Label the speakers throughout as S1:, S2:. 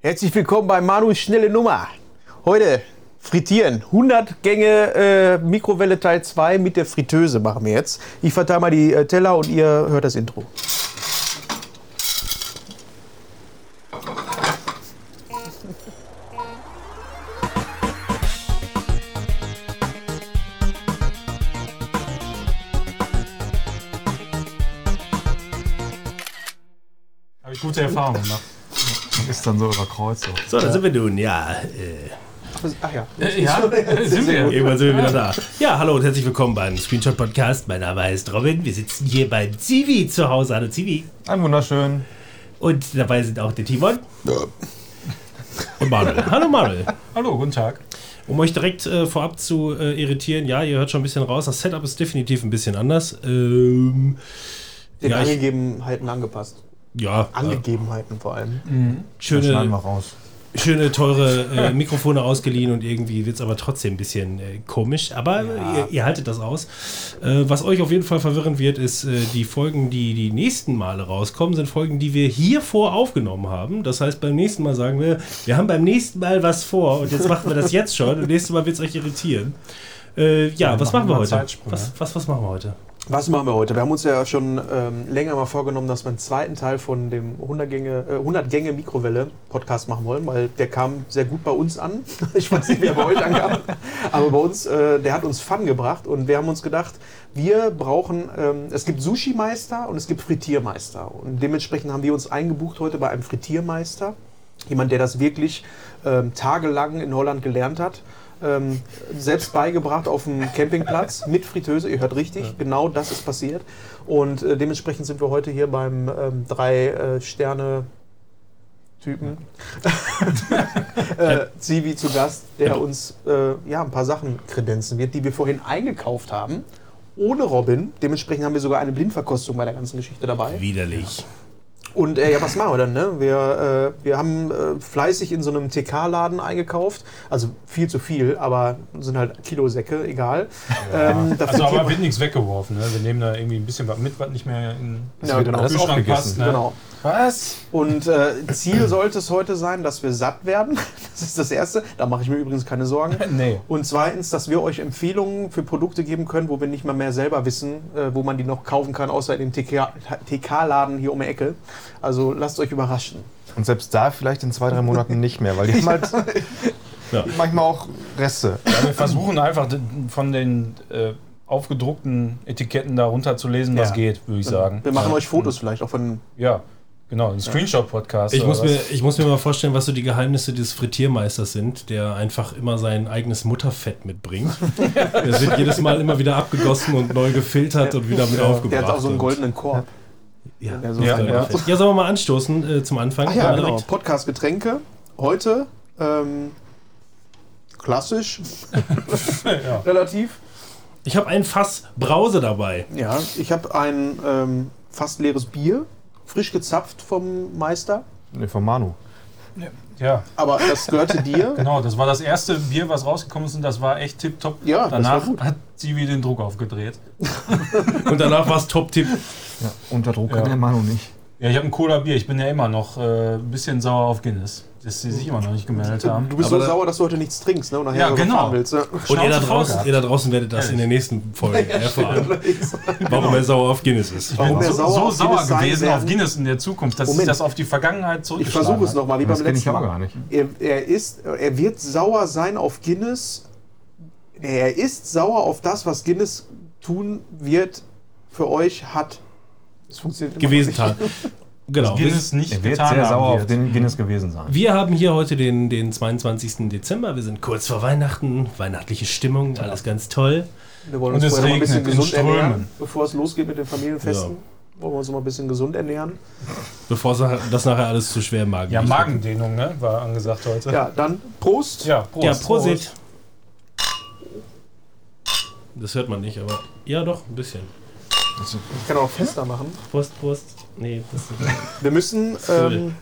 S1: Herzlich willkommen bei Manus Schnelle Nummer. Heute frittieren. 100 Gänge äh, Mikrowelle Teil 2 mit der Fritteuse machen wir jetzt. Ich verteile mal die äh, Teller und ihr hört das Intro.
S2: Habe ich gute Erfahrungen gemacht. Man ist dann so über Kreuz. So.
S3: So, da sind wir nun, ja. äh,
S1: Ach ja.
S2: Äh, Ja, sind wir.
S3: Irgendwann sind wir wieder da. Ja, hallo und herzlich willkommen beim Screenshot Podcast. Mein Name ist Robin. Wir sitzen hier bei Zivi zu Hause. Hallo Zivi.
S2: Ein wunderschön.
S3: Und dabei sind auch der Timon. Und Manuel. Hallo Manuel.
S2: Hallo, guten Tag.
S3: Um euch direkt äh, vorab zu äh, irritieren, ja, ihr hört schon ein bisschen raus. Das Setup ist definitiv ein bisschen anders. Ähm,
S1: Den
S3: Ja, ich-
S1: Angegebenheiten angepasst.
S3: ja, äh,
S1: Angegebenheiten vor allem.
S2: Schneiden wir
S3: schöne,
S2: raus.
S3: schöne, teure äh, Mikrofone ausgeliehen und irgendwie wird es aber trotzdem ein bisschen äh, komisch. Aber ihr, ihr haltet das aus. Äh, was euch auf jeden Fall verwirren wird, ist, äh, die Folgen, die die nächsten Male rauskommen, sind Folgen, die wir hier vor aufgenommen haben. Das heißt, beim nächsten Mal sagen wir, wir haben beim nächsten Mal was vor und jetzt machen wir das jetzt schon und nächstes Mal wird es euch irritieren. Äh, ja, was
S2: machen
S3: machen wir
S2: mal
S3: heute?
S2: Zeitsprünge.
S3: Was, was, was machen wir heute?
S1: Was machen wir heute? Wir haben uns ja schon ähm, länger mal vorgenommen, dass wir einen zweiten Teil von dem 100 Gänge, äh, 100 Gänge Mikrowelle Podcast machen wollen, weil der kam sehr gut bei uns an. Ich weiß nicht, wer bei euch ankam, aber bei uns, äh, der hat uns Fun gebracht und wir haben uns gedacht, wir brauchen, ähm, es gibt Sushi-Meister und es gibt Frittiermeister und dementsprechend haben wir uns eingebucht heute bei einem Frittiermeister, jemand, der das wirklich ähm, tagelang in Holland gelernt hat ähm, selbst beigebracht auf dem Campingplatz mit Fritteuse. Ihr hört richtig, genau das ist passiert. Und äh, dementsprechend sind wir heute hier beim ähm, drei äh, Sterne. Typen. äh, Zivi zu Gast, der uns äh, ja, ein paar Sachen kredenzen wird, die wir vorhin eingekauft haben, ohne Robin. Dementsprechend haben wir sogar eine Blindverkostung bei der ganzen Geschichte dabei.
S3: Widerlich.
S1: Und äh, ja, was machen wir dann? Ne? Wir, äh, wir haben äh, fleißig in so einem TK-Laden eingekauft. Also viel zu viel, aber sind halt Kilosäcke, egal. Ähm, dafür
S2: Also, aber
S1: kriegen
S2: wird nichts weggeworfen. Ne? Wir nehmen da irgendwie ein bisschen was mit, was nicht mehr in
S1: wir- ja, genau,
S2: den
S1: das ist
S2: Kühlschrank passt.
S1: aufgegessen.
S2: Ne?
S1: Genau.
S2: Was?
S1: Und äh, Ziel sollte es heute sein, dass wir satt werden. Das ist das Erste. Da mache ich mir übrigens keine Sorgen.
S2: Nee.
S1: Und zweitens, dass wir euch Empfehlungen für Produkte geben können, wo wir nicht mal mehr selber wissen, äh, wo man die noch kaufen kann, außer in dem TK TK-Laden hier um die Ecke. Also lasst euch überraschen.
S4: Und selbst da vielleicht in zwei, drei Monaten nicht mehr, weil die haben halt
S3: Ja.
S4: manchmal auch Reste.
S2: Ja, wir versuchen einfach den- von den äh, aufgedruckten Etiketten da runterzulesen, was
S1: Ja.
S2: geht, würde ich sagen.
S1: Wir machen euch Fotos vielleicht auch von
S2: Ja, genau. Ein Screenshot-Podcast.
S3: Ich
S2: oder
S3: muss,
S2: was?
S3: mir, ich muss mir mal vorstellen, was so die Geheimnisse des Frittiermeisters sind, der einfach immer sein eigenes Mutterfett mitbringt. Es wird jedes Mal immer wieder abgegossen und neu gefiltert und wieder mit aufgebracht.
S1: Der hat auch so einen
S3: und-
S1: goldenen Korb.
S3: Ja,
S1: Der so
S2: Ja,
S3: ja.
S2: ja.
S3: ja sollen wir mal anstoßen äh, zum Anfang?
S1: Ach ja,
S3: Mal
S1: genau.
S3: direkt.
S1: Podcast Getränke. Heute ähm, klassisch. Relativ.
S3: Ich habe ein Fass Brause dabei.
S1: Ja, ich habe ein ähm, fast leeres Bier, frisch gezapft vom Meister.
S4: Nee, von Manu.
S2: Ja,
S1: Aber das gehörte dir.
S2: genau. Das war das erste Bier, was rausgekommen ist und das war echt tipptopp.
S1: Ja, das war
S2: Danach
S1: gut.
S2: hat sie wieder den Druck aufgedreht.
S3: Und danach war es Top-Tipp.
S4: Ja, unter Druck
S2: Ja.
S4: kann der Manu nicht.
S2: Ja, ich habe ein Cola-Bier. Ich bin ja immer noch äh, ein bisschen sauer auf Guinness, dass sie sich immer noch nicht gemeldet haben.
S1: Du bist so
S3: Aber da-
S1: sauer, dass du heute nichts trinkst, ne? Und nachher
S2: Genau. Ja,
S1: darüber
S2: genau.
S1: fahren willst. Ne?
S3: Und ihr da,
S2: Schnauze voll
S3: draußen,
S2: gehabt.
S3: ihr da draußen werdet das in
S2: Ehrlich.
S3: der nächsten Folge erfahren, warum er sauer auf Guinness ist.
S1: Warum
S2: so,
S1: wir Um sauer
S2: so
S1: auf
S2: sauer
S1: Guinness sein
S2: gewesen
S1: werden.
S2: auf Guinness in der Zukunft, dass sich
S1: Moment.
S2: das auf die Vergangenheit
S1: Ich
S2: zurückgeschlagen
S1: versuche es
S2: hat.
S1: nochmal, wie
S4: Das
S1: beim
S4: kenne ich
S1: letzten
S4: aber
S1: Mal.
S4: gar nicht.
S1: Er, er, ist, er wird sauer sein auf Guinness. Nee, Er ist sauer auf das, was Guinness tun wird, für euch hat. Das funktioniert immer
S3: Gewesen
S1: nicht.
S3: hat. Genau.
S2: Guinness nicht
S4: Er wird
S2: getan
S4: sehr
S2: haben
S4: sauer auf
S2: wird.
S4: den Guinness gewesen sein.
S3: Wir haben hier heute den, den 22. Dezember. Wir sind kurz vor Weihnachten. Weihnachtliche Stimmung, alles ganz toll.
S1: Wir wollen
S2: Und
S1: uns
S2: es
S1: vorher noch ein bisschen
S2: regnet in
S1: gesund ernähren,
S2: Strömen.
S1: bevor es losgeht mit den Familienfesten. Wollen wir uns noch mal ein bisschen gesund ernähren?
S3: Bevor es- das nachher alles zu schwer im Magen
S2: Ja,
S3: liegt.
S2: Magendehnung, ne? War angesagt heute.
S1: Ja, dann Prost.
S2: ja Prost. Also
S3: Ja, Prosit. Das hört man nicht, aber. Ja, doch, ein bisschen.
S1: Ich kann auch fester machen.
S3: Prost, Prost. Nee, das
S1: Wir müssen,
S3: Cool.
S1: ähm,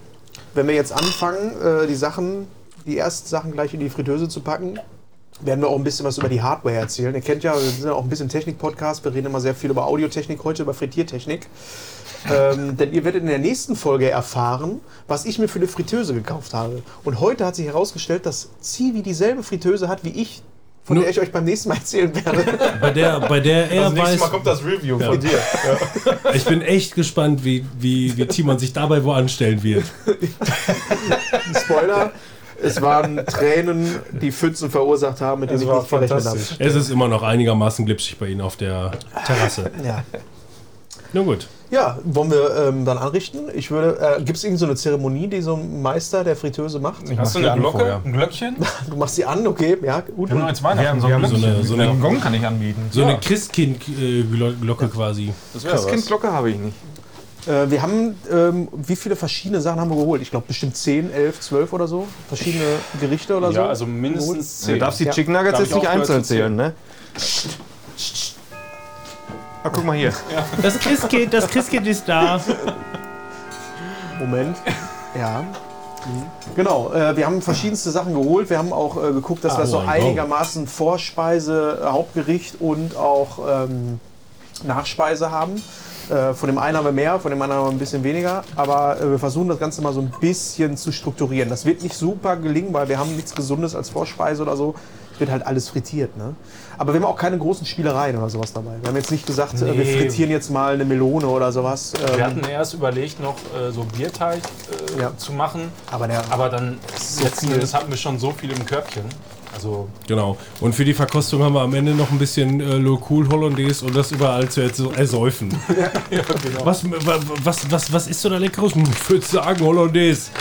S1: wenn wir jetzt anfangen, äh, die Sachen, die ersten Sachen gleich in die Fritteuse zu packen, werden wir auch ein bisschen was über die Hardware erzählen. Ihr kennt ja, wir sind ja auch ein bisschen Technik-Podcast. Wir reden immer sehr viel über Audiotechnik, heute über Frittiertechnik. ähm, denn ihr werdet in der nächsten Folge erfahren, was ich mir für eine Fritteuse gekauft habe. Und heute hat sich herausgestellt, dass Zivi dieselbe Fritteuse hat wie ich, von
S3: Nur-
S1: der ich euch beim nächsten Mal erzählen werde.
S3: Bei der, bei der er
S2: Das nächste
S3: weiß,
S2: Mal kommt das Review von dir.
S3: ich bin echt gespannt, wie, wie, wie Timon sich dabei wo anstellen wird.
S1: Spoiler. Es waren Tränen, die Pfützen verursacht haben, mit denen
S2: Das
S1: ich
S2: war
S1: nicht gerechnet habe.
S2: fantastisch.
S3: Es ist immer noch einigermaßen glitschig bei Ihnen auf der Terrasse.
S1: Ja.
S3: Na gut.
S1: ja, wollen wir ähm, dann anrichten? Ich würde, äh, gibt es irgendeine so eine Zeremonie, die so ein Meister der Fritteuse macht?
S4: Ich mach
S2: Hast du
S4: die
S2: eine
S4: an
S2: Glocke?
S4: vorher.
S2: Ein Glöckchen?
S1: Du machst sie an, okay, ja, gut.
S2: Wir haben jetzt Weihnachten.
S4: wir haben
S3: so eine- so eine-
S4: einen Gong kann ich anbieten.
S3: So
S2: Ja.
S3: eine Christkind-Glocke quasi.
S2: Das
S4: Das
S2: was.
S4: Kindglocke habe ich nicht.
S1: Äh, wir haben, ähm, wie viele verschiedene Sachen haben wir geholt? Ich glaube bestimmt 10, 11, 12 oder so. Verschiedene Gerichte oder so.
S2: Ja, also mindestens
S4: Du
S2: zehn.
S4: darfst die
S1: Ja.
S4: Chicken Nuggets
S2: Darf
S4: jetzt
S2: ich
S4: nicht
S2: aufhören
S4: einzeln
S2: zu zählen?
S4: zählen, ne? Ah, guck mal hier.
S3: Das Christkind, das Christkind ist da.
S1: Moment. Ja. Mhm. Genau, äh, wir haben verschiedenste Sachen geholt. Wir haben auch äh, geguckt, dass
S3: Ah,
S1: wir so
S3: oh, wow.
S1: einigermaßen Vorspeise, äh, Hauptgericht und auch ähm, Nachspeise haben. Äh, von dem einen haben wir mehr, von dem anderen haben wir ein bisschen weniger. Aber äh, wir versuchen das Ganze mal so ein bisschen zu strukturieren. Das wird nicht super gelingen, weil wir haben nichts Gesundes als Vorspeise oder so. Es wird halt alles frittiert. Ne? Aber wir haben auch keine großen Spielereien oder sowas dabei. Wir haben jetzt nicht gesagt, äh, wir
S2: Nee.
S1: frittieren jetzt mal eine Melone oder sowas. Ähm,
S2: Wir hatten erst überlegt, noch äh, so Bierteig äh,
S1: Ja.
S2: zu machen,
S1: aber der
S2: aber dann letzten
S1: viel.
S2: Endes hatten wir schon so viel im Körbchen. Also
S3: Genau. Und für die Verkostung haben wir am Ende noch ein bisschen äh, Low Cool Hollandaise und das überall zu erz- ersäufen.
S1: genau.
S3: was, äh, wa- was, was, was ist so da leckeres? Hm, Ich würde sagen Hollandaise.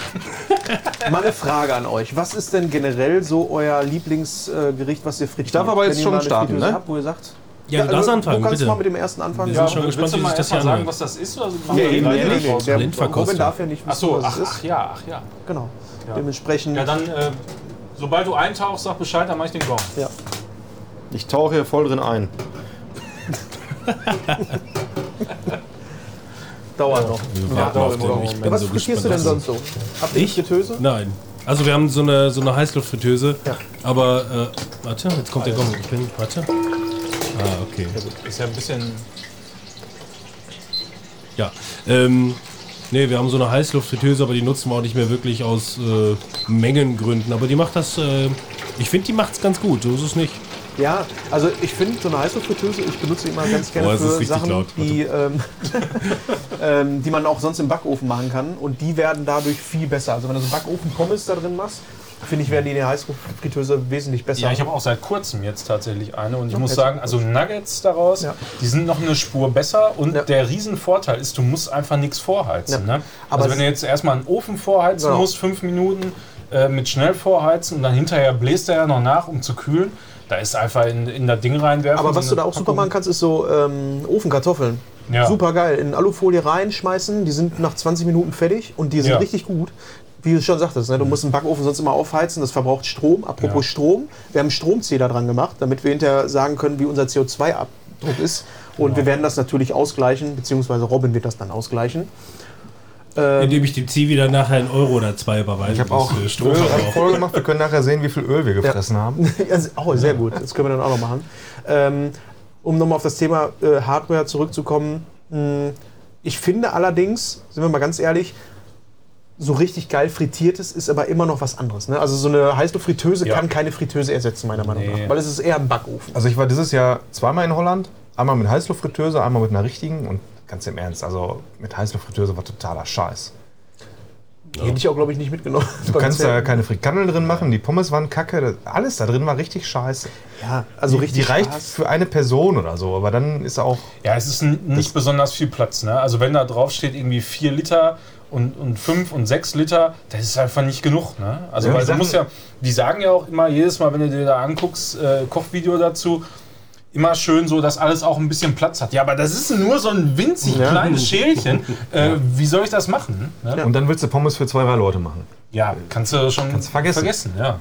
S1: Mal eine Frage an euch. Was ist denn generell so euer Lieblingsgericht, was ihr frittiert? Ich
S4: darf aber jetzt schon starten, ne?
S1: Habt, wo ihr sagt,
S3: Ja, das anfangen,
S1: du also, kannst
S3: bitte.
S1: mal mit dem ersten anfangen.
S3: Wir sind schon
S2: willst
S3: gespannt,
S2: du
S3: wie
S2: mal
S3: sich das
S2: erst mal
S3: hier
S2: sagen,
S3: anhört.
S2: was das ist? Oder
S1: Ja, eben,
S3: Blind-
S1: nee, nee, nee. Der
S3: Blindverkostung.
S1: Robin darf ja nicht wissen,
S2: Achso,
S1: was
S2: ach,
S1: es
S2: ach
S1: ist.
S2: ja, ach ja.
S1: Genau.
S2: Ja.
S1: Dementsprechend.
S2: Ja, dann, äh, sobald du eintauchst, sag Bescheid, dann mach ich den Gong.
S1: ja.
S4: Ich tauche hier voll drin ein.
S1: Dauert noch.
S3: Wir warten
S2: Ja,
S3: auf
S2: doch,
S3: den. Ich
S1: Ja,
S3: bin
S1: was
S3: so
S1: frittierst du denn
S3: gespannt.
S1: sonst so? Habt ihr
S3: Ich?
S1: Getöse?
S3: Nein. Also wir haben so eine, so eine Heißluftfritteuse.
S1: Ja.
S3: Aber, äh, warte, jetzt kommt der Gong. Ich bin, warte. Ah, okay.
S2: Ist ja ein bisschen.
S3: Ja. Ähm, nee, wir haben so eine Heißluftfritteuse, aber die nutzen wir auch nicht mehr wirklich aus äh, Mengengründen. Aber die macht das, äh, ich finde, die macht's ganz gut. So ist es nicht.
S1: Ja, also ich finde so eine Heißluftfritteuse, ich benutze die immer ganz gerne
S3: Boah, es ist
S1: für
S3: richtig
S1: Sachen,
S3: laut. Warte.
S1: die, ähm, ähm, die man auch sonst im Backofen machen kann. Und die werden dadurch viel besser. Also wenn du so Backofen-Pommes da drin machst, finde ich, werden die in der Heißluftfritteuse wesentlich besser.
S2: Ja, ich habe auch seit kurzem jetzt tatsächlich eine und ich
S1: Ja,
S2: muss
S1: jetzt-
S2: sagen, also Nuggets daraus,
S1: Ja.
S2: die sind noch eine Spur besser und
S1: Ja.
S2: der Riesenvorteil ist, du musst einfach nichts vorheizen.
S1: Ja.
S2: Ne?
S1: Aber
S2: also wenn
S1: es-
S2: du jetzt erstmal einen Ofen vorheizen
S1: Genau.
S2: musst, fünf Minuten äh, mit schnell vorheizen und dann hinterher bläst er ja noch nach, um zu kühlen, da ist einfach in, in das Ding reinwerfen.
S1: Aber
S2: so
S1: was du
S2: eine
S1: da auch super
S2: Packung.
S1: machen kannst, ist so ähm, Ofenkartoffeln.
S2: Ja.
S1: Super geil. In Alufolie reinschmeißen, die sind nach 20 Minuten fertig und die sind
S2: Ja. Mhm.
S1: richtig gut. Wie du schon sagtest, ne? du musst einen Backofen sonst immer aufheizen, das verbraucht Strom. Apropos
S2: Ja.
S1: Strom, wir haben einen Stromzähler dran gemacht, damit wir hinterher sagen können, wie unser CO2-Abdruck ist. Und
S2: Genau.
S1: wir werden das natürlich ausgleichen, beziehungsweise Robin wird das dann ausgleichen. Ähm,
S3: Indem ich dem Zieh wieder nachher einen Euro oder zwei überweise.
S4: Ich habe
S3: das,
S4: auch
S3: äh,
S4: Öl
S3: Stromverbrauch.
S4: voll gemacht. Wir können nachher sehen, wie viel Öl wir gefressen haben.
S1: Ja, se- oh, sehr gut. Das können wir dann auch noch machen. Ähm, um nochmal auf das Thema äh, Hardware zurückzukommen. mh, Ich finde allerdings, sind wir mal ganz ehrlich, so richtig geil frittiertes ist aber immer noch was anderes. Ne? Also so eine Heißluftfritteuse
S2: Ja.
S1: kann keine Fritteuse ersetzen, meiner Meinung
S2: Nee.
S1: nach. Weil es ist eher ein Backofen.
S4: Also ich war dieses Jahr zweimal in Holland. Einmal mit Heißluftfritteuse, einmal mit einer richtigen. Und ganz im Ernst, also mit Heißluftfritteuse war totaler Scheiß.
S1: Die hätte ich auch, glaube ich, nicht mitgenommen.
S4: Du kannst da keine Frikandeln drin machen, die Pommes waren kacke. das- Alles da drin war richtig scheiße.
S1: Ja, also
S4: die, die
S1: richtig
S4: reicht
S1: Spaß.
S4: für eine Person oder so, aber dann ist auch
S2: Ja, es ist n- nicht besonders viel Platz. Ne? Also wenn da drauf steht irgendwie 4 Liter und, und 5 und 6 Liter, das ist einfach nicht genug. Ne? Also
S4: Ja,
S2: weil
S4: die
S2: du musst ja,
S4: Sachen-
S2: die sagen ja auch immer jedes Mal, wenn du dir da anguckst, äh, Kochvideo dazu, immer schön so, dass alles auch ein bisschen Platz hat. Ja, aber das ist nur so ein winzig
S1: Ja.
S2: kleines Schälchen. Äh, Wie soll ich das machen? Ne?
S4: Und dann willst du Pommes für zwei, drei Leute machen.
S2: Ja, kannst du schon
S4: Kannst du vergessen.
S2: ja.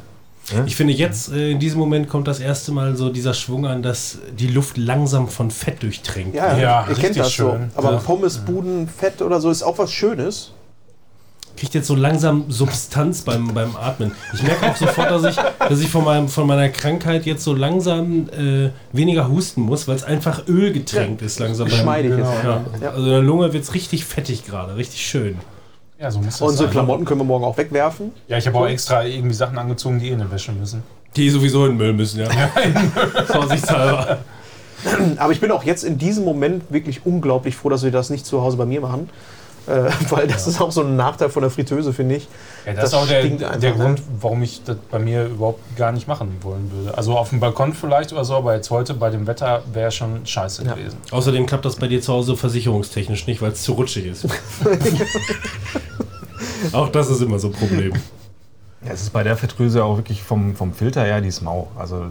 S3: Ich finde, jetzt äh, in diesem Moment kommt das erste Mal so dieser Schwung an, dass die Luft langsam von Fett durchtränkt.
S1: Ja,
S2: Ja,
S1: ihr kennt
S2: richtig
S1: das so.
S2: schön.
S1: Aber
S2: Ja.
S1: Pommes, Buden, Fett oder so ist auch was Schönes.
S3: kriegt jetzt so langsam Substanz beim, beim Atmen. Ich merke auch sofort, dass ich, dass ich von, meinem, von meiner Krankheit jetzt so langsam äh, weniger husten muss, weil es einfach Öl getränkt ist langsam. beim-
S1: Geschmeidig
S2: Genau,
S1: ist.
S3: Ja.
S1: Ja.
S3: Also in der Lunge wird es richtig fettig gerade, richtig schön.
S2: Ja, so muss das
S1: Unsere
S2: sein. ne?
S1: Klamotten können wir morgen auch wegwerfen.
S2: Ja, ich habe auch extra irgendwie Sachen angezogen, die eh in der Wäsche müssen.
S3: Die sowieso in den Müll müssen, ja. Vorsichtshalber.
S1: Aber ich bin auch jetzt in diesem Moment wirklich unglaublich froh, dass wir das nicht zu Hause bei mir machen. Äh, weil das ist auch so ein Nachteil von der Fritteuse, finde ich.
S2: Ja, das,
S1: Das
S2: ist auch der,
S1: stinkt einfach,
S2: der
S1: ne?
S2: Grund, warum ich das bei mir überhaupt gar nicht machen wollen würde. Also auf dem Balkon vielleicht oder so, aber jetzt heute bei dem Wetter wäre schon scheiße
S1: Ja.
S2: gewesen.
S3: Außerdem klappt das bei dir zu Hause versicherungstechnisch nicht, weil es zu rutschig ist. Auch das ist immer so ein Problem.
S4: Ja, es ist bei der Fettdrüse auch wirklich vom, vom Filter her, die ist mau. Also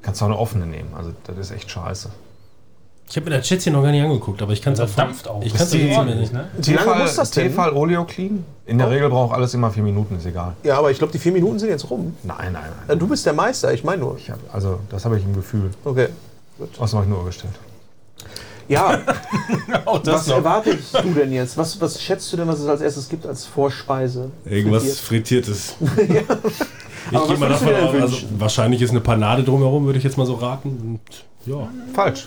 S4: kannst du auch eine offene nehmen. Also das ist echt scheiße.
S3: Ich habe mir das Schätzchen noch gar nicht angeguckt, aber ich kann es
S2: Das dampft auch.
S3: Ich kann es
S4: die-
S3: nicht.
S2: ne?
S1: Wie lange muss das denn?
S4: Tefal Oleo Clean? In der Regel braucht alles immer vier Minuten, ist egal.
S1: Ja, aber ich glaube, die vier Minuten sind jetzt rum.
S4: Nein, nein,
S1: Äh,
S4: nein.
S1: Du bist der Meister, ich meine nur.
S4: Ich hab, also das habe ich im Gefühl.
S1: Okay.
S4: Außerdem habe ich nur gestellt.
S1: Ja,
S2: Auch das
S1: was
S2: noch.
S1: erwartest du denn jetzt? Was, was schätzt du denn, was es als erstes gibt als Vorspeise?
S3: Irgendwas
S1: Frittiert.
S3: frittiertes. Ich
S1: Aber
S3: gehe
S1: was
S3: mal
S1: würdest du
S3: davon
S1: dir
S3: aus,
S1: denn
S3: also
S1: wünschen?
S3: wahrscheinlich ist eine Panade drumherum, würde ich jetzt mal so raten. Und, ja.
S4: Falsch.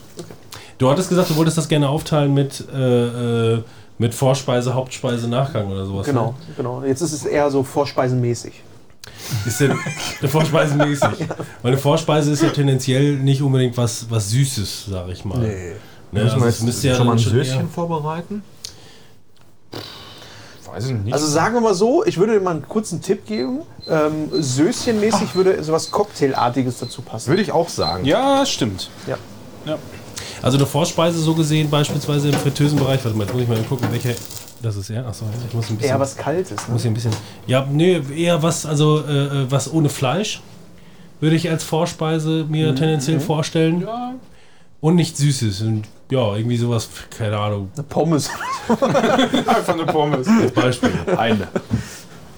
S3: Du hattest gesagt, du wolltest das gerne aufteilen mit, äh, äh, mit Vorspeise, Hauptspeise, Nachgang oder sowas. ne?
S1: Genau, genau. Jetzt ist es eher so vorspeisenmäßig.
S3: Ist denn eine Vorspeise mäßig? Weil eine Vorspeise ist ja tendenziell nicht unbedingt was, was Süßes, sage ich mal. Ne,
S4: Müssen
S3: also
S4: wir
S3: es
S4: jetzt
S3: müsste ja
S4: schon mal ein
S3: dann eher-
S4: Söschen vorbereiten? Weiß ich nicht.
S1: Also sagen wir mal so, ich würde dir mal einen kurzen Tipp geben. Ähm, Sößchenmäßig würde sowas Cocktailartiges dazu passen.
S4: Würde ich auch sagen.
S2: Ja, stimmt.
S3: Also eine Vorspeise so gesehen, beispielsweise im fritösen Bereich. Warte mal, jetzt muss ich mal gucken, welche. Das ist er. Achso, ich muss ein bisschen.
S1: Eher was Kaltes. Ne?
S3: muss ich ein bisschen. Ja, nee, eher was, also äh, äh, was ohne Fleisch. Würde ich als Vorspeise mir tendenziell vorstellen.
S2: Ja,
S3: Und nicht Süßes. Und ja, irgendwie sowas, keine Ahnung.
S1: Eine Pommes.
S2: einfach eine Pommes.
S3: Als Beispiel.
S4: Eine.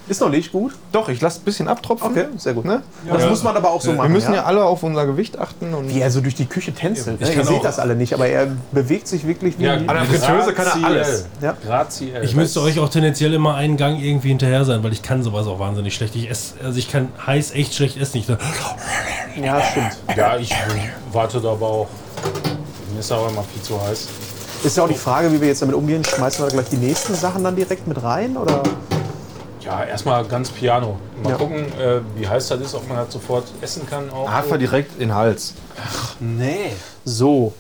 S1: Ist noch nicht gut.
S4: Doch, ich lasse ein bisschen abtropfen.
S1: Okay, sehr gut.
S4: Ne?
S1: Das muss man aber auch so
S4: Wir
S1: machen.
S4: müssen ja alle auf unser Gewicht achten. Und
S1: wie er so durch die Küche tänzelt. Ne?
S3: kann
S1: Ihr
S3: auch-
S1: seht das alle nicht, aber er bewegt sich wirklich wie.
S2: Ja,
S4: der Fritteuse kann er alles.
S1: Ja.
S2: Graziell.
S3: Ich müsste euch auch tendenziell immer einen Gang irgendwie hinterher sein, weil ich kann sowas auch wahnsinnig schlecht. Ich esse, also ich kann heiß echt schlecht essen. Ich,
S1: ja, stimmt.
S2: Ja, ich warte da aber auch. Mir ist aber immer viel zu heiß.
S1: Ist ja auch die Frage, wie wir jetzt damit umgehen. Schmeißen wir gleich die nächsten Sachen dann direkt mit rein? Oder?
S2: Ja, erstmal ganz Piano. Mal
S1: Ja.
S2: gucken, äh, wie heiß das ist, ob man das sofort essen kann. Auch
S1: Ah,
S4: Hafer direkt in den Hals.
S2: Nee.
S1: So.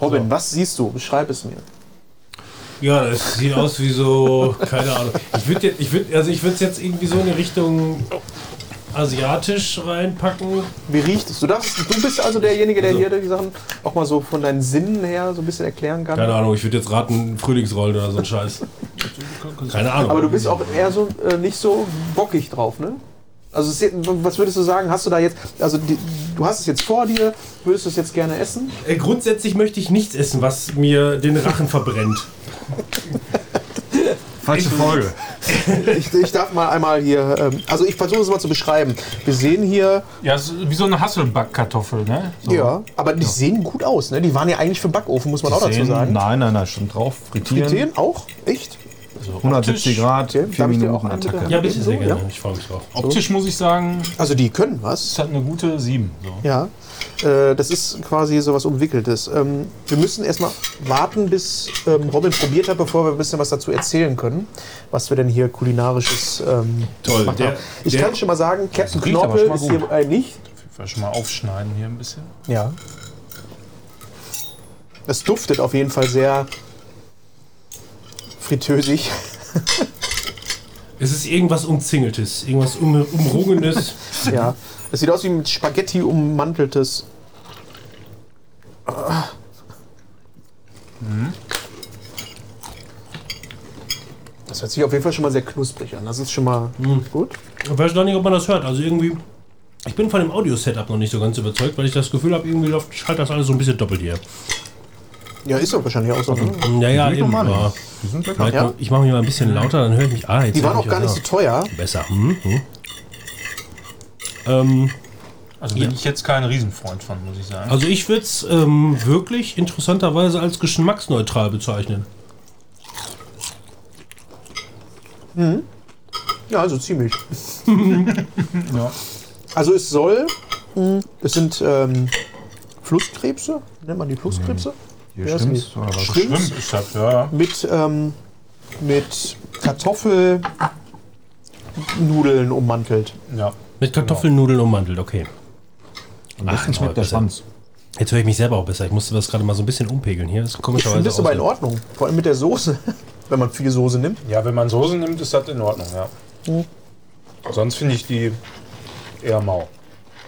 S1: Robin, was siehst du? Beschreib es mir.
S3: ja, das sieht aus wie so, keine Ahnung. Ich würde, ich würde, also ich würde es jetzt irgendwie so in die Richtung asiatisch reinpacken.
S1: Wie riecht es? Du, darfst, du bist also derjenige, der hier die Sachen auch mal so von deinen Sinnen her so ein bisschen erklären kann.
S3: Keine Ahnung. Ich würde jetzt raten Frühlingsrollen oder so ein Scheiß. Keine Ahnung.
S1: Aber du bist auch eher so äh, nicht so bockig drauf, ne? Also es ist- was würdest du sagen? Hast du da jetzt, also die, du hast es jetzt vor dir, würdest du es jetzt gerne essen?
S3: Äh, grundsätzlich möchte ich nichts essen, was mir den Rachen verbrennt.
S4: Falsche Folge.
S1: Ich, ich darf mal einmal hier, ähm, also ich versuche es mal zu beschreiben. Wir sehen hier,
S2: Ja, es ist wie so eine Hasselbackkartoffel, ne? So.
S1: ja, aber die sehen gut aus, ne? Die waren ja eigentlich für den Backofen, muss man auch dazu
S4: Zehn-
S1: sagen.
S4: Nein, nein, nein, stimmt drauf. Frittieren.
S1: Frittieren auch? Echt?
S2: So optisch-
S4: 170 Grad,
S1: Okay,
S4: vier
S1: darf ich dir
S4: Minuten
S1: auch einen
S4: Attacke.
S1: bitte?
S3: Ja, bitte sehr
S1: So,
S3: gerne.
S1: ja.
S3: Ich freue mich drauf.
S2: Optisch muss ich sagen,
S1: Also die können was.
S2: es hat eine gute 7. So.
S1: Ja, äh, das ist quasi sowas Umwickeltes. Ähm, wir müssen erstmal warten, bis ähm, Robin probiert hat, bevor wir ein bisschen was dazu erzählen können, was wir denn hier kulinarisches ähm,
S3: Toll,
S1: gemacht
S3: der-
S1: haben. Ich
S3: der-
S1: kann schon mal sagen, Captain
S4: riecht aber
S1: Knorpel
S4: schon mal
S1: ist hier
S4: gut.
S1: äh, nicht.
S2: Vielleicht schon mal aufschneiden hier ein bisschen.
S1: Ja. Es duftet auf jeden Fall sehr fritösig.
S3: Es ist irgendwas Umzingeltes, irgendwas um, Umrungenes.
S1: ja. Es sieht aus wie mit Spaghetti ummanteltes. Ah.
S2: Mhm.
S1: Das hört sich auf jeden Fall schon mal sehr knusprig an. Das ist schon mal
S2: Mhm.
S1: gut.
S3: Ich weiß noch nicht, ob man das hört. Also irgendwie. Ich bin von dem Audio-Setup noch nicht so ganz überzeugt, weil ich das Gefühl habe, irgendwie läuft halt das alles so ein bisschen doppelt hier.
S1: Ja, ist doch wahrscheinlich
S2: Mhm.
S1: auch so. Ne?
S3: Ja, ja,
S4: Die
S3: eben.
S4: normalen.
S3: aber-
S4: Die sind lecker.
S3: Warte mal, Ich mache mich mal ein bisschen lauter, dann höre ich mich. Ah, jetzt
S1: Die waren
S3: höre ich
S1: auch gar nicht
S3: mich
S1: so teuer.
S3: Besser. Hm? Hm? Ähm,
S2: Also bin ich jetzt kein Riesenfreund von, muss ich sagen.
S3: also ich würde es ähm, wirklich interessanterweise als geschmacksneutral bezeichnen.
S1: Ja, also ziemlich.
S2: Ja.
S1: Also es soll, es sind ähm, Flusskrebse, nennt man die Flusskrebse,
S4: Hier
S1: Ja, ist
S4: stimmt's, oder was?
S1: Schwimmt.
S2: Schwimmt ist Mhm. das, ja.
S1: mit, ähm, mit Kartoffelnudeln ummantelt.
S2: ja.
S3: Mit
S1: Genau.
S3: Kartoffelnudeln ummantelt, okay.
S4: Am
S3: Ach,
S4: besten
S3: toll,
S4: schmeckt der
S3: besser.
S4: Schwanz.
S3: Jetzt höre ich mich selber auch besser. Ich musste das gerade mal so ein bisschen umpegeln hier. Das ist
S1: Ich finde
S3: komischerweise
S1: das aber also in
S3: aus-
S1: Ordnung, vor allem mit der Soße, wenn man viel Soße nimmt.
S2: Ja, wenn man Soße nimmt, ist das in Ordnung, ja. Sonst finde ich die eher mau.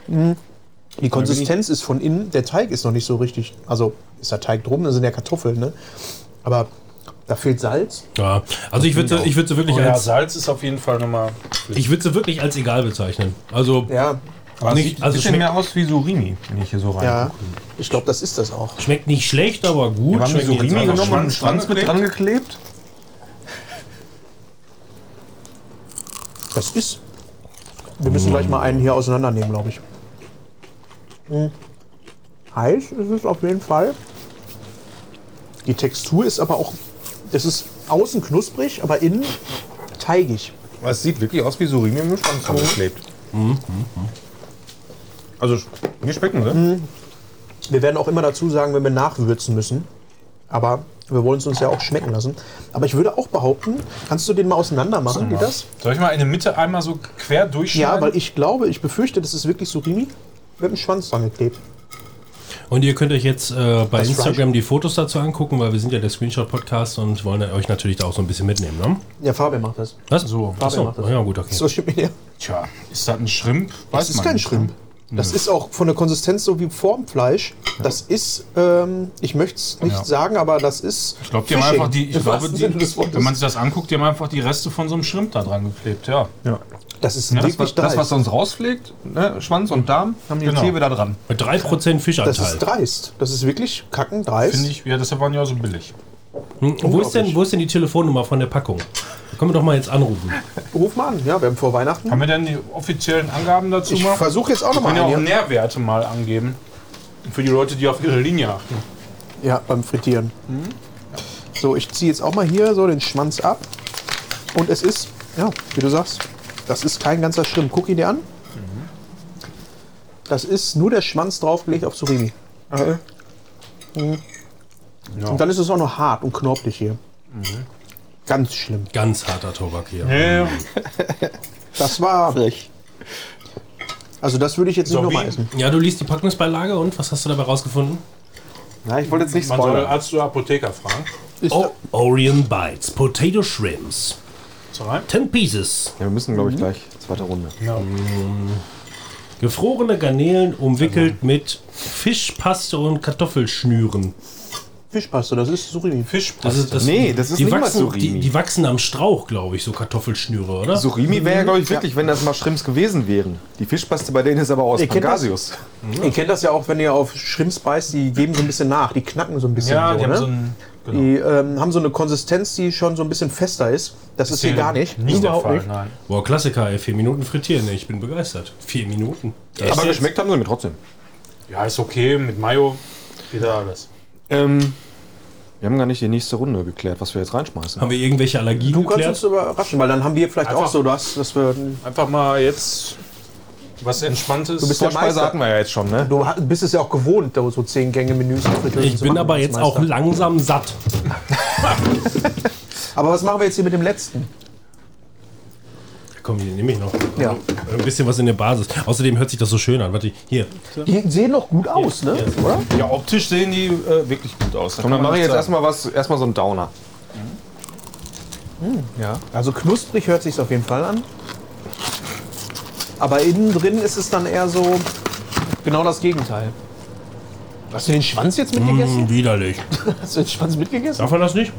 S1: Die Konsistenz ist von innen, der Teig ist noch nicht so richtig, also ist der Teig drum, dann sind ja Kartoffeln, ne? Aber da fehlt Salz.
S3: Ja, also ich
S1: Genau.
S3: würde ich würd sie wirklich
S2: Und ja,
S3: als,
S2: Salz ist auf jeden Fall nochmal.
S3: ich würde sie wirklich als egal bezeichnen. Also
S1: Ja,
S2: Was?
S3: nicht, also
S4: Bisschen
S3: schmeckt,
S4: mehr aus wie Surimi, wenn ich hier so rein.
S1: Ah ja. Ich glaube, das ist das auch.
S3: schmeckt nicht schlecht, aber gut.
S4: Wir haben
S3: schmeckt
S4: Surimi
S3: jetzt auch-
S4: genommen und einen
S2: Also Schwanz
S4: Schwanz mit dran geklebt.
S1: Das ist. Wir müssen gleich mal einen hier auseinandernehmen, glaube ich. Hm. Heiß ist es auf jeden Fall. Die Textur ist aber auch. Es ist außen knusprig, aber innen teigig.
S4: Es sieht wirklich aus wie Surimi mit dem Schwanz dran geklebt. Also, mir schmecken sie.
S1: Wir werden auch immer dazu sagen, wenn wir nachwürzen müssen. Aber wir wollen es uns ja auch schmecken lassen. Aber ich würde auch behaupten, kannst du den mal auseinander machen, die das?
S2: Soll ich mal in der Mitte einmal so quer durchschneiden?
S1: Ja, weil ich glaube, ich befürchte, das ist wirklich Surimi mit dem Schwanz dran geklebt.
S3: Und ihr könnt euch jetzt äh, bei
S1: Das
S3: Instagram die Fotos dazu angucken, weil wir sind ja der Screenshot-Podcast und wollen euch natürlich da auch so ein bisschen mitnehmen, ne?
S1: Ja, Fabian macht das.
S3: Was?
S2: So,
S1: Fabian
S3: Achso,
S1: macht das.
S3: ja gut, okay.
S1: So stimmt mir der.
S2: Tja, ist das ein Schrimp?
S1: Das ist
S2: ne?
S1: kein Schrimp. Das ist auch von der Konsistenz so wie Formfleisch. Das ist, ähm, ich möchte es nicht
S2: Ja.
S1: sagen, aber das ist.
S2: Ich glaube, die haben einfach die, ich glaube, die, wenn man
S1: das,
S2: sich das anguckt, die haben einfach die Reste von so einem Schrimp da dran geklebt, ja.
S1: das ist
S2: Ja,
S1: wirklich
S4: Das, was, das, was
S1: dreist.
S4: sonst rausfliegt, ne, Schwanz und Darm, haben die
S2: Genau.
S4: jetzt hier wieder dran.
S3: Mit 3%
S1: Das
S3: Fischanteil.
S1: ist dreist. Das ist wirklich kacken dreist.
S2: Finde ich, ja, deshalb waren die ja so billig.
S3: Hm, wo, ist denn, wo ist denn die Telefonnummer von der Packung? Da Können wir doch mal jetzt anrufen.
S1: Ruf mal an. Ja, wir haben vor Weihnachten.
S2: Haben wir denn die offiziellen Angaben dazu
S1: Ich
S2: mal?
S1: versuche jetzt auch
S2: Wir können
S1: nochmal
S2: ja auch
S1: einen. hier.
S2: Nährwerte mal angeben. Für die Leute, die auf ihre Linie achten.
S1: Ja, beim Frittieren.
S4: Mhm.
S1: So, ich ziehe jetzt auch mal hier so den Schwanz ab. Und es ist, ja, wie du sagst, das ist kein ganzer Schrimp. Guck ihn dir an.
S4: Mhm.
S1: Das ist nur der Schwanz draufgelegt auf Surimi.
S4: Ah,
S1: Mhm.
S2: Ja.
S1: Und dann ist es auch noch hart und knorpelig hier.
S4: Mhm.
S1: Ganz schlimm.
S3: Ganz harter Tobak hier.
S2: Äh,
S1: Das war.
S4: Frech.
S1: Also das würde ich jetzt
S2: So,
S1: nicht nochmal
S2: wie-
S1: essen.
S3: Ja, du liest die Packungsbeilage und was hast du dabei rausgefunden?
S4: Ja, ich wollte jetzt nicht
S2: man soll
S4: spoilern.
S2: Arzt oder Apotheker fragen.
S1: Ist
S3: Oh, Orion Bites, Potato Shrimps,
S2: So rein.
S3: 10 Pieces,
S4: Ja, wir müssen, glaube ich,
S1: Mhm.
S4: gleich zweite Runde.
S3: gefrorene Garnelen umwickelt mit Fischpaste und Kartoffelschnüren.
S1: Fischpaste, das ist Surimi.
S2: Fischpaste.
S3: ist das.
S4: Nee, das ist
S3: die
S4: nicht mal
S3: wachsen,
S4: Surimi.
S3: die, die wachsen am Strauch, glaube ich, so Kartoffelschnüre, oder?
S4: Surimi wäre Mhm. ja, glaube ich, wirklich, wenn das mal Schrimps gewesen wären. Die Fischpaste bei denen ist aber aus
S1: Ihr kennt das?
S4: Pangasius.
S1: Hm. Ihr kennt das ja auch, wenn ihr auf Schrimps beißt, die geben so ein bisschen nach, die knacken so ein bisschen.
S2: Ja, die haben
S1: ne?
S2: so ein. Genau.
S1: Die ähm, haben so eine Konsistenz, die schon so ein bisschen fester ist. Das ist hier gar nicht.
S2: Nicht der
S1: Überhaupt
S2: Fall,
S1: nicht.
S2: nein.
S3: Boah, Klassiker, ey. Vier Minuten frittieren, ey. ich bin begeistert. Vier Minuten. Das
S4: Aber
S3: ist-
S4: geschmeckt haben sie mir trotzdem.
S2: Ja, ist okay, mit Mayo wieder alles.
S4: Ähm, wir haben gar nicht die nächste Runde geklärt, was wir jetzt reinschmeißen.
S3: Haben wir irgendwelche Allergien
S1: Du kannst uns
S3: geklärt?
S1: überraschen, weil dann haben wir vielleicht
S2: Einfach-
S1: auch so das, dass wir. Du
S2: Einfach mal jetzt was Entspanntes.
S1: bist ja Meister.
S4: wir ja jetzt schon, ne?
S1: Du ha- bist es ja auch gewohnt, da so zehn Gänge Menüs und Fritteusen
S3: Ich
S1: zu
S3: bin
S1: machen
S3: aber
S1: als
S3: jetzt
S1: Meister.
S3: auch langsam satt.
S1: Aber was machen wir jetzt hier mit dem letzten?
S3: Komm, den nehme ich noch.
S1: Ja.
S3: Ein bisschen was in der Basis. Außerdem hört sich das so schön an. Warte, hier.
S1: Die sehen doch gut aus, ne? Oder?
S2: Ja, optisch sehen die äh, wirklich gut aus. Da
S4: Komm, dann
S2: kann man
S4: mache ich
S2: nichts
S4: jetzt
S2: sagen.
S4: erstmal was, erstmal so einen Downer. Ja.
S1: Also knusprig hört sich auf jeden Fall an. Aber innen drin ist es dann eher so genau das Gegenteil. Hast du den Schwanz jetzt mitgegessen?
S3: Mm, widerlich.
S1: Hast du den Schwanz mitgegessen?
S3: Darf man das nicht?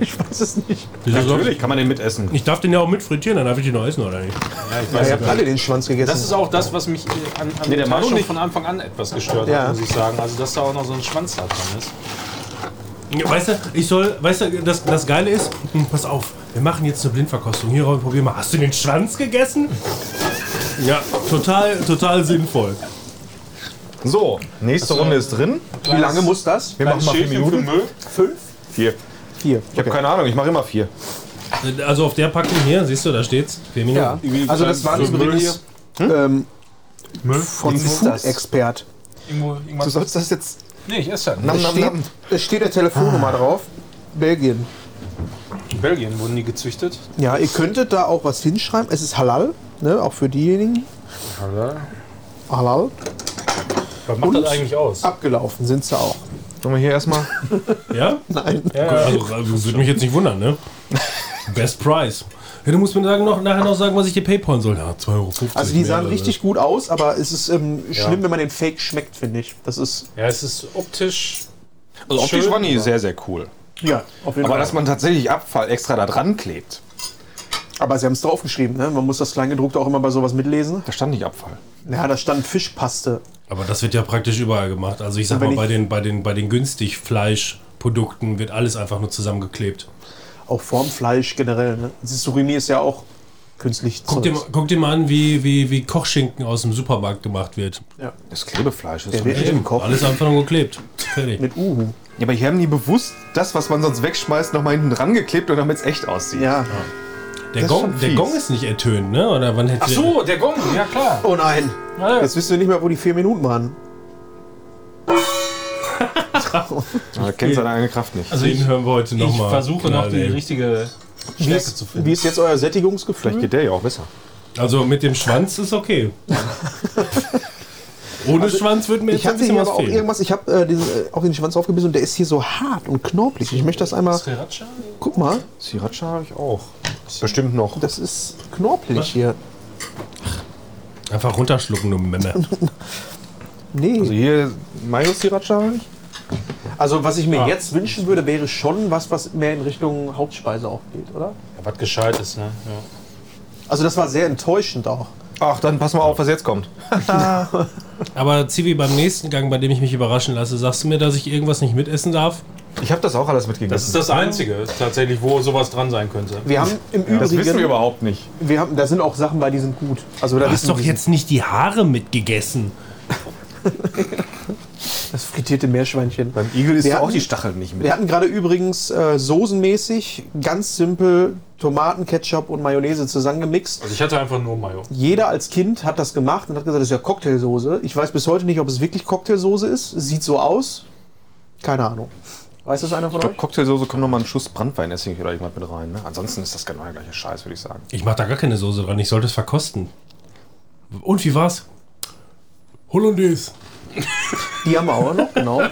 S1: Ich weiß es nicht.
S3: Wieso soll-
S4: Natürlich kann man den mitessen.
S3: Ich darf den ja auch mit frittieren, dann darf ich den noch essen, oder nicht?
S2: Ja, ich
S1: Ja,
S2: weiß
S1: ihr
S2: ja,
S1: habt alle den Schwanz gegessen.
S2: Das ist auch das, was mich äh, an, an
S4: der
S2: der
S4: Manu
S2: Teil schon
S4: nicht.
S2: von Anfang an etwas gestört
S1: Ja.
S2: hat, muss ich sagen. Also, dass da auch noch so ein Schwanz da dran ist.
S3: Ja, Weißt du, ich soll, weißt du, das, das Geile ist, hm, pass auf, wir machen jetzt eine Blindverkostung. Hier, Robin, probier mal. Hast du den Schwanz gegessen? Ja, total, total sinnvoll.
S4: So, nächste Runde ist drin.
S1: Wie lange muss das?
S4: Wir machen mal vier Minuten.
S2: Müll.
S1: Fünf?
S4: Vier.
S1: Vier.
S4: Ich habe keine Ahnung, ich mache immer vier.
S3: Äh, Also auf der Packung hier, siehst du, da steht's. Vier Minuten.
S1: Ja, also das waren
S2: Müll
S1: übrigens ähm,
S4: Müll?
S1: von
S4: Jetzt-
S1: Food Expert.
S2: Irgendwo, irgendwas.
S1: Du sollst das jetzt.
S2: nee, ich esse halt ja.
S4: Nam,
S1: Es
S4: nam,
S1: steht,
S4: nam.
S1: es steht der Telefonnummer drauf. Belgien.
S2: In Belgien wurden die gezüchtet.
S1: Ja, ihr könntet da auch was hinschreiben. Es ist halal, ne? auch für diejenigen. Halal.
S2: Was macht
S1: Und?
S2: das eigentlich aus?
S1: Abgelaufen sind sie auch.
S4: Sollen wir hier erstmal?
S3: Ja?
S1: Nein.
S2: Ja,
S3: Also äh, würde mich jetzt nicht wundern, ne? Best Price. Ja, du musst mir sagen, noch, nachher noch sagen, was ich dir PayPal soll. Ja, 2,50 Euro.
S1: Also die
S3: mehr,
S1: sahen
S3: oder?
S1: richtig gut aus, aber es ist ähm, schlimm, wenn man den Fake schmeckt, finde ich. Das ist
S2: ja, es ist optisch.
S4: Also optisch
S2: Schön.
S4: waren die sehr, sehr cool.
S1: ja auf jeden
S4: Aber
S1: Fall.
S4: dass man tatsächlich Abfall extra da dran klebt,
S1: aber sie haben es draufgeschrieben, ne? Man muss das Kleingedruckte auch immer bei sowas mitlesen.
S4: da stand nicht Abfall.
S1: Ja, da stand Fischpaste.
S3: Aber das wird ja praktisch überall gemacht. Also ich sag
S1: Und wenn
S3: mal, bei
S1: ich-
S3: den, bei den, bei den günstig Fleischprodukten wird alles einfach nur zusammengeklebt.
S1: Auch vorm Fleisch generell. Ne? Das ist- Surimi ist ja auch künstlich.
S3: Guck dir, mal- guck dir mal an, wie, wie, wie Kochschinken aus dem Supermarkt gemacht wird.
S4: Das Klebefleisch ist
S1: Der wird
S3: Eben,
S1: im Koch
S3: alles einfach nur geklebt. Fertig.
S1: mit Uhu.
S4: Ja, aber hier haben die bewusst das, was man sonst wegschmeißt, nochmal hinten dran geklebt und damit es echt aussieht.
S1: Ja.
S3: Der
S4: ist
S3: Gong,
S4: schon
S3: der
S4: fies.
S3: Gong ist nicht ertönt, ne? Oder wann hätte
S2: Ach so, der Gong, ja klar.
S1: Oh nein.
S2: Ja,
S1: Jetzt wissen wir nicht mehr, wo die vier Minuten waren.
S4: Da kennt seine eigene Kraft nicht.
S2: also
S3: den hören wir heute
S2: ich
S3: nochmal.
S2: versuche noch die
S3: knallen, ey.
S2: richtige
S1: Wie
S2: Stärke
S1: ist,
S2: zu finden.
S1: wie ist jetzt euer Sättigungsgefühl?
S4: Vielleicht geht der ja auch besser.
S3: Also mit dem Schwanz ist okay. Ohne Schwanz wird mir jetzt
S1: Ich
S3: ein
S1: hatte
S3: bisschen
S1: hier
S3: was
S1: aber auch
S3: fehlen.
S1: irgendwas, ich habe äh, diesen, äh, auf den Schwanz aufgebissen und der ist hier so hart und knorpelig. Ich möchte das einmal,
S2: Sriracha?
S1: guck mal,
S4: Sriracha habe ich auch. Bestimmt noch.
S1: das ist knorpelig hier.
S3: Einfach runterschlucken, du Memme.
S4: Also
S1: Nee.
S4: hier Mayo Sriracha habe ich.
S1: Also was ich mir
S2: Ah.
S1: jetzt wünschen würde, wäre schon was, was mehr in Richtung Hauptspeise auch geht, oder?
S2: Ja, was gescheit ist, ne? Ja.
S1: Also das war sehr enttäuschend auch.
S4: Ach, dann pass mal auf, was jetzt kommt.
S3: Aber Zivi, beim nächsten Gang, bei dem ich mich überraschen lasse, sagst du mir, dass ich irgendwas nicht mitessen darf?
S4: Ich habe das auch alles
S2: Das ist
S4: mitgegessen.
S2: das Einzige, tatsächlich, wo sowas dran sein könnte.
S1: Wir haben im Übrigen,
S4: überhaupt nicht.
S1: wir haben, da sind auch Sachen bei, die sind gut. Also da
S3: Du hast
S1: wissen
S3: doch
S1: wir-
S3: jetzt nicht die Haare mitgegessen.
S1: das frittierte Meerschweinchen.
S4: Beim Igel ist
S1: Wir
S4: ja auch
S1: hatten-
S4: die Stacheln nicht mit.
S1: Wir hatten gerade übrigens äh, soßenmäßig ganz simpel Tomaten, Ketchup und Mayonnaise zusammengemixt.
S2: Also ich hatte einfach nur Mayo.
S1: Jeder als Kind hat das gemacht und hat gesagt, das ist ja Cocktailsoße. Ich weiß bis heute nicht, ob es wirklich Cocktailsoße ist. Es Sieht so aus. Keine Ahnung. Weiß das einer von
S4: Ich glaube,
S1: euch?
S4: Cocktailsoße kommt nochmal ein Schuss Brandweinessig oder irgendwas mit rein. Ne? Ansonsten ist das genau der gleiche Scheiß, würde ich sagen.
S3: Ich mach da gar keine Soße dran, ich sollte es verkosten. Und wie war's? Hollandaise.
S1: Die haben wir auch noch, genau.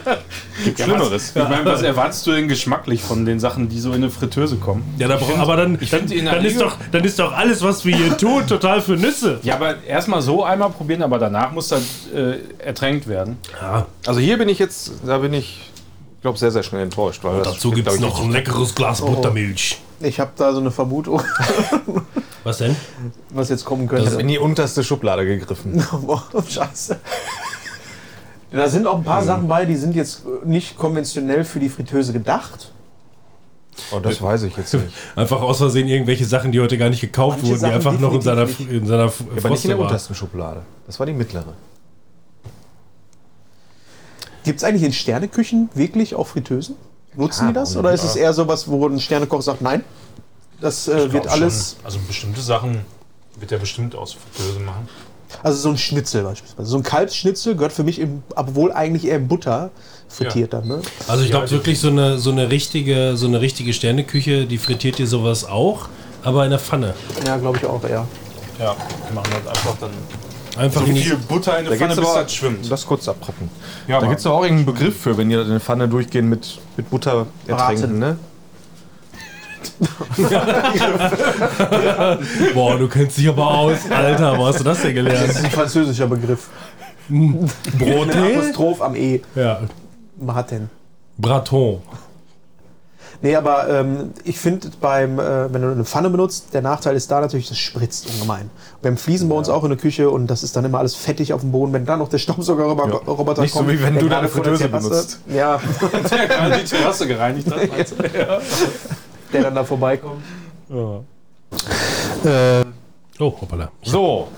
S4: Gibt Schlimmeres.
S2: Ich meine, was erwartest du denn geschmacklich von den Sachen, die so in eine Fritteuse kommen?
S3: Ja, da brauch, aber dann,
S2: find die in der
S3: dann, ist
S2: Liga-
S3: doch, dann ist doch alles, was wir hier tun, total für Nüsse.
S2: Ja, aber erstmal so einmal probieren, aber danach muss das äh, ertränkt werden.
S3: Ja,
S4: Also hier bin ich jetzt, da bin ich, glaube sehr, sehr schnell enttäuscht. Weil das
S3: dazu
S4: schmeckt,
S3: gibt's
S4: glaub ich,
S3: noch ein leckeres Glas Buttermilch.
S1: Ich habe da so eine Vermutung,
S3: Was denn?
S1: was jetzt kommen
S4: Ich habe
S1: könnte.
S4: in die unterste Schublade gegriffen.
S1: Boah, scheiße. Da sind auch ein paar Sachen bei, die sind jetzt nicht konventionell für die Fritteuse gedacht.
S4: Oh, das weiß ich jetzt nicht.
S3: Einfach aus Versehen irgendwelche Sachen, die heute gar nicht gekauft
S1: Manche
S3: wurden, die
S1: Sachen
S3: einfach noch in seiner,
S1: definitiv
S3: in seiner
S4: Ja, aber nicht in
S3: Froste
S4: der
S3: war.
S4: untersten Schublade. Das war die mittlere.
S1: Gibt es eigentlich in Sterneküchen wirklich auch Fritteusen? Nutzen
S4: klar,
S1: die das?
S4: warum
S1: Oder
S4: nicht?
S1: ist es eher sowas, wo ein Sternekoch sagt, nein, das äh, wird alles...
S2: Also bestimmte Sachen wird er bestimmt aus Fritteuse machen.
S1: Also so ein Schnitzel beispielsweise. So ein Kalbsschnitzel gehört für mich, im, obwohl eigentlich eher in Butter frittiert dann. Ne?
S3: Also ich glaube wirklich so eine, so eine richtige, so eine richtige Sterneküche, die frittiert dir sowas auch, aber in der Pfanne.
S1: Ja, glaube ich auch eher.
S2: Ja, wir machen das einfach dann.
S3: Einfach in die-
S2: Butter in der
S4: gibt's aber-
S2: schwimmt.
S4: Das kurz abpacken.
S2: Ja,
S4: da
S2: aber-
S4: gibt es doch auch irgendeinen Begriff für, wenn die das in der Pfanne durchgehen mit, mit Butter ertränken,
S1: Braten.
S4: ne?
S3: Boah, du kennst dich aber aus. Alter, wo hast du das denn gelernt?
S1: ist ein französischer Begriff.
S3: Brote?
S1: Apostroph am E.
S3: Ja.
S1: Braten.
S3: Braton.
S1: Nee, aber ähm, ich finde beim, äh, wenn du eine Pfanne benutzt, der Nachteil ist da natürlich, das spritzt ungemein. Beim Fließen bei uns auch in der Küche und das ist dann immer alles fettig auf dem Boden. Wenn dann noch der Staubsaugerroboter
S4: Nicht so,
S1: kommt,
S4: wie wenn
S1: der
S4: du
S1: gerade
S4: deine
S1: vor der
S4: Fritteuse
S1: Terrasse-
S4: benutzt.
S1: Ja,
S2: der gerade die Terrasse gereinigt hat. meinst du?
S1: der dann da vorbeikommt.
S3: Oh, hoppala.
S4: So.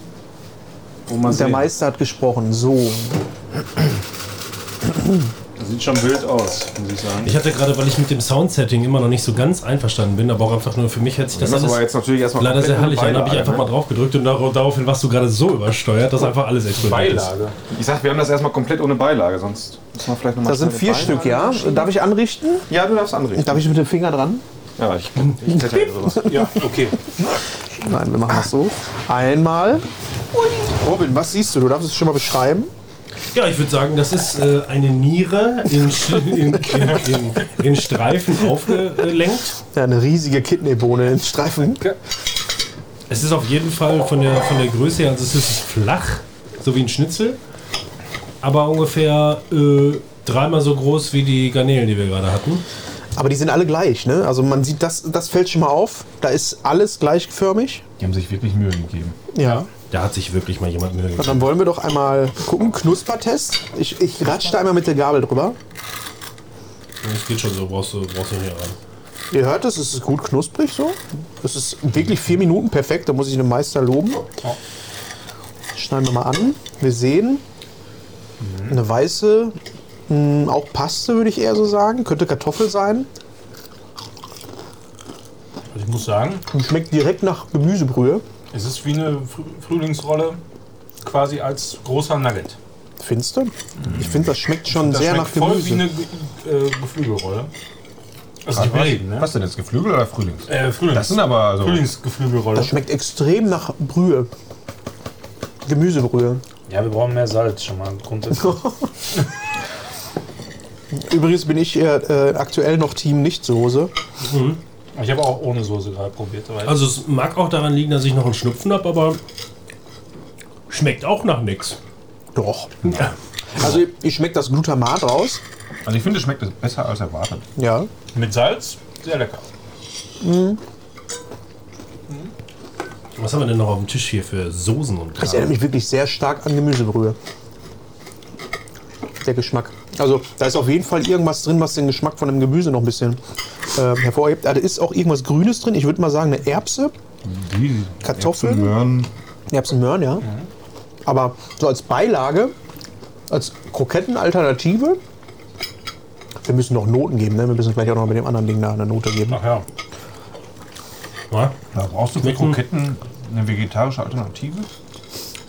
S4: Wo man
S1: Und der Meister hat gesprochen. So.
S5: Sieht schon wild aus, muss ich sagen.
S3: Ich hatte gerade, weil ich mit dem Soundsetting immer noch nicht so ganz einverstanden bin, aber auch einfach nur für mich hat sich das
S4: Das ist aber
S3: alles
S4: jetzt natürlich erstmal
S3: leider sehr herrlich an. Da habe ich einfach
S4: Beilage,
S3: mal
S4: ne?
S3: drauf gedrückt und dar- daraufhin warst du gerade so übersteuert, dass einfach alles explodiert ist.
S2: Beilage.
S4: Ich sag, wir haben das erstmal komplett ohne Beilage, sonst müssen wir vielleicht nochmal.
S1: Das sind vier Stück, ja. Darf ich anrichten?
S4: Ja, du darfst anreden.
S1: Darf ich mit dem Finger dran?
S4: Ja, ich, ich hätte ja sowas.
S2: Ja, okay.
S1: Nein, wir machen das so. Einmal. Robin, was siehst du? Du darfst es schon mal beschreiben.
S3: Ja, ich würde sagen, das ist äh, eine Niere in, Sch- in, in, in, in Streifen aufgelenkt.
S1: Ja, eine riesige Kidneybohne in Streifen.
S3: Es ist auf jeden Fall von der, von der Größe her, also es ist flach, so wie ein Schnitzel, aber ungefähr äh, dreimal so groß wie die Garnelen, die wir gerade hatten.
S1: Aber die sind alle gleich, ne? Also man sieht, das, das fällt schon mal auf. Da ist alles gleichförmig.
S5: Die haben sich wirklich Mühe gegeben.
S1: Ja.
S3: Da hat sich wirklich mal jemand Mühe
S1: Dann
S3: gegeben.
S1: wollen wir doch einmal gucken. Knuspertest. Ich, ich ratsche da einmal mit der Gabel drüber.
S3: Das geht schon so, brauchst du, brauchst du nicht ran.
S1: Ihr hört es, es ist gut knusprig so. Es ist wirklich vier Minuten perfekt, da muss ich den Meister loben. Schneiden wir mal an. Wir sehen eine weiße, mh, auch Paste würde ich eher so sagen. Könnte Kartoffel sein.
S2: Also Ich muss sagen,
S1: Und schmeckt direkt nach Gemüsebrühe.
S2: es ist wie eine Frü Frühlingsrolle quasi als großer Nugget.
S1: Findest du? Ich finde, das schmeckt schon
S2: Das
S1: sehr
S2: schmeckt
S1: nach
S2: voll wie
S1: Gemüse.
S2: eine Ge- äh, Geflügelrolle. Also die beiden, ne?
S5: Was denn jetzt, Geflügel oder Frühlings?
S2: Äh, Frühlings.
S5: Das sind aber also, so.
S2: Frühlingsgeflügelrolle.
S1: Das schmeckt extrem nach Brühe. Gemüsebrühe.
S2: Ja, wir brauchen mehr Salz schon mal grundsätzlich.
S1: Übrigens bin ich äh, äh, aktuell noch Team Nicht-Soße.
S2: ich habe auch ohne Soße gerade probiert. Aber
S3: Also es mag auch daran liegen, dass ich noch einen Schnupfen habe, aber schmeckt auch nach nix.
S1: Doch. Also ich schmeckt das Glutamat raus.
S5: Also ich finde, es schmeckt besser als erwartet.
S1: Ja.
S2: mit Salz sehr lecker.
S3: Was haben wir denn noch auf dem Tisch hier für Soßen
S1: Es
S3: und Kram?
S1: erinnert mich wirklich sehr stark an Gemüsebrühe. Der Geschmack. Also da ist auf jeden Fall irgendwas drin, was den Geschmack von dem Gemüse noch ein bisschen äh, hervorhebt. Ah, Da ist auch irgendwas Grünes drin. Ich würde mal sagen, eine Erbse,
S5: Die
S1: Kartoffeln,
S5: Möhren.
S1: Erbsen, Möhren, ja. Aber so als Beilage, als Krokettenalternative. Wir müssen noch Noten geben, ne? Wir müssen gleich auch noch mit dem anderen Ding da eine Note geben.
S2: Ach ja.
S3: Na?
S5: Da brauchst du für Kroketten eine vegetarische Alternative?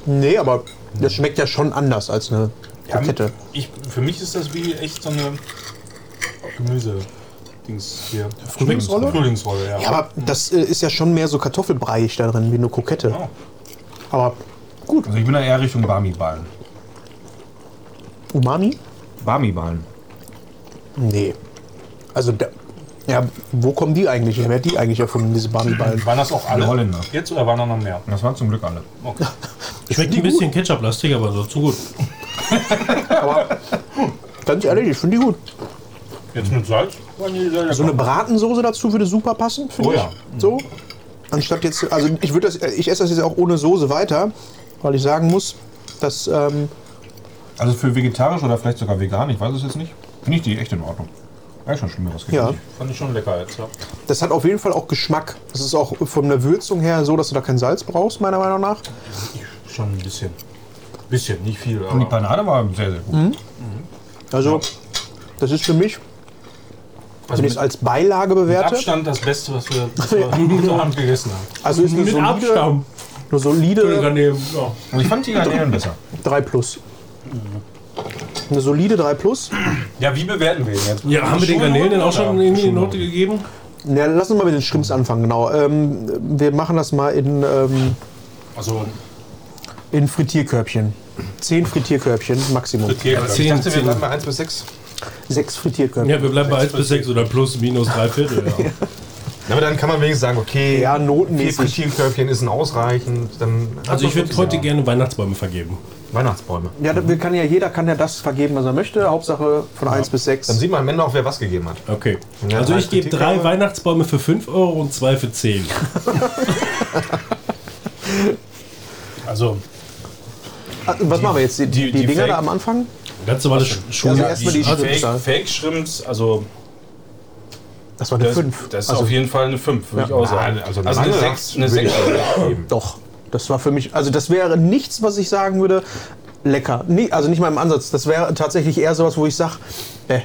S1: Nee, aber das schmeckt ja schon anders als eine Krokette.
S2: Ich, für mich ist das wie echt so eine Gemüse-Dings hier.
S1: Frühlingsrolle?
S2: Frühlingsrolle, ja.
S1: Ja, aber das äh, ist ja schon mehr so kartoffelbreiig da drin, wie eine Krokette.
S2: Oh.
S1: Aber
S5: Also ich bin da eher Richtung Barmi-Ballen.
S1: Umami?
S5: Barmi-Ballen.
S1: Nee. Also, da, ja, wo kommen die eigentlich her? Wer hat die eigentlich erfunden, diese Barmiballen?
S2: Waren das auch alle?
S5: Die Holländer.
S2: Jetzt oder waren da noch mehr?
S5: Das waren zum Glück alle.
S2: Okay.
S3: Schmeckt ein bisschen Ketchup-lastig, aber dazu gut.
S1: Ganz ehrlich, ich finde die gut.
S2: Jetzt mit Salz waren die sehr lecker.
S1: So eine Bratensoße dazu würde super passen, finde
S2: Oh ja.
S1: ich. So. Anstatt jetzt, also ich würde das, ich esse das jetzt auch ohne Soße weiter, weil ich sagen muss, dass, ähm,
S5: Also für vegetarisch oder vielleicht sogar vegan, ich weiß es jetzt nicht, finde ich die echt in Ordnung. Ja, schon Schlimmeres
S1: ja,
S5: gegessen.
S2: Fand ich schon lecker jetzt, ja.
S1: das hat auf jeden Fall auch Geschmack. Das ist auch von der Würzung her so, dass du da kein Salz brauchst, meiner Meinung nach.
S2: Schon ein bisschen. Bisschen, nicht viel,
S5: Und die
S2: aber.
S5: Panade war sehr, sehr gut.
S4: Mhm.
S1: Also, das ist für mich,
S2: Also
S1: wenn ich es
S2: mit
S1: als Beilage bewerte,
S2: Abstand das Beste, was wir was wir heute Abend gegessen haben.
S1: also ist eine solide, eine solide
S3: Daneben, ja.
S5: Und ich fand die Garnelen besser.
S1: 3 plus. Eine solide 3 plus.
S2: Ja, wie bewerten wir ihn jetzt?
S3: ja, haben wir den Garnelen denn auch schon irgendwie eine Note gegeben?
S1: Ja, lass uns mal mit den Shrimps anfangen, genau. Ähm, wir machen das mal in, ähm,
S2: Also,
S1: in Frittierkörbchen. Zehn Frittierkörbchen Maximum.
S2: okay,
S3: Zehn, zehn.
S4: bei 1 bis 6.
S1: Sechs Frittierkörbchen.
S3: Ja, wir bleiben bei 1 bis 6 oder plus, minus, drei Viertel. Ja.
S4: aber dann kann man wenigstens sagen, okay,
S1: Ja,
S4: vier
S1: notenmäßig.
S4: Frittierkörbchen ist ein ausreichend. Dann hat
S3: Also
S4: man
S3: ich würde
S4: wirklich
S3: heute
S4: ja
S3: gerne Weihnachtsbäume vergeben.
S4: Weihnachtsbäume.
S1: Ja, da- wir kann ja, jeder kann ja das vergeben, was er möchte. Hauptsache von 1 bis
S4: Dann
S1: 6.
S4: sieht man am Ende auch, wer was gegeben hat.
S3: Okay.
S4: Ja,
S3: Also ich
S4: drei
S3: gebe drei
S4: Kritiker.
S3: Weihnachtsbäume für 5 Euro und zwei für 10.
S2: also
S1: Ah, Was machen wir jetzt? Die, die,
S2: die- die
S1: Dinger
S2: Fake-
S1: da am Anfang?
S3: Ganz normale Sch-
S1: Also
S3: Schule.
S1: erstmal die Shrimps. da.
S2: Fake, Fake Shrimps, also
S1: Das war eine
S2: das,
S1: 5.
S2: das ist
S1: also,
S2: auf jeden Fall eine 5, würde ich auch sagen.
S5: also
S2: Also, eine
S5: eine Mangel-
S2: 6, eine 6
S1: doch. Das war für mich, also das wäre nichts, was ich sagen würde, lecker. Nee, also nicht mal im Ansatz. Das wäre tatsächlich eher sowas, wo ich sage, ne,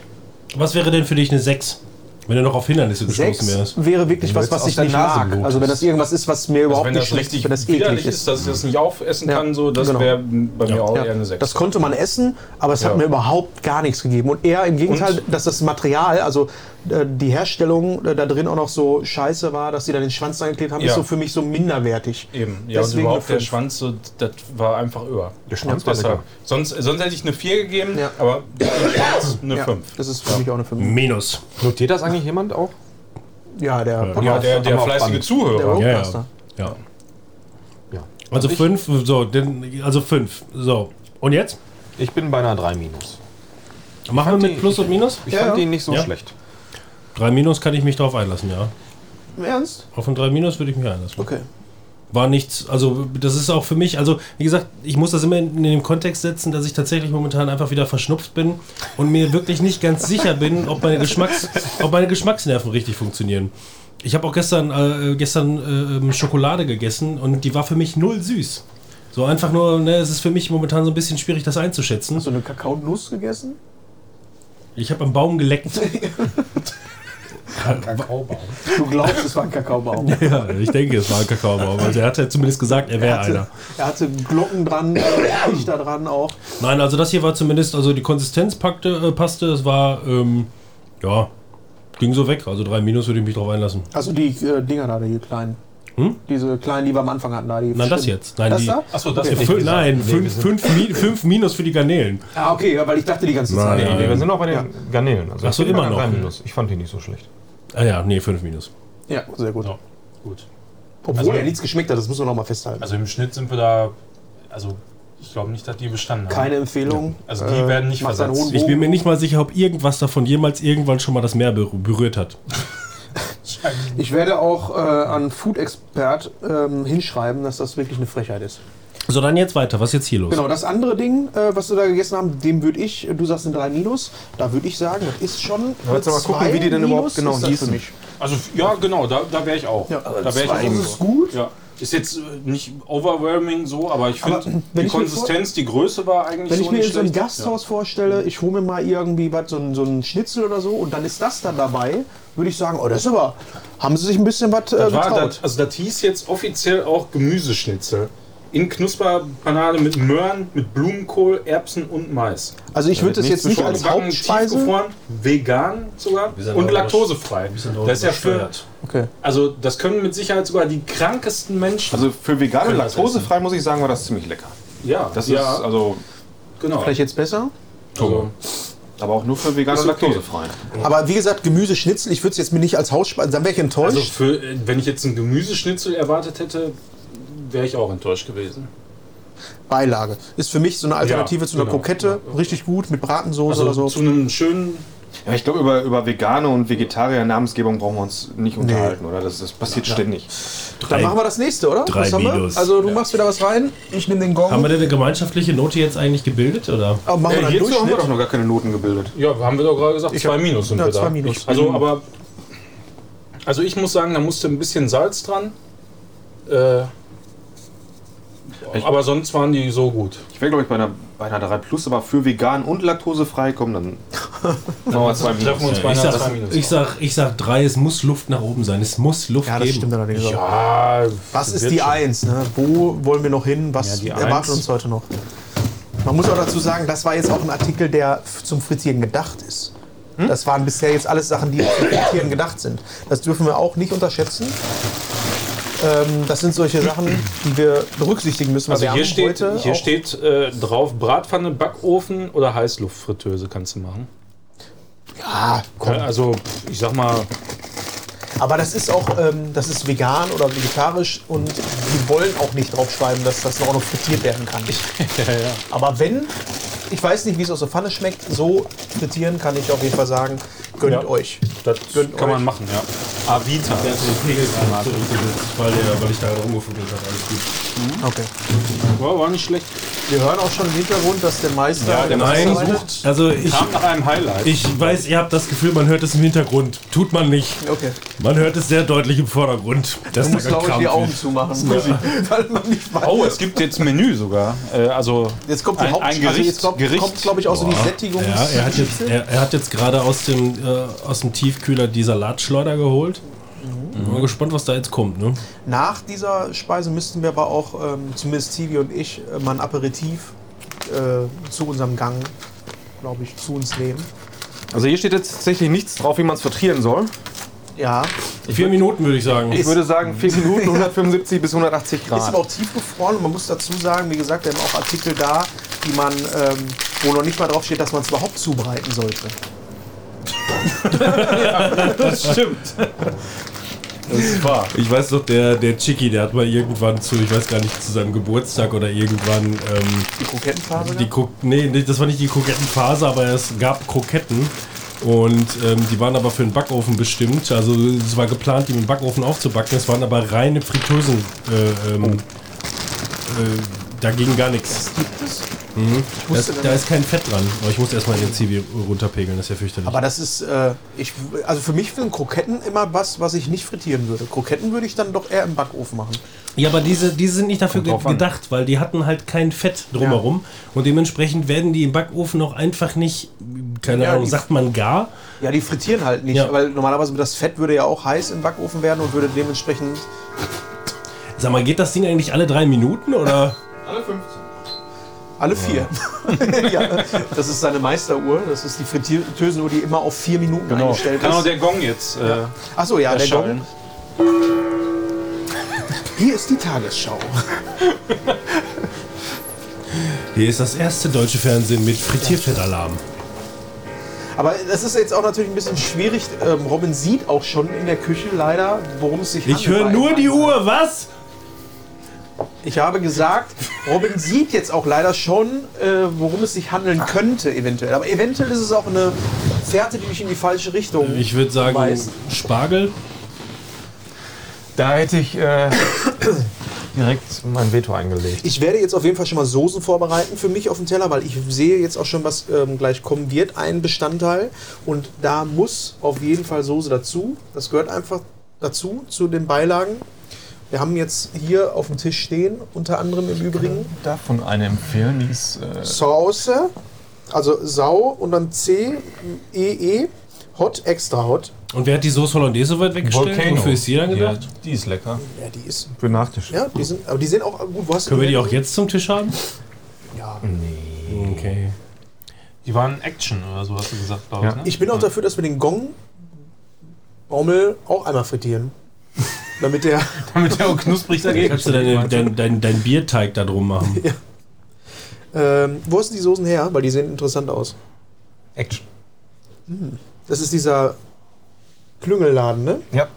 S3: Was wäre denn für dich eine 6? Wenn du noch auf Hindernisse gestoßen
S1: sechs
S3: wärst.
S1: wäre wirklich
S4: Wenn du
S1: was,
S4: jetzt
S1: was
S4: aus
S1: ich
S4: der
S1: nicht
S4: Nase
S1: mag.
S4: blutest.
S1: Also wenn das irgendwas ist, was mir überhaupt nicht schlecht, wenn das eklig
S2: widerlich
S1: ist.
S2: ist, dass ich das nicht aufessen
S1: Ja.
S2: kann, so, das
S1: Genau.
S2: wäre bei mir auch
S1: Ja,
S2: eher eine 6.
S1: das konnte man essen, aber es hat
S2: Ja.
S1: mir überhaupt gar nichts gegeben. Und eher im Gegenteil, dass das Material, also äh, die Herstellung äh, da drin auch noch so scheiße war, dass sie da den Schwanz angeklebt haben,
S2: Ja.
S1: ist so für mich so minderwertig.
S2: Eben, ja, und
S1: Deswegen
S2: überhaupt
S1: eine
S2: der
S1: fünf.
S2: Schwanz, so, das war einfach über.
S4: Der Schwanz war
S2: Deshalb.
S4: lecker.
S2: Sonst, sonst hätte ich eine 4 gegeben,
S1: Ja.
S2: aber der Schwanz eine
S1: Ja,
S2: 5.
S1: das ist für mich auch eine 5.
S3: Minus.
S4: Notiert das eigentlich jemand auch?
S1: Ja, der
S2: Ja, der, der
S4: aber auch
S2: fleißige
S4: spannend.
S1: der ne?
S2: Zuhörer.
S3: Ja,
S1: Roadcaster.
S3: ja. ja.
S4: Ja.
S3: Also 5, so, denn, also 5. So. Und jetzt?
S4: Ich bin bei einer 3 minus.
S3: Machen wir mit Plus und Minus?
S4: Ich
S1: Ja,
S4: fand
S1: ja.
S4: ihn nicht so
S3: Ja.
S4: schlecht.
S3: 3 Minus kann ich mich drauf einlassen, ja.
S1: Im Ernst?
S3: Auf ein 3 Minus würde ich mich einlassen.
S1: Okay.
S3: war nichts, also das ist auch für mich, also wie gesagt, ich muss das immer in, in den Kontext setzen, dass ich tatsächlich momentan einfach wieder verschnupft bin und mir wirklich nicht ganz sicher bin, ob meine, Geschmacks, ob meine Geschmacksnerven richtig funktionieren. Ich habe auch gestern, äh, gestern äh, ähm, Schokolade gegessen und die war für mich null süß. So einfach nur, ne, es ist für mich momentan so ein bisschen schwierig, das einzuschätzen.
S1: Hast du eine Kakaonuss gegessen?
S3: Ich habe am Baum geleckt.
S2: Kakaobaum.
S1: Du glaubst, es war ein Kakaobaum.
S3: ja, ich denke, es war ein Kakaobaum. Also er hat ja zumindest gesagt, er wäre einer.
S1: Hatte, er hatte Glocken dran, äh, Lichter dran auch.
S3: Nein, also das hier war zumindest, also die Konsistenz packte, äh, passte, es war, ähm, ja, ging so weg. Also drei Minus würde ich mich drauf einlassen.
S1: Also die äh, Dinger da, die kleinen.
S3: Hm?
S1: Diese kleinen, die wir am Anfang hatten. Da, die
S3: Nein, das
S1: Stimmen.
S3: jetzt. Nein,
S1: das
S3: die,
S1: da?
S2: Achso, das
S3: Ja,
S2: okay.
S3: fün- nein, fünf, fünf, Mi- fünf Minus für die Garnelen.
S1: Ah, okay, ja, weil ich dachte die ganze
S3: Nein.
S1: Zeit.
S4: Nee, nee,
S3: Ähm,
S4: wir sind noch bei den Garnelen. Also
S3: Ach so,
S4: ich bin bei
S3: immer
S4: einer
S3: noch.
S4: 3 minus. Ich fand ihn nicht so schlecht.
S3: Ah ja, nee, fünf Minus.
S1: Ja, sehr gut.
S2: Ja, gut.
S1: Obwohl
S2: Also-
S1: er nichts geschmeckt hat, das muss man noch mal festhalten.
S2: Also im Schnitt sind wir da, also ich glaube nicht, dass die bestanden haben.
S1: Keine Empfehlung. Äh,
S2: Also die werden nicht
S1: macht seinen
S2: versetzt.
S1: hohen
S3: Ich bin mir
S1: Bogen.
S3: nicht mal sicher, ob irgendwas davon jemals irgendwann schon mal das Meer berü- berührt hat.
S1: ich werde auch äh, an Food Expert ähm, hinschreiben, dass das wirklich eine Frechheit ist.
S3: So, dann jetzt weiter. Was ist jetzt hier los?
S1: Genau, das andere Ding, äh, was wir da gegessen haben, dem würde ich, du sagst eine 3 Minus, da würde ich sagen, das ist schon.
S4: Ja, jetzt mal gucken,
S1: zwei
S4: wie die denn
S1: Minus
S4: überhaupt genau
S1: ist das
S4: hießen.
S1: Für mich.
S2: Also ja, genau, da, da wäre ich auch.
S1: Ja, Also
S2: da wäre ich
S1: zwei
S2: auch.
S1: ist es gut.
S2: Ja. Ist jetzt äh, nicht overwhelming so, aber ich
S1: Aber,
S2: finde,
S1: wenn
S2: die
S1: ich mir
S2: Konsistenz, die Größe war eigentlich
S1: Wenn
S2: so
S1: ich mir
S2: nicht
S1: in so ein
S2: schlecht.
S1: Gasthaus vorstelle, ich hole mir mal irgendwie was, so ein, so ein Schnitzel oder so und dann ist das dann dabei, würde ich sagen, oh, das ist aber, haben sie sich ein bisschen was äh,
S2: Das war,
S1: getraut.
S2: das, also das hieß jetzt offiziell auch Gemüseschnitzel. In Knusperpanade mit Möhren, mit Blumenkohl, Erbsen und Mais.
S1: Also ich würde das jetzt nicht als
S2: Vorgebacken,
S1: Hauptspeise.
S2: tiefgefroren, vegan sogar
S3: sind
S2: und
S3: aber
S2: laktosefrei.
S3: aber
S2: Das ist ja für,
S3: übersteuert.
S1: Okay.
S2: also das können mit Sicherheit sogar die krankesten Menschen.
S4: Also für vegane
S2: Können wir das
S4: Laktosefrei muss ich sagen, war das ziemlich lecker.
S2: ja,
S4: Das
S2: ja,
S4: ist also,
S2: genau.
S1: Vielleicht jetzt besser.
S2: also,
S4: aber auch nur für vegane
S2: Ist okay.
S4: Laktosefrei.
S1: Aber wie gesagt, Gemüseschnitzel, ich würde es jetzt mir nicht als Hausspeise, dann wäre ich enttäuscht.
S2: also für, äh, wenn ich jetzt einen Gemüseschnitzel erwartet hätte, wäre ich auch enttäuscht gewesen.
S1: Beilage. Ist für mich so eine Alternative
S2: Ja,
S1: zu einer
S2: genau.
S1: Krokette, richtig gut, mit Bratensoße
S2: Also
S1: oder
S2: zu
S1: so.
S2: einem schönen,
S4: Ja, ich glaube, über, über vegane und Vegetarier Namensgebung brauchen wir uns nicht unterhalten, oder? Das, das passiert ständig.
S1: Dann machen wir das nächste, oder?
S3: drei
S1: was haben
S3: Videos.
S1: wir? Also du machst wieder was rein, ich nehme den Gong.
S3: Haben wir denn eine gemeinschaftliche Note jetzt eigentlich gebildet, oder?
S1: aber machen
S4: Äh,
S1: wir dann
S4: hierzu haben wir
S1: Durchschnitt.
S4: doch noch gar keine Noten gebildet.
S2: ja, haben wir doch gerade gesagt, zwei Minus sind
S1: ja,
S2: wir da.
S1: zwei Minus.
S2: Ich- Also aber, also ich muss sagen, da musste ein bisschen Salz dran. Äh,
S4: Ich-
S2: aber sonst waren die so gut.
S4: Ich wäre, glaube ich, bei einer, bei einer 3 Plus, aber für vegan und laktosefrei kommen dann. Machen wir zwei
S2: Treffen wir
S4: Minus.
S2: uns bei
S3: Ich
S2: einer
S3: sag,
S2: zwei Minus.
S3: ich sag, ich sag drei, es muss Luft nach oben sein. Es muss Luft
S1: Ja, das
S3: geben.
S1: stimmt allerdings auch.
S2: ja,
S1: Was ist
S2: Ah, wird
S1: die
S2: schon.
S1: Eins? Ne? Wo wollen wir noch hin? Was
S2: Ja, die
S1: erwartet
S2: Eins.
S1: uns heute noch? Man muss auch dazu sagen, das war jetzt auch ein Artikel, der f- zum Frittieren gedacht ist. Das waren bisher jetzt alles Sachen, die zum Frittieren gedacht sind. Das dürfen wir auch nicht unterschätzen. Ähm, das sind solche Sachen, die wir berücksichtigen müssen. weil
S2: Also
S1: wir
S2: hier
S1: haben
S2: steht,
S1: heute
S2: hier
S1: auch-
S2: steht äh, drauf Bratpfanne, Backofen oder Heißluftfritteuse kannst du machen.
S1: Ah, komm.
S2: Ja, Also pff, ich sag mal,
S1: Aber das ist auch, ähm, das ist vegan oder vegetarisch und die wollen auch nicht draufschreiben, dass das auch noch frittiert werden kann. Aber wenn, ich weiß nicht, wie es aus der Pfanne schmeckt, so frittieren kann ich auf jeden Fall sagen, Gönnt
S2: Ja.
S1: euch.
S2: Das
S1: Gönnt
S2: kann
S1: euch.
S2: man machen, ja. Avita.
S3: Der hat den Pegel gerade zurückgesetzt, weil, der, weil ich da rumgefummelt habe. Alles gut.
S1: Okay.
S2: War, war nicht schlecht.
S1: Wir hören auch schon im Hintergrund, dass der Meister.
S2: Ja, der
S1: Meister
S2: Meister
S1: leidet.
S2: sucht.
S3: Also ich,
S2: Kam nach einem Highlight.
S3: ich weiß, ihr habt das Gefühl, man hört es im Hintergrund. Tut man nicht.
S1: Okay.
S3: Man hört es sehr deutlich im Vordergrund. Dass
S1: Du musst, glaube ich, die Augen zumachen. Weil man nicht weiß.
S2: Oh, es gibt jetzt Menü sogar. Äh, also
S1: Jetzt kommt die
S2: Ein-
S1: Haupt
S2: ein
S1: also
S2: Gericht-
S1: jetzt kommt,
S2: Gericht.
S1: kommt glaube ich, auch so die Sättigung.
S3: Ja, er hat jetzt, er, er hat jetzt gerade aus dem, äh, aus dem Tiefkühler die Salatschleuder geholt. Bin mal gespannt, was da jetzt kommt. Ne?
S1: Nach dieser Speise müssten wir aber auch, ähm, zumindest Zivi und ich, äh, mal ein Aperitif äh, zu unserem Gang, glaube ich, zu uns nehmen.
S4: Also hier steht jetzt tatsächlich nichts drauf, wie man es vertrieren soll.
S1: Ja,
S3: Vier Minuten würde ich sagen.
S4: Ich würde sagen 4 Minuten, 175 bis 180
S1: ist aber
S4: Grad.
S1: auch tiefgefroren und man muss dazu sagen, wie gesagt, wir haben auch Artikel da, die man, ähm, wo noch nicht mal drauf steht, dass man es überhaupt zubereiten sollte.
S2: das stimmt. Das ist wahr.
S3: Ich weiß doch, der, der Chicky, der hat mal irgendwann zu, ich weiß gar nicht, zu seinem Geburtstag oder irgendwann, ähm,
S1: Die Krokettenfarbe?
S3: die Kro nee, nee, das war nicht die Krokettenphase, aber es gab Kroketten. Und ähm, die waren aber für den Backofen bestimmt. Also es war geplant, die mit dem Backofen aufzubacken. Es waren aber reine Fritteusen. Äh, ähm, äh, da ging gar nichts.
S1: gibt es. Oh. Ich
S3: Da
S1: wusste
S3: ist,
S1: gar
S3: da
S1: nicht.
S3: ist kein Fett dran. Aber ich muss erstmal den Zivi runterpegeln, das ist ja fürchterlich.
S1: Aber das ist, äh, ich, also für mich sind Kroketten immer was, was ich nicht frittieren würde. Kroketten würde ich dann doch eher im Backofen machen.
S3: ja, aber diese, diese sind nicht dafür ge
S2: drauf an.
S3: gedacht, weil die hatten halt kein Fett drumherum. Und dementsprechend werden die im Backofen auch einfach nicht, keine
S1: Ja,
S3: Ahnung,
S1: die-
S3: sagt man gar.
S1: Ja, die frittieren halt nicht,
S3: Ja.
S1: weil normalerweise das Fett würde ja auch heiß im Backofen werden und würde dementsprechend.
S3: Sag mal, geht das Ding eigentlich alle drei Minuten oder?
S1: Alle vier. ja, das ist seine Meisteruhr. Das ist die Fritteusenuhr, die immer auf vier Minuten eingestellt
S2: Genau,
S1: ist.
S2: der Gong jetzt. Äh,
S1: Achso, ja, der
S2: erschallen.
S1: Gong. Hier ist die Tagesschau.
S3: Hier ist das erste deutsche Fernsehen mit Frittierfettalarm.
S1: Aber das ist jetzt auch natürlich ein bisschen schwierig. Ähm, Robin sieht auch schon in der Küche leider, worum es sich
S3: Ich höre
S1: bei
S3: nur
S1: ihm.
S3: die Uhr, was?
S1: Ich habe gesagt, Robin sieht jetzt auch leider schon, äh, worum es sich handeln könnte, eventuell. Aber eventuell ist es auch eine Fährte, die mich in die falsche Richtung.
S3: Ich würde sagen,
S1: Weiß.
S3: Spargel.
S4: Da hätte ich äh, direkt mein Veto eingelegt.
S1: Ich werde jetzt auf jeden Fall schon mal Soßen vorbereiten für mich auf dem Teller, weil ich sehe jetzt auch schon, was ähm, gleich kommen wird, ein Bestandteil. Und da muss auf jeden Fall Soße dazu. Das gehört einfach dazu, zu den Beilagen. Wir haben jetzt hier auf dem Tisch stehen, unter anderem im Übrigen,
S4: Davon eine empfehlen, die ist äh,
S1: Sauce, also Sau und dann C, E, E, Hot, Extra Hot.
S3: Und wer hat die Soße Hollandaise so weit weggestellt? Wofür ist die dann gedacht?
S5: Ja, die ist lecker.
S1: Ja, die ist,
S4: für Nachtisch.
S1: ja, die sind, aber die sehen auch gut. Wo hast du
S3: Können wir die
S1: denn?
S3: auch jetzt zum Tisch haben?
S1: Ja.
S3: Okay.
S2: Die waren Action oder so, hast du gesagt, glaube ich.
S4: Ja.
S2: Ne?
S1: Ich bin auch dafür, dass wir den Gong Baumel auch einmal frittieren. Damit der.
S2: Damit der auch knusprig dagegen
S3: Kannst du deine, dein, dein, dein Bierteig da drum machen?
S1: Ähm, wo hast du die Soßen her? Weil die sehen interessant aus.
S4: Action.
S1: Das ist dieser Klüngelladen, ne?
S4: Ja.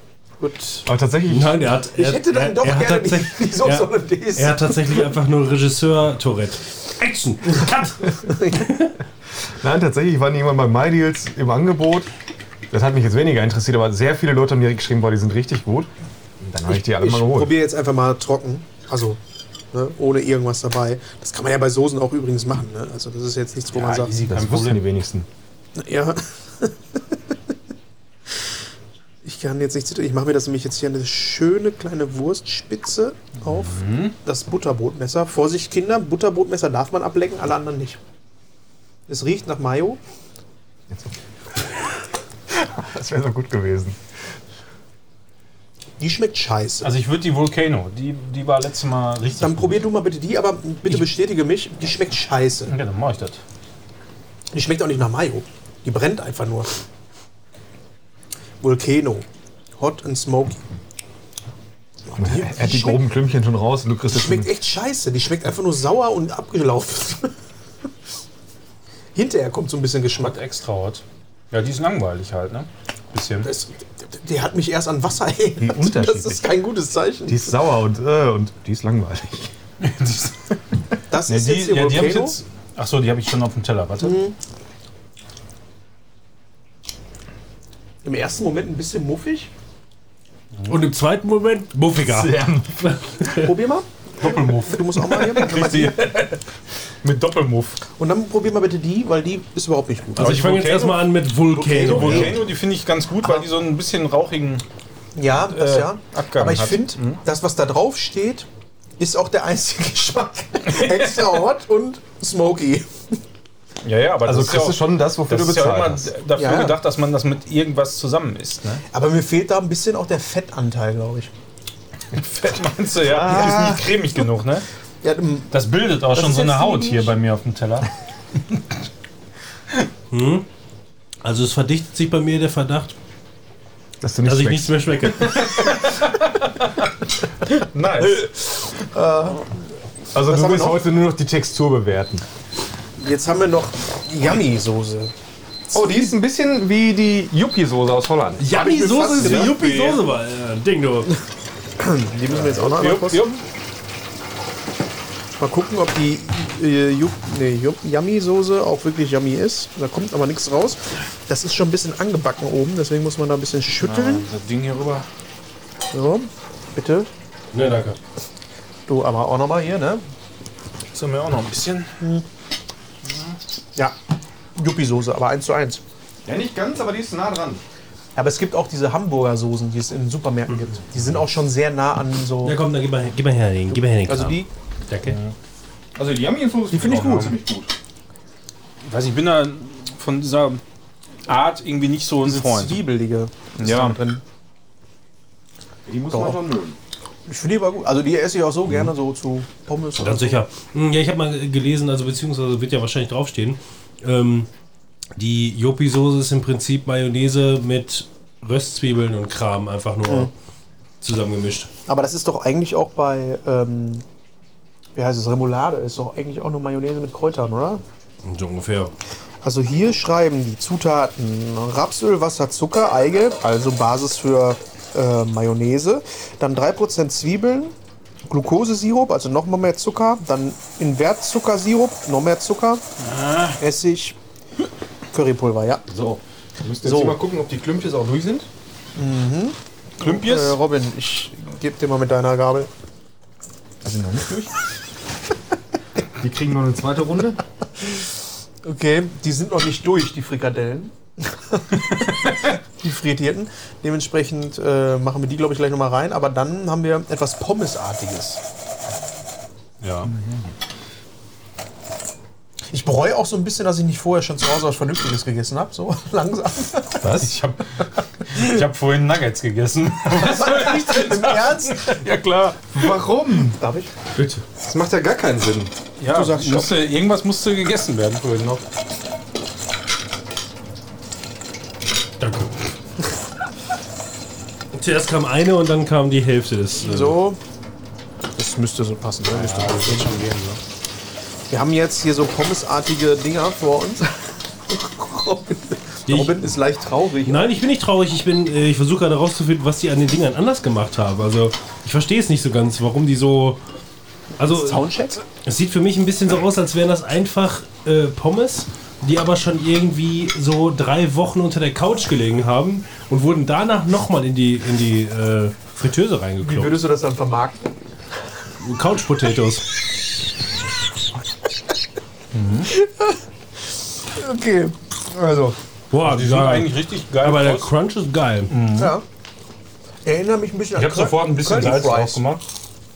S1: Gut.
S4: Aber tatsächlich,
S3: Nein, er hat.
S1: Ich
S3: er-
S1: hätte dann
S3: er-
S1: doch
S3: er hat
S1: gerne die,
S3: tatsächlich-
S1: die Soße
S3: er-
S1: Hollandaise.
S3: Er hat tatsächlich einfach nur Regisseur Tourette. Action! Cut!
S4: nein, tatsächlich waren die irgendwann bei MyDeals im Angebot. Das hat mich jetzt weniger interessiert, aber sehr viele Leute haben direkt geschrieben, boah, die sind richtig gut. Und Dann habe ich die alle
S1: ich
S4: mal geholt.
S1: probiere jetzt einfach mal trocken. Also, ne? ohne irgendwas dabei. Das kann man ja bei Soßen auch übrigens machen, ne? Also, das ist jetzt nichts, wo man sagt.
S2: easy, kein
S4: Ah, Das wussten
S2: Problem.
S4: die wenigsten.
S1: Ja. Ich kann jetzt nicht. Ich mache mir das nämlich jetzt hier eine schöne kleine Wurstspitze auf
S4: Mhm.
S1: das Butterbrotmesser. Vorsicht, Kinder, Butterbrotmesser darf man ablecken, alle anderen nicht. Es riecht nach Mayo.
S4: Das wäre so gut gewesen.
S1: Die schmeckt scheiße.
S2: Also ich würde die Volcano, die, die war letztes Mal richtig.
S1: Dann probier du mal bitte die, aber bitte bestätige mich, die schmeckt scheiße.
S2: Okay, dann mache ich das.
S1: Die schmeckt auch nicht nach Mayo. Die brennt einfach nur. Volcano. Hot and smoky. Boah, die-
S4: Er hat
S1: die
S4: die
S1: schmeckt-
S4: groben Klümpchen schon raus und du kriegst
S1: Die
S4: das schon.
S1: schmeckt echt scheiße. Die schmeckt einfach nur sauer und abgelaufen. Hinterher kommt so ein bisschen
S2: Hat
S1: Geschmack.
S2: extra hot. Ja, die ist langweilig halt, ne? Bisschen.
S1: Das, die hat mich erst an Wasser
S2: Hm,
S1: erinnert. Das
S4: unterschiedlich.
S1: ist kein gutes Zeichen.
S4: Die ist sauer und, äh, und die ist langweilig.
S1: Das
S2: Ja,
S1: ist
S2: die,
S1: jetzt ihr
S2: ja, die hab ich
S1: Volcano.
S2: jetzt. Achso, die habe ich schon auf dem Teller, warte.
S6: im ersten Moment ein bisschen muffig.
S3: Und im zweiten Moment muffiger.
S6: Probier mal.
S2: Doppelmuff.
S6: Du musst auch mal hier.
S2: Sie mit Doppelmuff.
S6: Und dann probier mal bitte die, weil die ist überhaupt nicht gut.
S3: Also ich fange jetzt
S2: Volcano?
S3: erstmal an mit
S2: Die
S3: Vulcano.
S2: Volcano, die finde ich ganz gut, weil die so ein bisschen rauchigen.
S6: ja, das
S2: äh,
S6: ja.
S2: Abgang
S6: Aber ich
S2: hat. Mhm.
S6: finde, das, was da drauf steht, ist auch der einzige Geschmack. Extra hot und smoky.
S2: Ja, ja, aber
S4: Also
S2: das ist ja
S4: kriegst du
S2: auch,
S4: schon das, wofür
S2: das
S4: du
S2: ist ja
S4: bezahlt
S2: immer
S4: hast.
S2: dafür
S6: Ja, ja.
S2: gedacht, dass man das mit irgendwas zusammen isst. Ne?
S6: Aber mir fehlt da ein bisschen auch der Fettanteil, glaube ich.
S2: Fett meinst du, ja. Die ist nicht cremig genug, ne?
S6: Ja, ähm,
S2: Das bildet auch schon
S6: ist
S2: so eine
S6: jetzt
S2: Haut
S6: nicht-
S2: hier bei mir auf dem Teller.
S3: Also es verdichtet sich bei mir der Verdacht,
S4: Dass du nicht
S3: dass ich
S4: schmeckst.
S3: nichts mehr schmecke.
S4: Äh,
S2: Nice.
S4: Also
S6: Was
S4: du
S6: haben wir
S4: willst
S6: noch?
S4: heute nur noch die Textur bewerten.
S6: jetzt haben wir noch Yummy-Soße.
S4: Oh, die ist ein bisschen wie die Yuppie-Soße aus Holland.
S3: Yummy-Soße ist wie Yuppie-Soße war. Ja, Ding, du.
S6: Die müssen wir jetzt auch noch einmal
S2: Jupp,
S6: kosten.
S2: jupp.
S6: Mal gucken, ob die äh, Ju- nee, Ju- Yummy-Soße auch wirklich Yummy ist. Da kommt aber nichts raus. Das ist schon ein bisschen angebacken oben, deswegen muss man da ein bisschen schütteln.
S7: Das Ding hier rüber.
S6: So, bitte.
S3: Ah. Ne, danke.
S6: Du aber auch nochmal hier, ne?
S2: Jetzt haben wir auch noch ein bisschen.
S6: Ja, Yuppie-Soße, aber eins zu eins.
S4: Ja, nicht ganz, aber die ist nah dran.
S6: Aber es gibt auch diese Hamburger-Soßen, die es in Supermärkten gibt. Die sind auch schon sehr nah an so...
S3: Ja komm, dann gib mal, her- gib mal her den, gib mal her den
S6: Also
S3: Kram.
S6: die...
S3: Danke.
S4: Also die Yummy-Soße die
S6: finde ich gut.
S4: gut.
S2: Weiß ich bin da von dieser Art irgendwie nicht so ein Freund.
S6: Zwiebelige.
S2: Ja.
S6: Drin.
S4: Die muss
S6: Doch.
S4: schon mögen.
S6: Ich finde die aber gut. Also die esse ich auch so gerne so zu Pommes. oder
S3: Ganz
S6: so.
S3: sicher. Hm, Ja, ich habe mal gelesen, also beziehungsweise wird ja wahrscheinlich draufstehen. Ähm, die Yopi-Soße ist im Prinzip Mayonnaise mit Röstzwiebeln und Kram einfach nur zusammengemischt.
S6: Aber das ist doch eigentlich auch bei, ähm, wie heißt es, Remoulade ist doch eigentlich auch nur Mayonnaise mit Kräutern, oder?
S3: So ungefähr.
S6: Also hier schreiben die Zutaten Rapsöl, Wasser, Zucker, Eigelb, also Basis für äh, Mayonnaise, dann 3% Zwiebeln, Glukosesirup, also nochmal mehr Zucker, dann Invertzuckersirup, noch mehr Zucker, Essig, Currypulver, ja.
S4: So. Wir müssen jetzt
S6: So.
S4: hier mal gucken, ob die Klümpchen auch durch sind.
S6: Äh,
S2: Klümpjes?
S6: Robin, ich geb dir mal mit deiner Gabel.
S4: Die sind noch nicht durch. die kriegen noch eine zweite Runde.
S6: Okay, die sind noch nicht durch, die Frikadellen. die frittierten. Dementsprechend äh, machen wir die, glaube ich, gleich nochmal rein. Aber dann haben wir etwas Pommesartiges.
S3: Ja.
S6: Ich bereue auch so ein bisschen, dass ich nicht vorher schon zu Hause was Vernünftiges gegessen habe. So langsam.
S2: Was? Ich habe ich hab vorhin Nuggets gegessen.
S6: Im Ernst?
S2: ja, klar.
S4: Warum?
S6: Darf ich?
S4: Bitte. Das macht ja gar keinen Sinn.
S2: Ja,
S6: Du sagst
S2: musste, irgendwas musste gegessen werden vorhin noch.
S3: Danke. Zuerst kam eine und dann kam die Hälfte des. äh,
S6: So. Das müsste so passen. ne? Müsste passen. Wir haben jetzt hier so pommesartige Dinger vor uns. Robin,
S3: Ich-
S6: Robin ist leicht traurig.
S3: Nein, ich bin nicht traurig. Ich bin, äh, ich versuche gerade herauszufinden, was die an den Dingern anders gemacht haben. Also ich verstehe es nicht so ganz, warum die so. Also
S6: Soundcheck?
S3: es sieht für mich ein bisschen so aus, als wären das einfach äh, Pommes, die aber schon irgendwie so drei Wochen unter der Couch gelegen haben und wurden danach nochmal in die in die äh, Fritteuse
S6: Wie
S3: reingeklopft.
S6: würdest du das dann vermarkten?
S3: Couch Potatoes.
S6: Okay.
S4: Also,
S3: Boah,
S2: Die sind eigentlich richtig geil.
S3: Aber der
S2: raus.
S3: Crunch ist geil.
S6: Ja. Erinnere mich ein bisschen
S2: ich habe
S6: Curly-
S2: sofort ein bisschen
S6: Curly
S2: Salz drauf
S6: Fries.
S2: gemacht.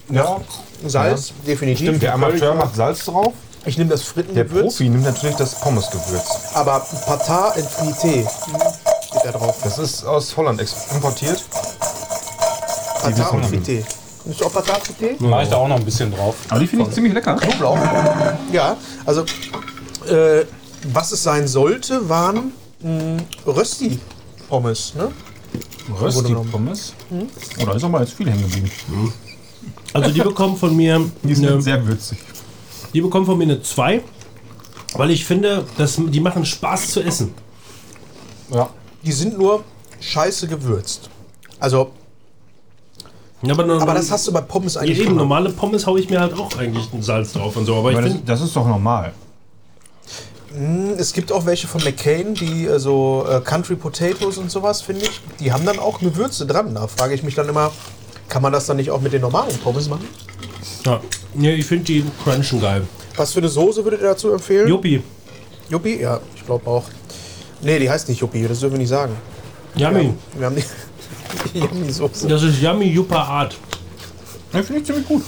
S2: Ja,
S6: Salz, definitiv.
S4: der Amateur macht Salz drauf.
S6: Ich nehme das
S4: Der
S6: Frittengewürz,
S4: Profi nimmt natürlich das Pommesgewürz.
S6: aber Patat in Frité Mhm. steht da drauf.
S4: Das ist aus Holland ex- importiert.
S6: Patat und Frité. Ist auch Patat Frité?
S2: mache ich da auch noch ein bisschen drauf.
S4: Aber die finde ich ziemlich lecker.
S6: Knoblauch. Ja, also äh, was es sein sollte, waren mh, Rösti-Pommes. Ne?
S7: Rösti Pommes. Oh, da ist aber jetzt viel hängen geblieben.
S3: Also die bekommen von mir
S7: Die sind
S3: eine,
S7: sehr würzig.
S3: die bekommen von mir eine 2, weil ich finde, dass die machen Spaß zu essen.
S6: Die sind nur scheiße gewürzt. Also,
S3: Ja, aber,
S6: aber das hast du bei Pommes
S3: Ja,
S6: eigentlich
S3: eben,
S6: immer.
S3: normale Pommes hau ich mir halt auch eigentlich ein Salz drauf und so. Aber ich
S7: Aber das,
S3: finde,
S7: das ist doch normal.
S6: Mm, Es gibt auch welche von McCain, die äh, so äh, Country Potatoes und sowas, finde ich. Die haben dann auch Gewürze dran. Da frage ich mich dann immer, kann man das dann nicht auch mit den normalen Pommes machen?
S3: Ja, nee, ich finde die crunchen geil.
S6: Was für eine Soße würdet ihr dazu empfehlen?
S3: Juppie,
S6: Juppie? Ja, ich glaube auch. Nee, die heißt nicht Juppie, das dürfen wir nicht sagen.
S3: yummy.
S6: Wir haben die, die, haben die Soße.
S3: Das ist yummy, super hart.
S8: Das finde ich ziemlich gut.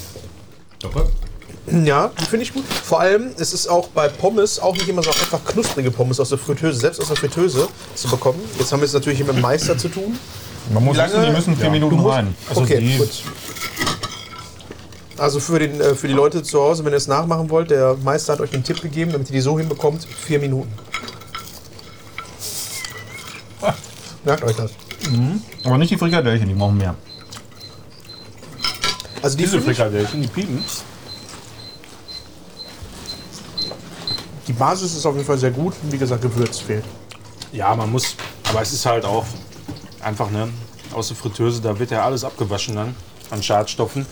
S6: Ja, die finde ich gut. Vor allem, es ist auch bei Pommes auch nicht immer so einfach knusprige Pommes aus der Fritteuse, selbst aus der Fritteuse zu bekommen. Jetzt haben wir es natürlich hier mit dem Meister zu tun.
S8: Man muss
S6: Wie lange-
S8: wissen, die müssen 10 Minuten rein. Also
S6: Okay,
S8: die,
S6: gut. Also für, den, äh, für die Leute zu Hause, wenn ihr es nachmachen wollt, der Meister hat euch einen Tipp gegeben, damit ihr die so hinbekommt, vier Minuten. Merkt euch das.
S8: Mhm. Aber nicht die Frikadellchen, die brauchen mehr.
S6: Also die
S2: Diese
S6: finde ich,
S2: Frikadellchen, die piepen.
S6: Die Basis ist auf jeden Fall sehr gut. Wie gesagt, Gewürz fehlt.
S2: Ja, man muss. Aber es ist halt auch einfach, ne? Aus der Fritteuse, da wird ja alles abgewaschen dann an Schadstoffen.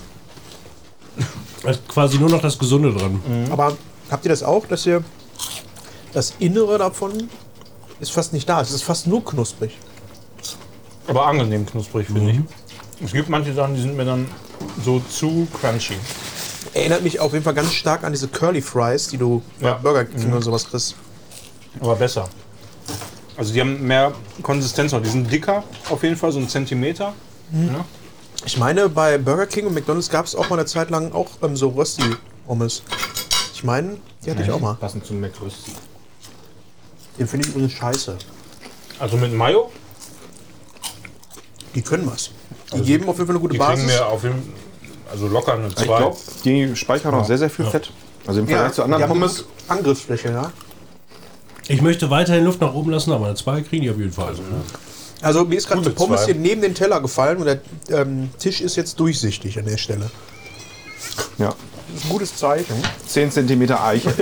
S3: Da ist quasi nur noch das Gesunde dran.
S2: Mhm.
S6: Aber habt ihr das auch, dass ihr das Innere davon ist fast nicht da. Es ist fast nur knusprig.
S2: Aber angenehm knusprig, finde
S8: Mhm.
S2: ich. Es gibt manche Sachen, die sind mir dann so zu crunchy.
S6: Erinnert mich auf jeden Fall ganz stark an diese Curly Fries, die du
S2: Ja. Mhm.
S6: bei Burger King oder sowas kriegst.
S2: Aber besser. Also die haben mehr Konsistenz noch. Die sind dicker auf jeden Fall, so einen Zentimeter.
S6: Ich meine, bei Burger King und McDonalds gab es auch mal eine Zeit lang auch ähm, so Rösti-Pommes. Ich meine, die hatte ich auch mal.
S8: Passend zum McRüst.
S6: Den finde ich übrigens scheiße.
S2: Also mit Mayo.
S6: Die können was. Die geben auf jeden Fall eine gute
S2: Die kriegen
S6: Basis.
S2: mir auf jeden also locker eine
S4: Ich
S2: 2.
S4: glaube, die speichern auch sehr, sehr viel Fett. Also im
S6: Ja,
S4: Vergleich zu
S6: die
S4: anderen
S6: haben
S4: Pommes.
S6: eine Angriffsfläche, ja.
S3: Ich möchte weiterhin Luft nach oben lassen, aber eine 2 kriegen die auf jeden Fall.
S6: Also mir ist gerade die
S2: Gute
S6: Pommes
S2: zwei.
S6: hier neben den Teller gefallen und der ähm, Tisch ist jetzt durchsichtig an der Stelle.
S4: Ja.
S6: Das ist ein gutes Zeichen.
S4: 10 cm Eiche.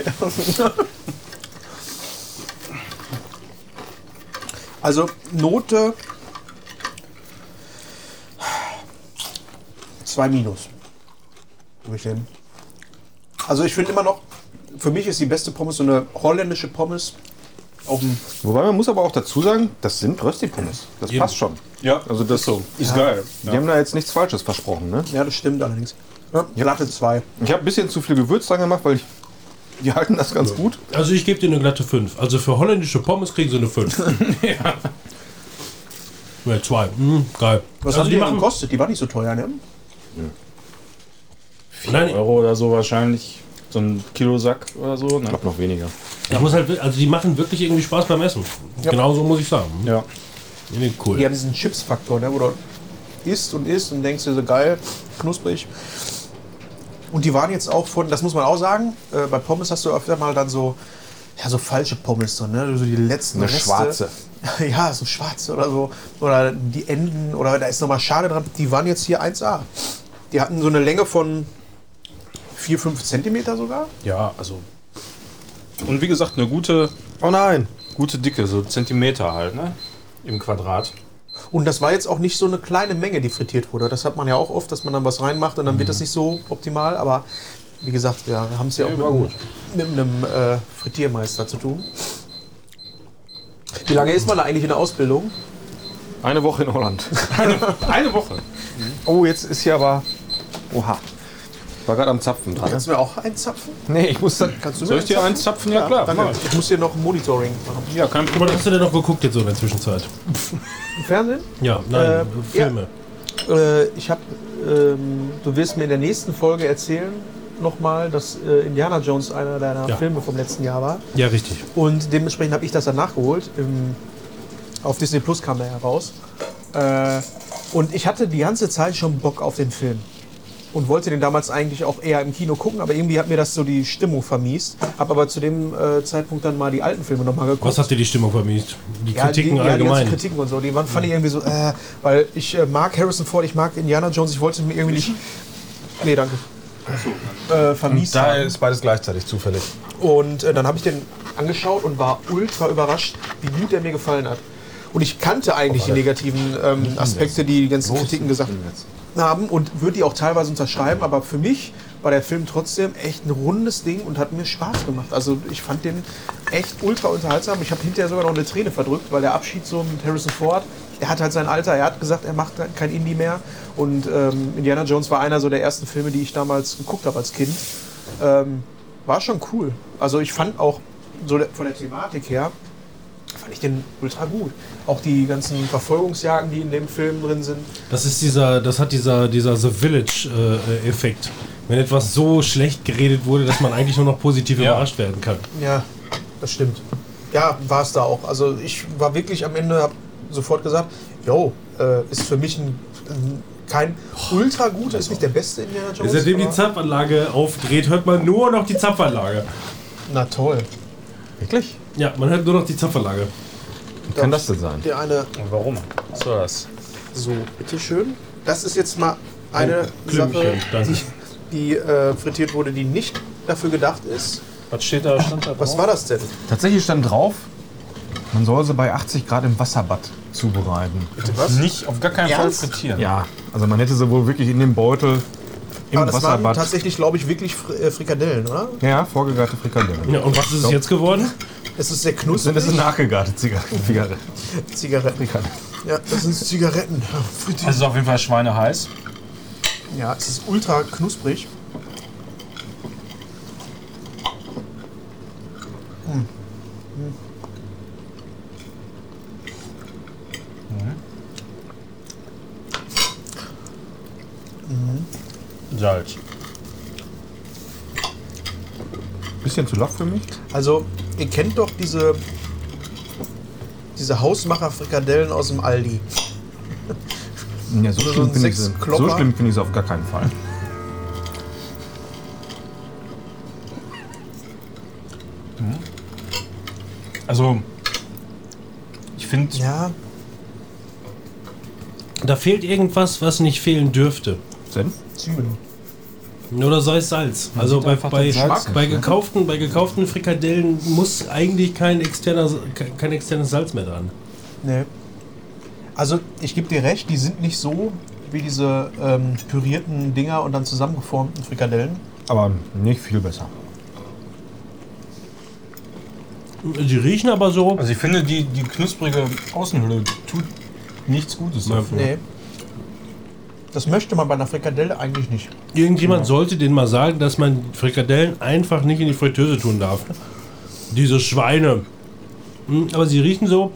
S6: Also Note 2 minus. Gebe ich hin. Also ich finde immer noch, für mich ist die beste Pommes so eine holländische Pommes. Auf dem
S4: Wobei man muss aber auch dazu sagen, das sind Rösti-Pommes. Das passt schon.
S2: Ja,
S4: Also das so.
S2: ist geil.
S4: Die haben da jetzt nichts Falsches versprochen. Ne?
S6: ja, das stimmt allerdings. Ja, Platte 2.
S4: Ich habe ein bisschen zu viel Gewürz dran gemacht, weil ich, die halten das ganz gut.
S3: Also ich gebe dir eine glatte 5. Also für holländische Pommes kriegen sie eine 5. ja. Ja, 2. Mhm, geil.
S6: Was
S3: also
S6: hat die denn gekostet? Die war nicht so teuer, ne?
S3: Nein,
S8: Euro oder so wahrscheinlich. So ein Kilosack oder so.
S4: Ich glaube noch weniger.
S3: Ich muss halt, also die machen wirklich irgendwie Spaß beim Essen. Genau so muss ich sagen.
S8: Ja.
S3: Nee, cool.
S6: Die haben diesen Chips-Faktor, ne? wo du isst und isst und denkst dir so geil, knusprig. Und die waren jetzt auch von, das muss man auch sagen, äh, bei Pommes hast du öfter mal dann so, ja, so falsche Pommes drin, ne? so die letzten
S4: Eine
S6: Reste.
S4: schwarze.
S6: Ja, so schwarze oder so. Oder die Enden, oder da ist nochmal Schale dran. Die waren jetzt hier 1A. Die hatten so eine Länge von 4, 5 Zentimeter sogar.
S2: Ja, also. Und wie gesagt, eine gute,
S4: Oh nein!
S2: gute Dicke, so Zentimeter halt, ne? Im Quadrat.
S6: Und das war jetzt auch nicht so eine kleine Menge, die frittiert wurde. Das hat man ja auch oft, dass man dann was reinmacht und dann
S2: Mhm.
S6: wird das nicht so optimal. Aber wie gesagt, wir haben es ja auch
S2: war
S6: mit, mit einem äh, Frittiermeister zu tun. Wie lange ist man da eigentlich in der Ausbildung?
S4: Eine Woche in Holland.
S2: Eine Woche.
S4: Oh, jetzt ist hier aber. Oha. War gerade am Zapfen dran. Ne?
S6: Kannst du mir auch einzapfen?
S4: Nee, ich muss dann.
S6: Kannst du mir
S2: Soll ich dir eins zapfen? Ja, klar.
S6: Danke.
S2: mach ich.
S6: Ich muss hier noch ein Monitoring machen.
S2: Ja, kein Problem.
S3: Was hast du denn noch geguckt jetzt so in der Zwischenzeit?
S6: Fernsehen?
S3: Ja, nein,
S6: Äh,
S3: Filme.
S6: Äh, ich habe, ähm, du wirst mir in der nächsten Folge erzählen nochmal, dass äh, Indiana Jones einer deiner
S3: Ja.
S6: Filme vom letzten Jahr war.
S3: Ja, richtig.
S6: Und dementsprechend habe ich das dann nachgeholt. Im, auf Disney Plus kam der heraus. Äh, und ich hatte die ganze Zeit schon Bock auf den Film. Und wollte den damals eigentlich auch eher im Kino gucken, aber irgendwie hat mir das so die Stimmung vermiest. Hab aber zu dem äh, Zeitpunkt dann mal die alten Filme nochmal geguckt.
S3: Was hat dir die Stimmung vermiest? Die Kritiken
S6: die, Ja, die
S3: allgemein.
S6: ganzen Kritiken und so, die waren, fand ich irgendwie so, äh, weil ich äh, mag Harrison Ford, ich mag Indiana Jones, ich wollte mir irgendwie nicht. Nee, danke. Äh, vermiest
S9: Da
S6: haben.
S9: ist beides gleichzeitig zufällig.
S6: Und äh, dann habe ich den angeschaut und war ultra überrascht, wie gut der mir gefallen hat. Und ich kannte eigentlich die negativen ähm, Aspekte, die die ganzen Kritiken gesagt haben und würde die auch teilweise unterschreiben, aber für mich war der Film trotzdem echt ein rundes Ding und hat mir Spaß gemacht. Also ich fand den echt ultra unterhaltsam. Ich habe hinterher sogar noch eine Träne verdrückt, weil der Abschied so mit Harrison Ford, der hat halt sein Alter, er hat gesagt, er macht kein Indie mehr. Und ähm, Indiana Jones war einer so der ersten Filme, die ich damals geguckt habe als Kind. Ähm, war schon cool. Also ich fand auch so der, von der Thematik her, fand ich den ultra gut. Auch die ganzen Verfolgungsjagden, die in dem Film drin sind.
S3: Das ist dieser, das hat dieser, dieser The Village-Effekt. Wenn etwas so schlecht geredet wurde, dass man eigentlich nur noch positiv überrascht werden kann.
S6: Ja, das stimmt. Ja, war es da auch. Also ich war wirklich am Ende, hab sofort gesagt, yo, äh, ist für mich ein, ein kein ultra guter, ist nicht der beste Indiana Jones.
S3: Seitdem die
S6: aber-
S3: Zapfanlage aufdreht, hört man nur noch die Zapfanlage.
S6: Na toll.
S10: Wirklich?
S3: Ja, man hört nur noch die Zapfanlage.
S10: Wie kann das denn sein?
S6: Der eine,
S2: Warum? Was soll das?
S6: so, bitteschön. Das ist jetzt mal eine Sache,
S3: Klümpchen, danke.
S6: die äh, frittiert wurde, die nicht dafür gedacht ist.
S2: Was steht da? Stand da
S6: Was war das denn?
S4: Tatsächlich stand drauf, man soll sie bei 80 Grad im Wasserbad zubereiten.
S2: das? Nicht, auf gar keinen
S6: Ernst?
S2: Fall frittieren.
S4: Ja, also man hätte sie wohl wirklich in dem Beutel im
S6: Aber das waren
S4: Wasserbad.
S6: tatsächlich, glaube ich, wirklich Fri äh, Frikadellen, oder?
S4: ja, vorgegarte Frikadellen.
S3: Ja, und was ist es jetzt geworden?
S6: Es ist sehr
S4: Sind das
S6: knusprig.
S4: ist nachgegarte Zigaretten? Zigaretten.
S6: Zigaretten. Ja, das sind Zigaretten.
S2: Das
S6: Frittiert.
S2: ist Also auf jeden Fall schweineheiß.
S6: Ja, es ist ultra knusprig.
S2: Salz.
S4: Bisschen zu laff für mich.
S6: Also, ihr kennt doch diese, diese Hausmacher-Frikadellen aus dem Aldi.
S4: Ja, so
S6: Oder so
S4: schlimm
S6: ein
S4: finde ich sie.
S6: Sechsklopper.
S4: So schlimm finde ich sie auf gar keinen Fall.
S2: Also, ich finde,
S6: Ja,
S3: Da fehlt irgendwas, was nicht fehlen dürfte.
S4: Senf?
S6: Zwiebeln.
S3: Oder sei es Salz. Also bei, bei, bei,
S2: ne?
S3: gekauften, bei gekauften Frikadellen muss eigentlich kein, externer, kein externes Salz mehr dran.
S6: Nee. Also, ich gebe dir recht, die sind nicht so wie diese ähm, pürierten Dinger und dann zusammengeformten Frikadellen.
S4: Aber nicht viel besser.
S3: Die riechen aber so.
S2: also ich finde die, die knusprige Außenhülle tut nichts Gutes dafür.
S6: Nee. Das möchte man bei einer Frikadelle eigentlich nicht.
S3: Irgendjemand sollte denen mal sagen, dass man Frikadellen einfach nicht in die Fritteuse tun darf. Diese Schweine. Hm, Aber sie riechen so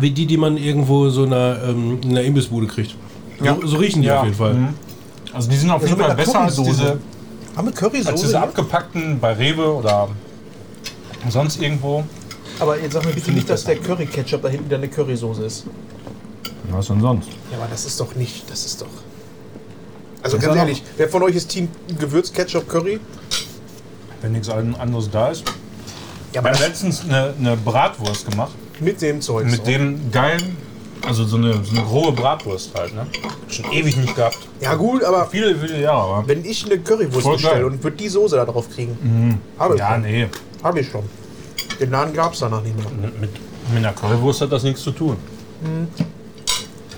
S3: wie die, die man irgendwo so in einer, ähm, in einer Imbissbude kriegt. So, so riechen die
S2: Ja,
S3: auf jeden Fall.
S2: mhm. Also die sind auf
S6: Ja, so
S2: jeden
S6: mit
S2: Fall
S6: einer
S2: besser als
S6: Currysoße.
S2: diese,
S6: Haben wir
S2: als
S6: Currysoße?
S2: diese
S6: ne?
S2: abgepackten bei Rewe oder sonst irgendwo.
S6: Aber jetzt sag mir bitte nicht, dass der Curry-Ketchup da hinten wieder eine Currysoße ist.
S4: Was denn sonst?
S6: Ja, aber das ist doch nicht, das ist doch. Also
S4: Das
S6: ganz
S4: war noch-
S6: ehrlich, wer von euch ist Team Gewürz, Ketchup, Curry?
S2: Wenn nichts anderes da ist.
S6: Ja,
S2: Ich habe letztens eine, eine Bratwurst gemacht.
S6: mit dem Zeug.
S2: Mit dem geilen, also so eine, so eine rohe Bratwurst halt. Ne? Schon ewig nicht gehabt.
S6: Ja gut, aber
S2: Viele, viele Jahre, aber.
S6: wenn ich eine Currywurst
S2: Voll geil.
S6: bestelle und würde die Soße da drauf kriegen, habe ich,
S2: Ja,
S6: schon.
S2: nee.
S6: hab ich schon. Den Laden gab es danach nicht mehr.
S2: Mit, mit einer Currywurst hat das nichts zu tun.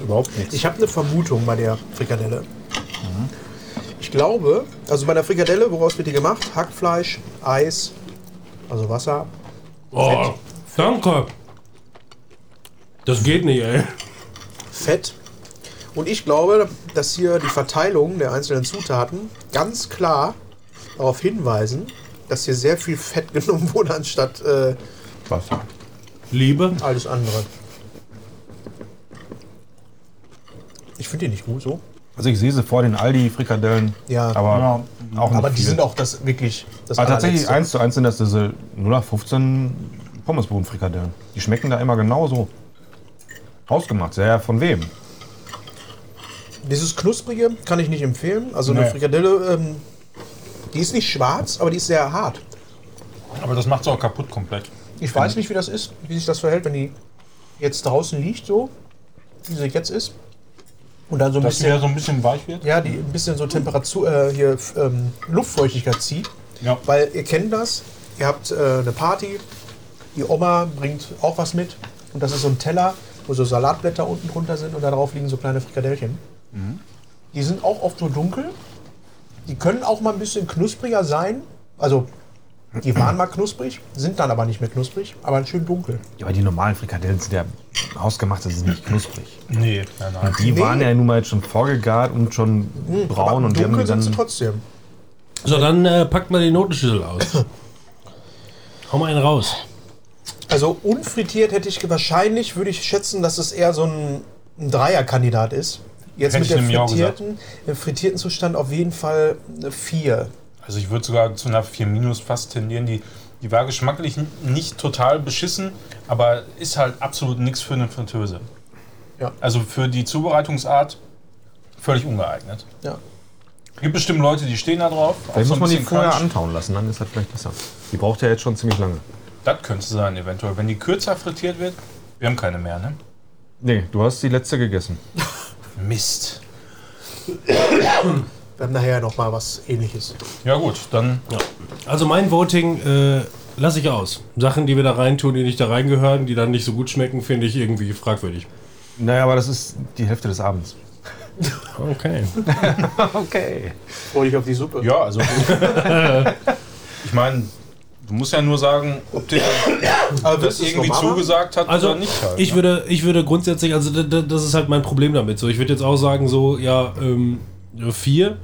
S2: Überhaupt nichts.
S6: Ich habe eine Vermutung bei der Frikadelle. Mhm. Ich glaube, also bei der Frikadelle, woraus wird die gemacht? Hackfleisch, Eis, also Wasser.
S3: Oh, danke. Das geht nicht, ey.
S6: Fett. Und ich glaube, dass hier die Verteilung der einzelnen Zutaten ganz klar darauf hinweisen, dass hier sehr viel Fett genommen wurde, anstatt äh,
S4: Wasser.
S3: Liebe.
S6: alles andere. Ich finde die nicht gut so.
S4: Also ich sehe sie vor den Aldi-Frikadellen.
S6: Ja.
S4: Aber auch nicht
S6: Aber die
S4: viel.
S6: sind auch das wirklich. Das
S4: Aber tatsächlich
S6: allerletzte.
S4: eins zu eins sind das diese 0815 Pommesbodenfrikadellen. Die schmecken da immer genauso. Hausgemacht. Ja, ja, von wem?
S6: Dieses Knusprige kann ich nicht empfehlen. Also eine
S2: Nee.
S6: Frikadelle, ähm, die ist nicht schwarz, aber die ist sehr hart.
S2: Aber das macht es auch kaputt komplett.
S6: Ich weiß nicht, wie das ist, wie sich das verhält, wenn die jetzt draußen liegt, so wie sie jetzt ist. Und dann so ein
S2: Dass die
S6: bisschen,
S2: wieder so ein bisschen weich wird.
S6: ja, die ein bisschen so Temperatur, äh, hier f- ähm, Luftfeuchtigkeit zieht.
S2: Ja.
S6: Weil ihr kennt das, ihr habt äh, eine Party, die Oma bringt auch was mit und das ist so ein Teller, wo so Salatblätter unten
S1: Mhm.
S6: drunter sind und da drauf liegen so kleine Frikadellchen. Die sind auch oft so dunkel Die können auch mal ein bisschen knuspriger sein. Also, die waren mal knusprig, sind dann aber nicht mehr knusprig, aber schön dunkel.
S1: Ja, aber die normalen Frikadellen sind ja hausgemacht, das ist nicht knusprig.
S2: Nee, nein, nein.
S1: Die waren ja nun mal jetzt schon vorgegart und schon braun und die haben
S6: Hm, dunkel
S1: die
S6: sind sie
S1: dann.
S6: trotzdem.
S3: So, dann äh, packt mal den Notenschlüssel aus. Hau mal einen raus.
S6: Also unfrittiert hätte ich ge- wahrscheinlich, würde ich schätzen, dass es eher so ein, ein Dreierkandidat ist. Jetzt
S2: Hätte
S6: mit
S2: ich
S6: dem
S2: nämlich auch gesagt.
S6: frittierten, im frittierten Zustand auf jeden Fall eine 4.
S2: Also ich würde sogar zu einer 4 minus fast tendieren. Die, die war geschmacklich n- nicht total beschissen, aber ist halt absolut nichts für eine Fritteuse.
S6: Ja.
S2: Also für die Zubereitungsart völlig ungeeignet.
S6: Ja.
S2: Gibt bestimmt Leute, die stehen da drauf. auf
S4: Vielleicht
S2: so
S4: muss
S2: ein
S4: man die
S2: bisschen
S4: vorher
S2: Crunch.
S4: antauen lassen, dann ist das vielleicht besser. Die braucht ja jetzt schon ziemlich lange.
S2: Das könnte sein, eventuell. Wenn die kürzer frittiert wird, wir haben keine mehr, ne?
S4: Nee, du hast die letzte gegessen.
S2: Mist.
S6: Wir haben nachher noch mal was ähnliches.
S2: Ja gut, dann
S3: Also mein Voting äh, lasse ich aus. Sachen, die wir da reintun, die nicht da reingehören, die dann nicht so gut schmecken, finde ich irgendwie fragwürdig.
S4: Naja, aber das ist die Hälfte des Abends.
S3: Okay.
S4: Okay.
S6: Freue dich auf die Suppe.
S2: Ja, also. ich meine, du musst ja nur sagen, ob dir
S6: Aber
S2: das
S6: willst du es
S2: irgendwie
S6: nochmal machen?
S2: zugesagt hat
S3: Also
S2: oder nicht. Halt,
S3: ich
S2: ne?
S3: würde, ich würde grundsätzlich, also d- d- das ist halt mein Problem damit. So, ich würde jetzt auch sagen, so, ja, ähm, vier.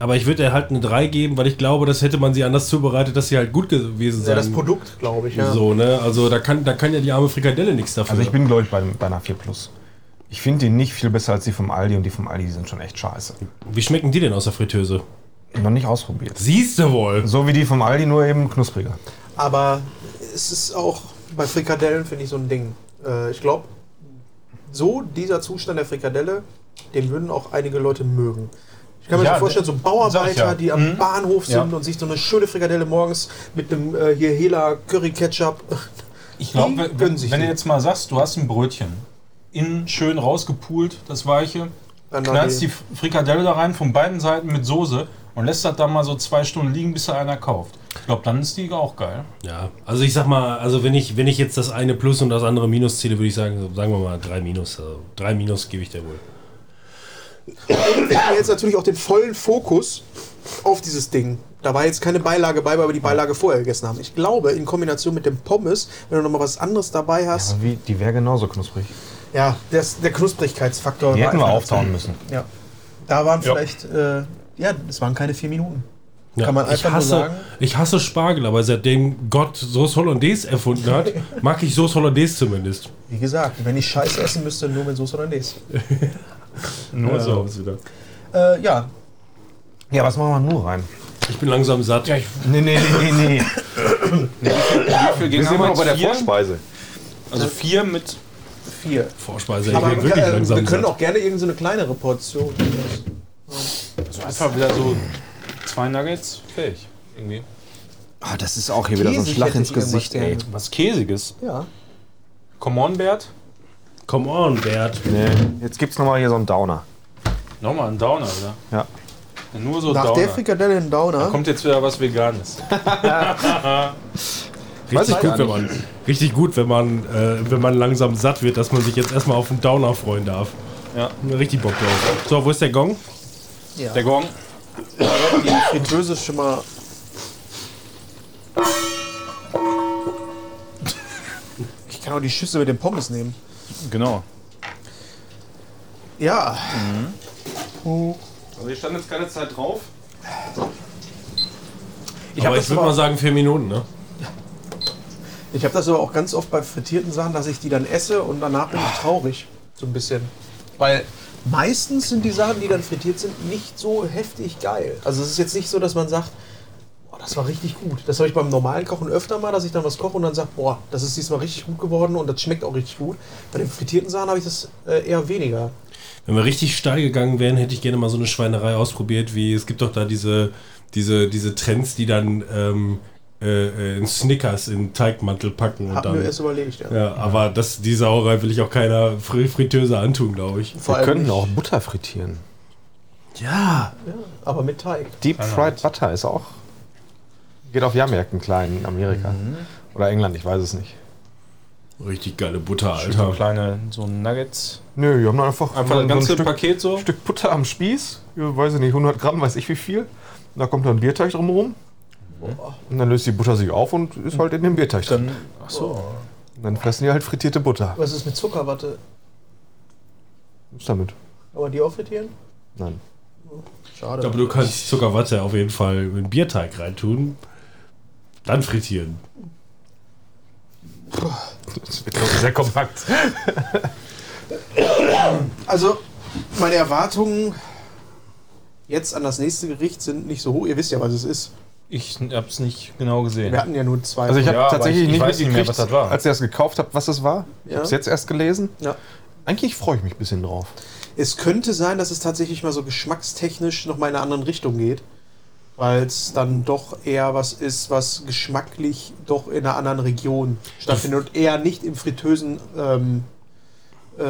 S3: Aber ich würde ihr halt eine 3 geben, weil ich glaube, das hätte man sie anders zubereitet, dass sie halt gut gewesen
S6: Ja,
S3: sein.
S6: das Produkt, glaube ich. Ja.
S3: So, ne? Also da kann, da kann ja die arme Frikadelle nichts dafür.
S4: Also ich bin, glaube ich, bei, bei einer 4 Plus. Ich finde die nicht viel besser als die vom Aldi und die vom Aldi sind schon echt scheiße.
S3: Wie schmecken die denn aus der Fritteuse?
S4: Noch nicht ausprobiert.
S3: Siehst du wohl.
S4: So wie die vom Aldi, nur eben knuspriger.
S6: Aber es ist auch bei Frikadellen, finde ich, so ein Ding. Äh, ich glaube, so dieser Zustand der Frikadelle, den würden auch einige Leute mögen. Ich kann mir
S2: Ja, ne?
S6: schon vorstellen, so Bauarbeiter,
S2: sag ich ja.
S6: die am
S2: Mhm.
S6: Bahnhof sind
S2: Ja.
S6: und sich so eine schöne Frikadelle morgens mit einem äh, hier Hela Curry Ketchup. äh,
S2: Ich
S6: Die
S2: glaube,
S6: gönnen
S2: wenn,
S6: sich
S2: wenn du
S6: die.
S2: jetzt mal sagst, du hast ein Brötchen, innen schön rausgepult, das Weiche,
S6: Dann
S2: knallst
S6: Genau die-
S2: die Frikadelle da rein von beiden Seiten mit Soße und lässt das dann mal so zwei Stunden liegen, bis da einer kauft. Ich glaube, dann ist die auch geil.
S3: Ja, also ich sag mal, also wenn ich, wenn ich jetzt das eine Plus und das andere Minus zähle, würde ich sagen, so, sagen wir mal drei Minus. Also drei Minus gebe ich dir wohl.
S6: Wir haben jetzt natürlich auch den vollen Fokus auf dieses Ding. Da war jetzt keine Beilage bei, weil wir die Beilage vorher gegessen haben. Ich glaube, in Kombination mit dem Pommes, wenn du nochmal was anderes dabei hast,
S4: Aber Also wie, die wäre genauso knusprig.
S6: ja, das, der Knusprigkeitsfaktor.
S4: Die
S6: war
S4: hätten wir
S6: einfach
S4: auftauen müssen.
S6: Ja. Da waren
S2: Ja.
S6: vielleicht, äh, ja, es waren keine vier Minuten.
S3: Ja,
S6: Kann man
S3: ich
S6: einfach nur
S3: hasse,
S6: sagen?
S3: Ich hasse Spargel, aber seitdem Gott Sauce Hollandaise erfunden hat, mag ich Sauce Hollandaise zumindest.
S6: Wie gesagt, wenn ich Scheiße essen müsste, nur mit Soße Hollandaise.
S2: Nur so.
S6: Äh, ja,
S4: Ja, was machen wir nur rein?
S3: Ich bin langsam satt. Ja, ich,
S4: Nee, nee, nee, nee,
S2: Wie
S4: nee.
S2: viel
S1: Wir
S2: Gänge
S1: sind
S2: haben
S1: immer noch bei der
S2: vier?
S1: Vorspeise.
S2: Also vier mit.
S6: vier.
S3: Vorspeise, ich
S6: Aber
S3: bin
S6: man
S3: wirklich
S6: kann, äh,
S3: langsam
S6: wir können
S3: satt.
S6: auch gerne irgendeine so eine kleinere Portion.
S2: So einfach wieder so zwei Nuggets fähig. Irgendwie.
S1: Ah, das ist auch hier wieder so ein
S6: Käsig
S1: Schlag
S6: hätte
S1: ins
S6: ich irgendwas
S1: Gesicht, ey.
S6: gerne.
S2: Was Käsiges.
S6: Ja.
S2: Come on, Bert.
S3: Come on, Bert.
S4: nee.
S1: Jetzt gibt's nochmal hier so einen Downer.
S2: Nochmal ein Downer, oder?
S1: Ja.
S2: Nur so
S6: Nach der
S2: Downer.
S6: Frikadelle in Downer.
S2: Kommt jetzt wieder was Veganes.
S1: Weiß
S3: Richtig
S1: ich
S3: gut,
S1: gar
S3: wenn man, richtig gut, wenn man, äh, wenn man langsam satt wird, dass man sich jetzt erstmal auf einen Downer freuen darf.
S2: Ja.
S3: Richtig Bock drauf. So, wo ist der Gong?
S6: ja.
S2: Der Gong.
S6: die Fritteuse schon mal. Ich kann auch die Schüssel mit den Pommes nehmen.
S1: Genau.
S6: Ja,
S1: Also hier stand jetzt keine Zeit drauf.
S3: Ich aber
S6: das
S3: ich würde
S6: aber-
S3: mal sagen vier Minuten, ne?
S6: ich habe das aber auch ganz oft bei frittierten Sachen, dass ich die dann esse und danach bin ich traurig. So ein bisschen. Weil meistens sind die Sachen, die dann frittiert sind, nicht so heftig geil. Also es ist jetzt nicht so, dass man sagt, boah, das war richtig gut. Das habe ich beim normalen Kochen öfter mal, dass ich dann was koche und dann sage, boah, das ist diesmal richtig gut geworden und das schmeckt auch richtig gut. Bei den frittierten Sachen habe ich das äh, eher weniger.
S3: Wenn wir richtig steil gegangen wären, hätte ich gerne mal so eine Schweinerei ausprobiert, wie es gibt doch da diese, diese, diese Trends, die dann ähm, äh, äh, in Snickers in Teigmantel packen und
S6: Hab mir
S3: dann.
S6: erst überlegt, ja.
S3: Ja, aber das, die Sauerei will ich auch keiner Fri Fritteuse antun, glaube ich.
S6: Vor
S4: Wir
S6: allem
S4: könnten
S6: nicht-
S4: auch Butter frittieren.
S3: Ja.
S6: Aber mit Teig.
S4: Deep Fried Butter ist auch.
S2: Mhm.
S4: Geht auf Jahrmärkten klein in Amerika. Oder England, ich weiß es nicht.
S3: Richtig geile Butter,
S2: So
S3: Alter.
S2: kleine, so Nuggets.
S4: Nö, wir haben da einfach,
S2: Einfach das
S4: so ein
S2: ganze
S4: Stück,
S2: Paket so.
S4: Stück Butter am Spieß. Ja, Weiß ich nicht, 100 Gramm, weiß ich wie viel. Da kommt dann ein Bierteig drum rum. Und dann löst die Butter sich auf und ist halt in dem Bierteig drin.
S2: Mhm. Dann, ach so.
S4: Und Dann fressen die halt frittierte Butter.
S6: Was ist mit Zuckerwatte?
S4: Was ist damit?
S6: Aber die auch frittieren?
S4: Nein.
S6: Schade.
S3: Aber du kannst Zuckerwatte auf jeden Fall in den Bierteig reintun, dann frittieren.
S4: Das wird, glaub ich, sehr kompakt.
S6: Also, meine Erwartungen jetzt an das nächste Gericht sind nicht so hoch. Ihr wisst ja, was es ist.
S2: Ich hab's nicht genau gesehen.
S6: Wir hatten ja nur zwei.
S4: Also ich habe
S2: Ja, aber
S4: tatsächlich
S2: ich- ich
S4: nicht
S2: weiß nicht mehr,
S4: mitgekriegt,
S2: was das war.
S4: als ihr das gekauft habt, was das war. Ich
S6: Ja.
S4: habe es jetzt erst gelesen.
S6: ja.
S4: Eigentlich freue ich mich ein bisschen drauf.
S6: Es könnte sein, dass es tatsächlich mal so geschmackstechnisch nochmal in eine andere Richtung geht. Weil es dann doch eher was ist, was geschmacklich doch in einer anderen Region stattfindet und eher nicht im fritösen, ähm, äh,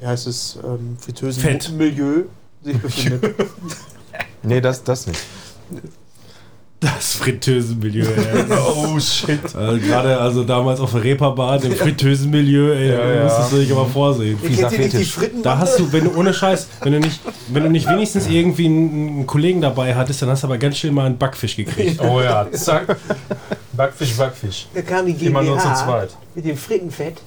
S6: wie heißt es, ähm, fritösen
S3: Fett.
S6: Milieu sich befindet.
S4: Nee, das, das nicht.
S3: Das Fritösenmilieu, ey.
S2: Oh shit.
S3: Also gerade also damals auf der Reeperbahn im Fritösenmilieu, ey,
S2: Ja,
S3: da
S2: ja.
S3: musstest du dich aber vorsehen.
S6: Ihr kennt die nicht, die
S4: Fetisch.
S6: Fritten.
S3: Da hast du, wenn du ohne Scheiß, wenn du nicht, wenn du nicht wenigstens irgendwie einen, einen Kollegen dabei hattest, dann hast du aber ganz schön mal einen Backfisch gekriegt.
S2: Oh ja, zack. Backfisch, Backfisch.
S6: Da kam die
S2: Immer nur zu
S6: GmbH
S2: zweit.
S6: Mit dem Frittenfett.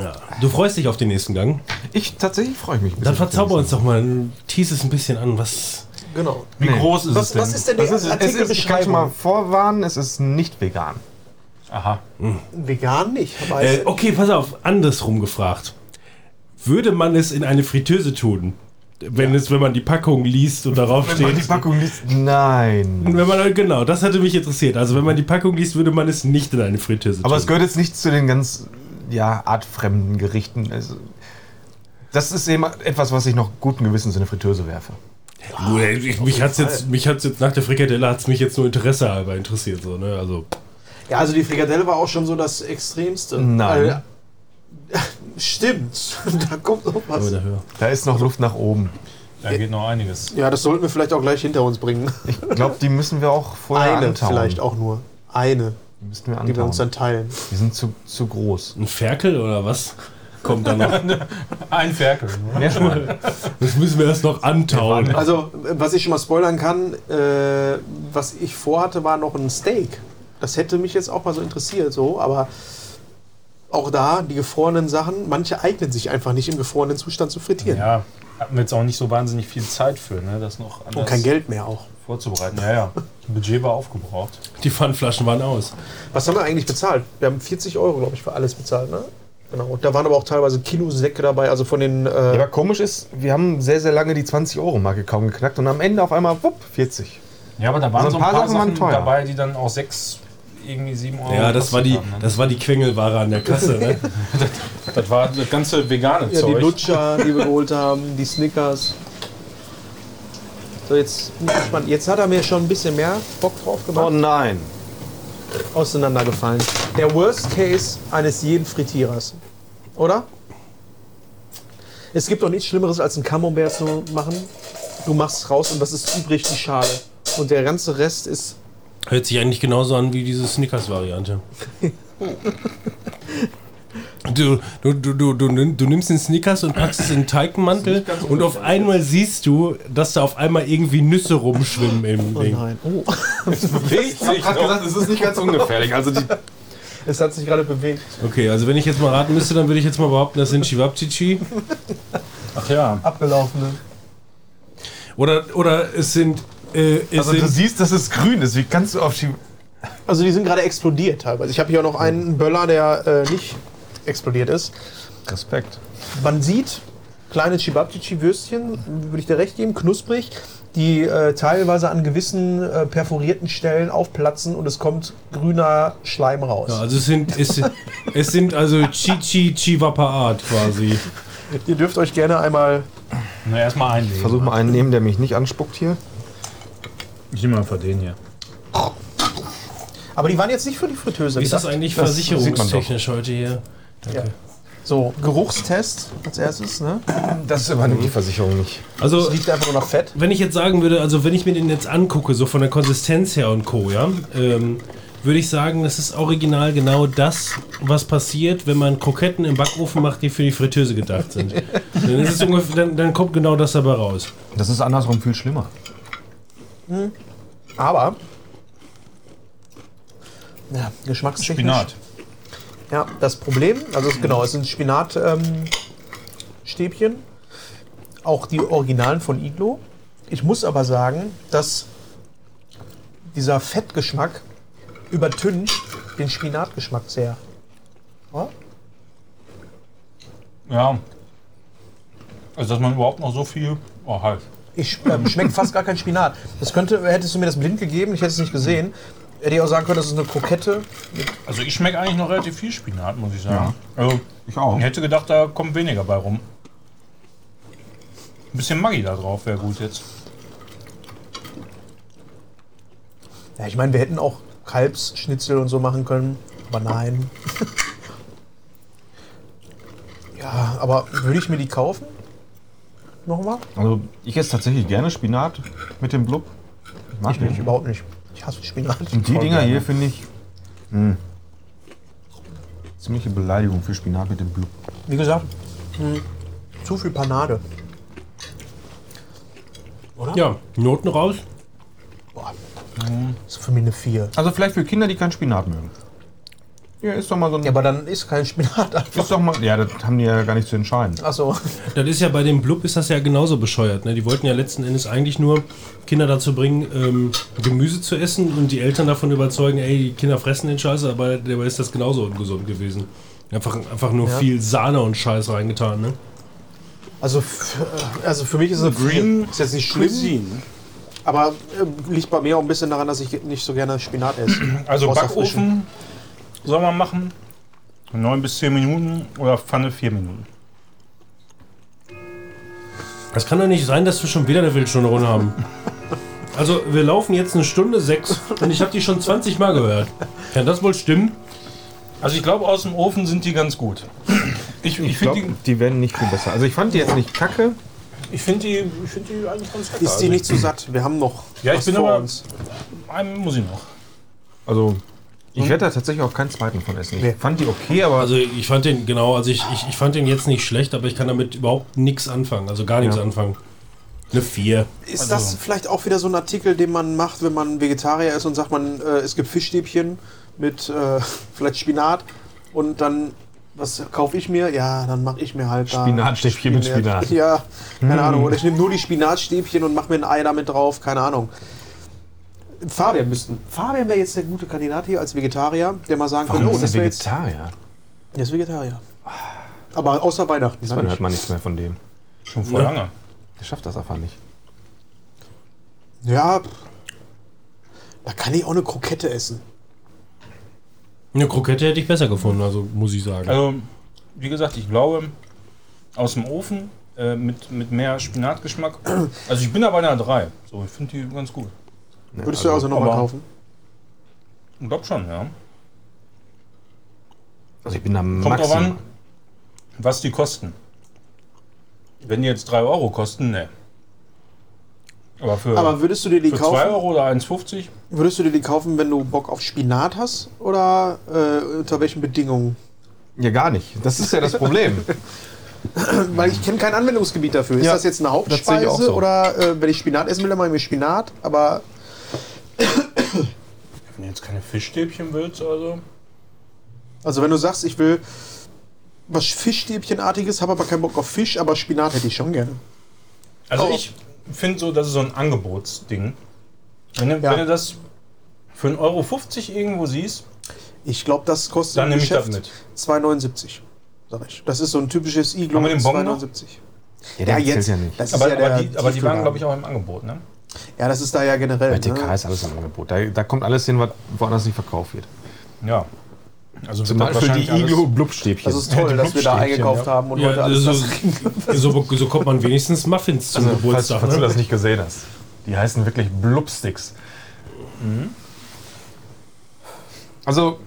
S3: Ja. Du freust dich auf den nächsten Gang.
S4: Ich tatsächlich freue ich mich ein bisschen.
S3: Dann
S4: auf den
S3: verzauber uns
S4: nächsten.
S3: doch mal, tease es ein bisschen an, was.
S6: Genau.
S2: Wie
S4: Nee.
S2: groß ist es
S6: Was,
S2: denn?
S6: was ist denn die
S4: Es ist, es ist, ich kann schon mal
S6: Artikelbeschreibung?
S4: vorwarnen, es ist nicht vegan.
S2: Aha.
S6: Vegan nicht, aber
S3: Äh, okay, pass auf, andersrum gefragt. Würde man es in eine Fritteuse tun? Wenn, es, wenn man die Packung liest und darauf steht.
S4: Packung liest. Nein.
S3: Wenn man, genau, das hätte mich interessiert. Also wenn man die Packung liest, würde man es nicht in eine Fritteuse tun.
S4: Aber es gehört jetzt nicht zu den ganz ja, artfremden Gerichten. Also, das ist eben etwas, was ich noch guten Gewissens in eine Fritteuse werfe.
S3: Nur, ey, ich, mich hat's jetzt, mich hat's jetzt nach der Frikadelle hat's mich jetzt nur Interesse halber interessiert so, ne? Also
S6: Ja, also die Frikadelle war auch schon so das Extremste.
S4: Nein.
S6: Also, stimmt, da kommt noch
S3: aber
S6: was.
S3: dafür.
S4: Da ist noch Luft nach oben.
S2: Da geht noch einiges.
S6: Ja, das sollten wir vielleicht auch gleich hinter uns bringen.
S4: Ich glaube, die müssen wir auch vorher
S6: Eine
S4: antauen.
S6: vielleicht auch nur. Eine,
S4: Die müssen wir
S6: die wir
S4: antauen.
S6: uns dann teilen.
S4: Die sind zu, zu groß.
S3: Ein Ferkel oder was? Kommt dann noch.
S2: Ein Ferkel. ne?
S4: Ja, schon mal.
S3: Das müssen wir erst noch antauen.
S6: Also, äh, was ich schon mal spoilern kann, äh, was ich vorhatte, war noch ein Steak. Das hätte mich jetzt auch mal so interessiert, so, aber auch da, die gefrorenen Sachen, manche eignen sich einfach nicht im gefrorenen Zustand zu frittieren.
S2: Ja, hatten wir jetzt auch nicht so wahnsinnig viel Zeit für, ne? das noch
S6: Und
S2: anders
S6: kein Geld mehr auch.
S2: vorzubereiten. Ja, ja. Budget war aufgebraucht.
S3: Die Pfandflaschen waren aus.
S6: Was haben wir eigentlich bezahlt? Wir haben 40 Euro, glaube ich, für alles bezahlt, ne? Genau. Und da waren aber auch teilweise Kinosäcke dabei, also von den.
S4: Ja,
S6: Äh,
S4: aber komisch ist, wir haben sehr, sehr lange die 20-Euro-Marke kaum geknackt und am Ende auf einmal, wupp, 40.
S2: Ja, aber da waren
S4: Also
S2: so ein paar, Sachen,
S4: waren teuer.
S2: dabei, die dann auch sechs, irgendwie sieben Euro.
S3: Ja, das war die,
S2: gekostet haben, ne?
S3: das war die Quengelware an der Kasse, ne?
S2: das, war das ganze vegane
S6: ja, die
S2: Zeug.
S6: Lutscher, die wir geholt haben, die Snickers. So, jetzt bin ich gespannt. Jetzt hat er mir schon ein bisschen mehr Bock drauf gemacht.
S4: Oh nein.
S6: Auseinandergefallen. Der Worst Case eines jeden Frittierers. Oder? Es gibt doch nichts Schlimmeres, als ein Camembert zu machen. Du machst raus und was ist übrig? Die Schale. Und der ganze Rest ist
S3: Hört sich eigentlich genauso an wie diese Snickers-Variante. Du, du, du, du, du, nimm- du nimmst den Snickers und packst es in den Teigmantel und auf einmal siehst du, dass da auf einmal irgendwie Nüsse rumschwimmen im Ding.
S6: Nein. Oh.
S2: Richtig.
S4: Hat gesagt, es ist nicht ganz ungefährlich. Also die,
S6: Es hat sich gerade bewegt.
S3: Okay, also wenn ich jetzt mal raten müsste, dann würde ich jetzt mal behaupten, das sind Chivapchichi.
S2: Ach ja.
S6: Abgelaufene.
S3: Oder, oder es sind. Äh, es
S4: also du
S3: sind
S4: siehst, dass es grün ist. Wie kannst du auf die...
S6: Also die sind gerade explodiert teilweise. Ich habe hier auch noch einen Böller, der äh, nicht explodiert ist.
S4: Respekt.
S6: Man sieht kleine Chibabchichi-Würstchen, würde ich dir recht geben, knusprig, die äh, teilweise an gewissen äh, perforierten Stellen aufplatzen und es kommt grüner Schleim raus.
S3: ja, also es sind, es, es sind also Chichi Chivapaat quasi.
S6: Ihr dürft euch gerne einmal...
S2: Na, erstmal einlegen.
S4: Versuch mal einen nehmen, der mich nicht anspuckt hier.
S2: Ich nehme einfach den hier.
S6: Aber die waren jetzt nicht für die Fritteuse.
S3: Wie ist das
S6: gedacht.
S3: eigentlich
S4: Das sieht man doch.
S3: versicherungstechnisch heute hier?
S6: Ja. So, Geruchstest als erstes. Ne?
S4: Das übernimmt die Versicherung nicht.
S3: Also
S6: Das riecht einfach nur nach Fett.
S3: wenn ich jetzt sagen würde, also wenn ich mir den jetzt angucke, so von der Konsistenz her und Co., ja, ähm, würde ich sagen, das ist original genau das, was passiert, wenn man Kroketten im Backofen macht, die für die Fritteuse gedacht sind. dann, ist es ungefähr, dann, dann kommt genau das dabei raus.
S4: Das ist andersrum viel schlimmer. Aber
S6: Ja, geschmackstechnisch.
S5: Spinat.
S6: Ja, das Problem, also es, genau, es sind Spinatstäbchen. Ähm, Stäbchen. auch die Originalen von Iglo. Ich muss aber sagen, dass dieser Fettgeschmack übertüncht den Spinatgeschmack sehr. Ja?
S2: Ja. Also, dass man überhaupt noch so viel. Oh, halt.
S6: Ich ähm, schmeckt fast gar kein Spinat. Das könnte, hättest du mir das blind gegeben, ich hätte es nicht gesehen. Hätte ich auch sagen können, das ist eine Krokette.
S2: Also, ich schmecke eigentlich noch relativ viel Spinat, muss ich sagen. Also,
S5: Ich auch.
S2: ich hätte gedacht, da kommt weniger bei rum. Ein bisschen Maggi da drauf wäre gut jetzt.
S6: Ja, ich meine, wir hätten auch Kalbsschnitzel und so machen können, aber nein. ja, Ah, aber würde ich mir die kaufen? Nochmal?
S4: also ich esse tatsächlich gerne Spinat mit dem Blub. Ich mag
S6: Nee,
S4: den.
S6: ich überhaupt nicht. Ich hasse Spinat.
S4: Und die
S5: Voll
S4: Dinger
S5: gerne.
S4: hier finde ich. Mh, ziemliche Beleidigung für Spinat mit dem Blub.
S6: Wie gesagt, hm, zu viel Panade.
S3: Ja, Noten raus.
S6: Das ist für mich eine 4.
S4: Also vielleicht für Kinder, die keinen Spinat mögen. Ja, ist doch mal so ein.
S6: Ja, aber dann ist kein Spinat.
S4: ist doch mal, ja, das haben die ja gar nicht zu entscheiden.
S6: Achso.
S3: Das ist ja bei dem Blub ist das ja genauso bescheuert. Ne? Die wollten ja letzten Endes eigentlich nur Kinder dazu bringen, ähm, Gemüse zu essen und die Eltern davon überzeugen, ey, die Kinder fressen den Scheiß, aber dabei ist das genauso ungesund gewesen. Einfach, einfach nur
S6: Ja.
S3: viel Sahne und Scheiß reingetan. Ne?
S6: Also, f- also für mich ist es eine Green. Ist jetzt nicht schlimm, aber ähm, liegt bei mir auch ein bisschen daran, dass ich nicht so gerne Spinat esse.
S2: Also
S6: Außer
S2: Backofen soll man machen. 9 bis 10 Minuten oder Pfanne 4 Minuten.
S3: Das kann doch nicht sein, dass wir schon wieder eine Wildstunde runter haben. Also, wir laufen jetzt eine Stunde sechs und ich habe die schon 20 Mal gehört. Kann das wohl stimmen?
S2: Also ich glaube, aus dem Ofen sind die ganz gut. Ich, ich,
S4: Ich
S2: finde
S4: glaube,
S2: die,
S4: die werden nicht viel besser. Also ich fand die jetzt nicht kacke.
S2: ich find die, ich find die eigentlich ganz lecker.
S6: Ist die nicht zu satt? Wir haben noch
S2: Ja, ich
S6: was
S2: bin
S6: vor
S2: aber-
S6: uns.
S2: Also, einen muss ich noch.
S4: Also ich werde da tatsächlich auch keinen zweiten von essen. Ich
S6: Nee.
S4: fand die okay, aber
S3: Also, ich fand den, genau, also ich, ich, ich fand den jetzt nicht schlecht, aber ich kann damit überhaupt nichts anfangen. Also, gar nichts anfangen. Eine 4.
S6: Ist das vielleicht auch wieder so ein Artikel, den man macht, wenn man Vegetarier ist und sagt, man, äh, es gibt Fischstäbchen mit äh, vielleicht Spinat und dann, was kaufe ich mir? Ja, dann mache ich mir halt da
S4: Spinatstäbchen mit Spinat.
S6: Ja, keine Ahnung. Oder ich nehme nur die Spinatstäbchen und mache mir ein Ei damit drauf, keine Ahnung. Fabian müssten. Fabian wäre jetzt der gute Kandidat hier als Vegetarier, der mal sagen könnte, oh, das wäre jetzt.
S4: Vegetarier?
S6: Der ist Vegetarier. Aber außer Weihnachten.
S4: Diesmal hört man nichts mehr von dem.
S2: Schon vor
S3: Ja.
S2: lange.
S4: Der schafft das einfach nicht.
S6: Ja, pff. da kann ich auch eine Krokette essen.
S3: Eine Krokette hätte ich besser gefunden, also muss ich sagen.
S2: Also, wie gesagt, ich glaube, aus dem Ofen äh, mit, mit mehr Spinatgeschmack. Also ich bin da bei einer 3. So, ich finde die ganz gut.
S4: Ne,
S6: Würdest du also nochmal
S2: aber-
S6: kaufen?
S2: Ich glaube schon, ja.
S4: also ich bin da
S2: Kommt drauf
S4: maximal.
S2: an, was die kosten. Wenn die jetzt 3 Euro kosten, ne. Aber für,
S6: Aber würdest du dir die
S2: für 2
S6: kaufen?
S2: Euro oder 1,50?
S6: Würdest du dir die kaufen, wenn du Bock auf Spinat hast? Oder äh, unter welchen Bedingungen?
S4: Ja, gar nicht. Das ist ja das Problem.
S6: Weil ich kenne kein Anwendungsgebiet dafür. Ist
S4: Ja,
S6: das jetzt eine
S4: sehe ich auch
S6: Hauptspeise
S4: so.
S6: oder äh, wenn ich Spinat essen will, dann mache ich mir Spinat, aber
S2: Wenn du jetzt keine Fischstäbchen willst, also.
S6: also wenn du sagst, ich will was Fischstäbchenartiges, habe aber keinen Bock auf Fisch, aber Spinat hätte ich schon gerne.
S2: Also
S6: Oh.
S2: ich finde so, das ist so ein Angebotsding. Wenn du,
S6: Ja.
S2: wenn du das für 1,50 Euro irgendwo siehst,
S6: Ich glaube, das kostet
S2: dann
S6: im
S2: nehme ich das
S6: Geschäft
S2: mit.
S6: 2,79. Sag ich. Das ist so ein typisches Iglo
S2: Haben wir den Bon noch?
S6: 2,79.
S4: Ja,
S6: Ja,
S4: der zählt
S6: jetzt.
S4: ja nicht.
S6: Das ist
S2: Aber,
S6: ja
S2: aber,
S6: der
S2: die, aber die waren,
S6: Tiefkühlwagen.
S2: glaube ich, auch im Angebot, ne?
S6: Ja, das ist da ja generell.
S4: Bei
S6: ne?
S4: TK ist alles im Angebot. Da, da kommt alles hin, was woanders nicht verkauft wird.
S2: Ja. Also
S4: Zum
S2: wird das
S4: Beispiel die
S2: wahrscheinlich alles-
S4: Iglo-Blubstäbchen.
S6: Das ist toll, dass wir da eingekauft haben und
S3: Ja,
S6: heute alles
S3: so,
S6: das
S3: so, so kommt man wenigstens Muffins zum
S4: Also, falls,
S3: Geburtstag.
S4: falls du
S3: ne?
S4: das nicht gesehen hast. Die heißen wirklich Blubsticks.
S6: Mhm.
S4: Also,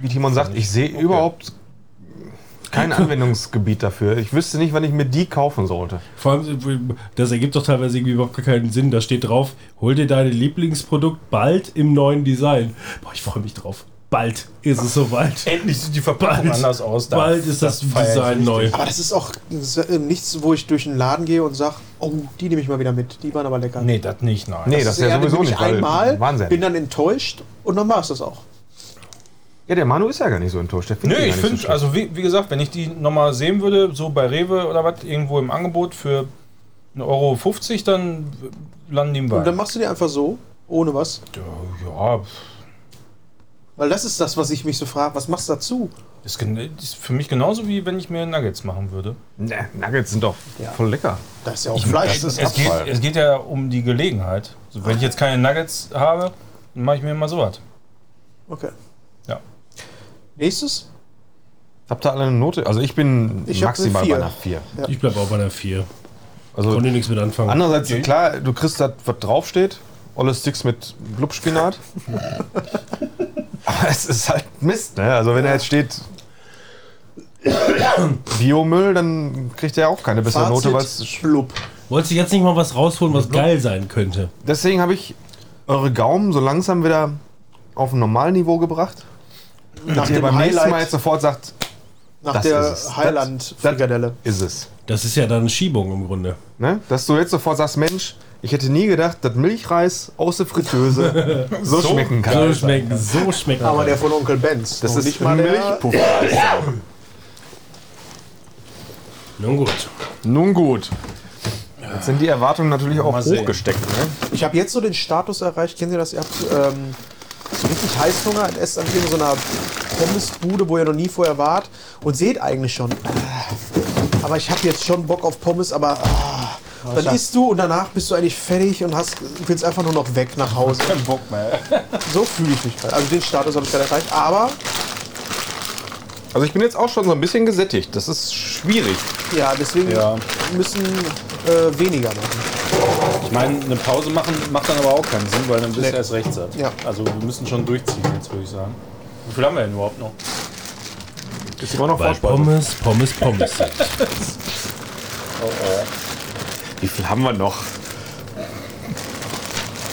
S4: wie Timon sagt, ich sehe überhaupt kein Anwendungsgebiet dafür. Ich wüsste nicht, wann ich mir die kaufen sollte.
S3: Vor allem, das ergibt doch teilweise irgendwie überhaupt gar keinen Sinn. Da steht drauf, hol dir dein Lieblingsprodukt bald im neuen Design. Boah, ich freue mich drauf. Bald ist es soweit.
S2: Endlich sieht die Verpackung
S3: Bald-
S2: anders aus. da-
S3: Bald ist das,
S2: feier ich
S3: Design
S2: richtig.
S3: neu.
S6: Aber das ist auch das ist, äh, nichts, wo ich durch einen Laden gehe und sage, oh, die nehme ich mal wieder mit. Die waren aber lecker.
S2: Nee, das nicht, nein.
S4: Nee, das, ist ja
S6: den
S4: sowieso
S6: nehme ich
S4: nicht. weil-
S6: einmal,
S4: Wahnsinn.
S6: bin dann enttäuscht und dann war es das auch.
S4: Ja, der Manu ist ja gar nicht so enttäuscht. Der
S2: Nö,
S4: den
S2: ich
S4: gar nicht
S2: finde,
S4: so schlecht.
S2: also wie, wie gesagt, wenn ich die nochmal sehen würde, so bei Rewe oder was, irgendwo im Angebot für 1,50 Euro, dann landen die im
S6: Und dann
S2: Wald.
S6: machst du die einfach so, ohne was.
S2: Ja,
S6: Weil das ist das, was ich mich so frage. Was machst du dazu?
S2: ist, gen- ist für mich genauso wie wenn ich mir Nuggets machen würde.
S4: Nee, Nuggets sind doch voll lecker.
S6: Da ist ja auch Fleisch.
S2: es, es, geht, es geht ja um die Gelegenheit. Also, wenn ich jetzt keine Nuggets habe, dann mache ich mir immer sowas.
S6: Okay.
S2: Ja.
S6: Nächstes?
S4: Habt ihr alle eine Note? Also ich bin
S6: Ich hab
S4: maximal
S6: eine
S4: bei
S6: Vier.
S4: einer 4.
S6: Ja.
S3: Ich bleibe auch bei einer 4.
S4: Also
S3: Konnte nichts mit anfangen.
S4: andererseits, klar, du kriegst das, was draufsteht. Alle Sticks mit Blubspinat. Aber es ist halt Mist, ne? Also wenn da jetzt steht Biomüll, dann kriegt er auch keine bessere Note, weil es
S6: Schlub.
S3: Wolltest du jetzt nicht mal was rausholen, was geil sein könnte?
S4: Deswegen habe ich eure Gaumen so langsam wieder auf ein Normalniveau gebracht.
S6: Nach
S4: Dass ihr
S6: dem
S4: beim nächsten Mal
S6: Highlight,
S4: jetzt sofort sagt,
S6: nach
S4: das ist
S6: der
S4: es. Das-
S6: Highland-Frikadelle.
S4: ist es.
S3: Das ist ja dann Schiebung im Grunde.
S4: Ne? Dass du jetzt sofort sagst, Mensch, ich hätte nie gedacht, dass Milchreis aus der Fritteuse so, schmecken kann.
S3: So schmecken, so schmecken.
S6: Aber der von Onkel Benz.
S4: Das
S6: Noch
S4: ist Milchpuffer.
S3: Nun gut.
S4: Nun gut. Jetzt sind die Erwartungen natürlich auch hochgesteckt. Ne?
S6: Ich habe jetzt so den Status erreicht, kennen Sie das? Ihr habt ähm, so richtig Heißhunger und esst an irgendeiner Pommesbude, wo ihr noch nie vorher wart und seht eigentlich schon, äh, aber ich habe jetzt schon Bock auf Pommes, aber ah. dann isst du und danach bist du eigentlich fertig und hast, willst einfach nur noch weg nach Hause.
S2: Kein Bock mehr.
S6: So fühle ich mich gerade. Also den Status habe ich gerade erreicht, aber
S4: Also ich bin jetzt auch schon so ein bisschen gesättigt. Das ist schwierig.
S6: ja, deswegen
S1: Ja.
S6: müssen äh, weniger machen.
S1: Ich meine, eine Pause machen macht dann aber auch keinen Sinn, weil dann bist du erst recht satt.
S6: Ja.
S1: Also wir müssen schon durchziehen jetzt, würde ich sagen.
S2: Wie viel haben wir denn überhaupt noch?
S4: Ist immer noch
S3: Weil
S4: Vorspeise.
S3: Pommes, Pommes, Pommes. sind.
S4: Wie viel haben wir noch?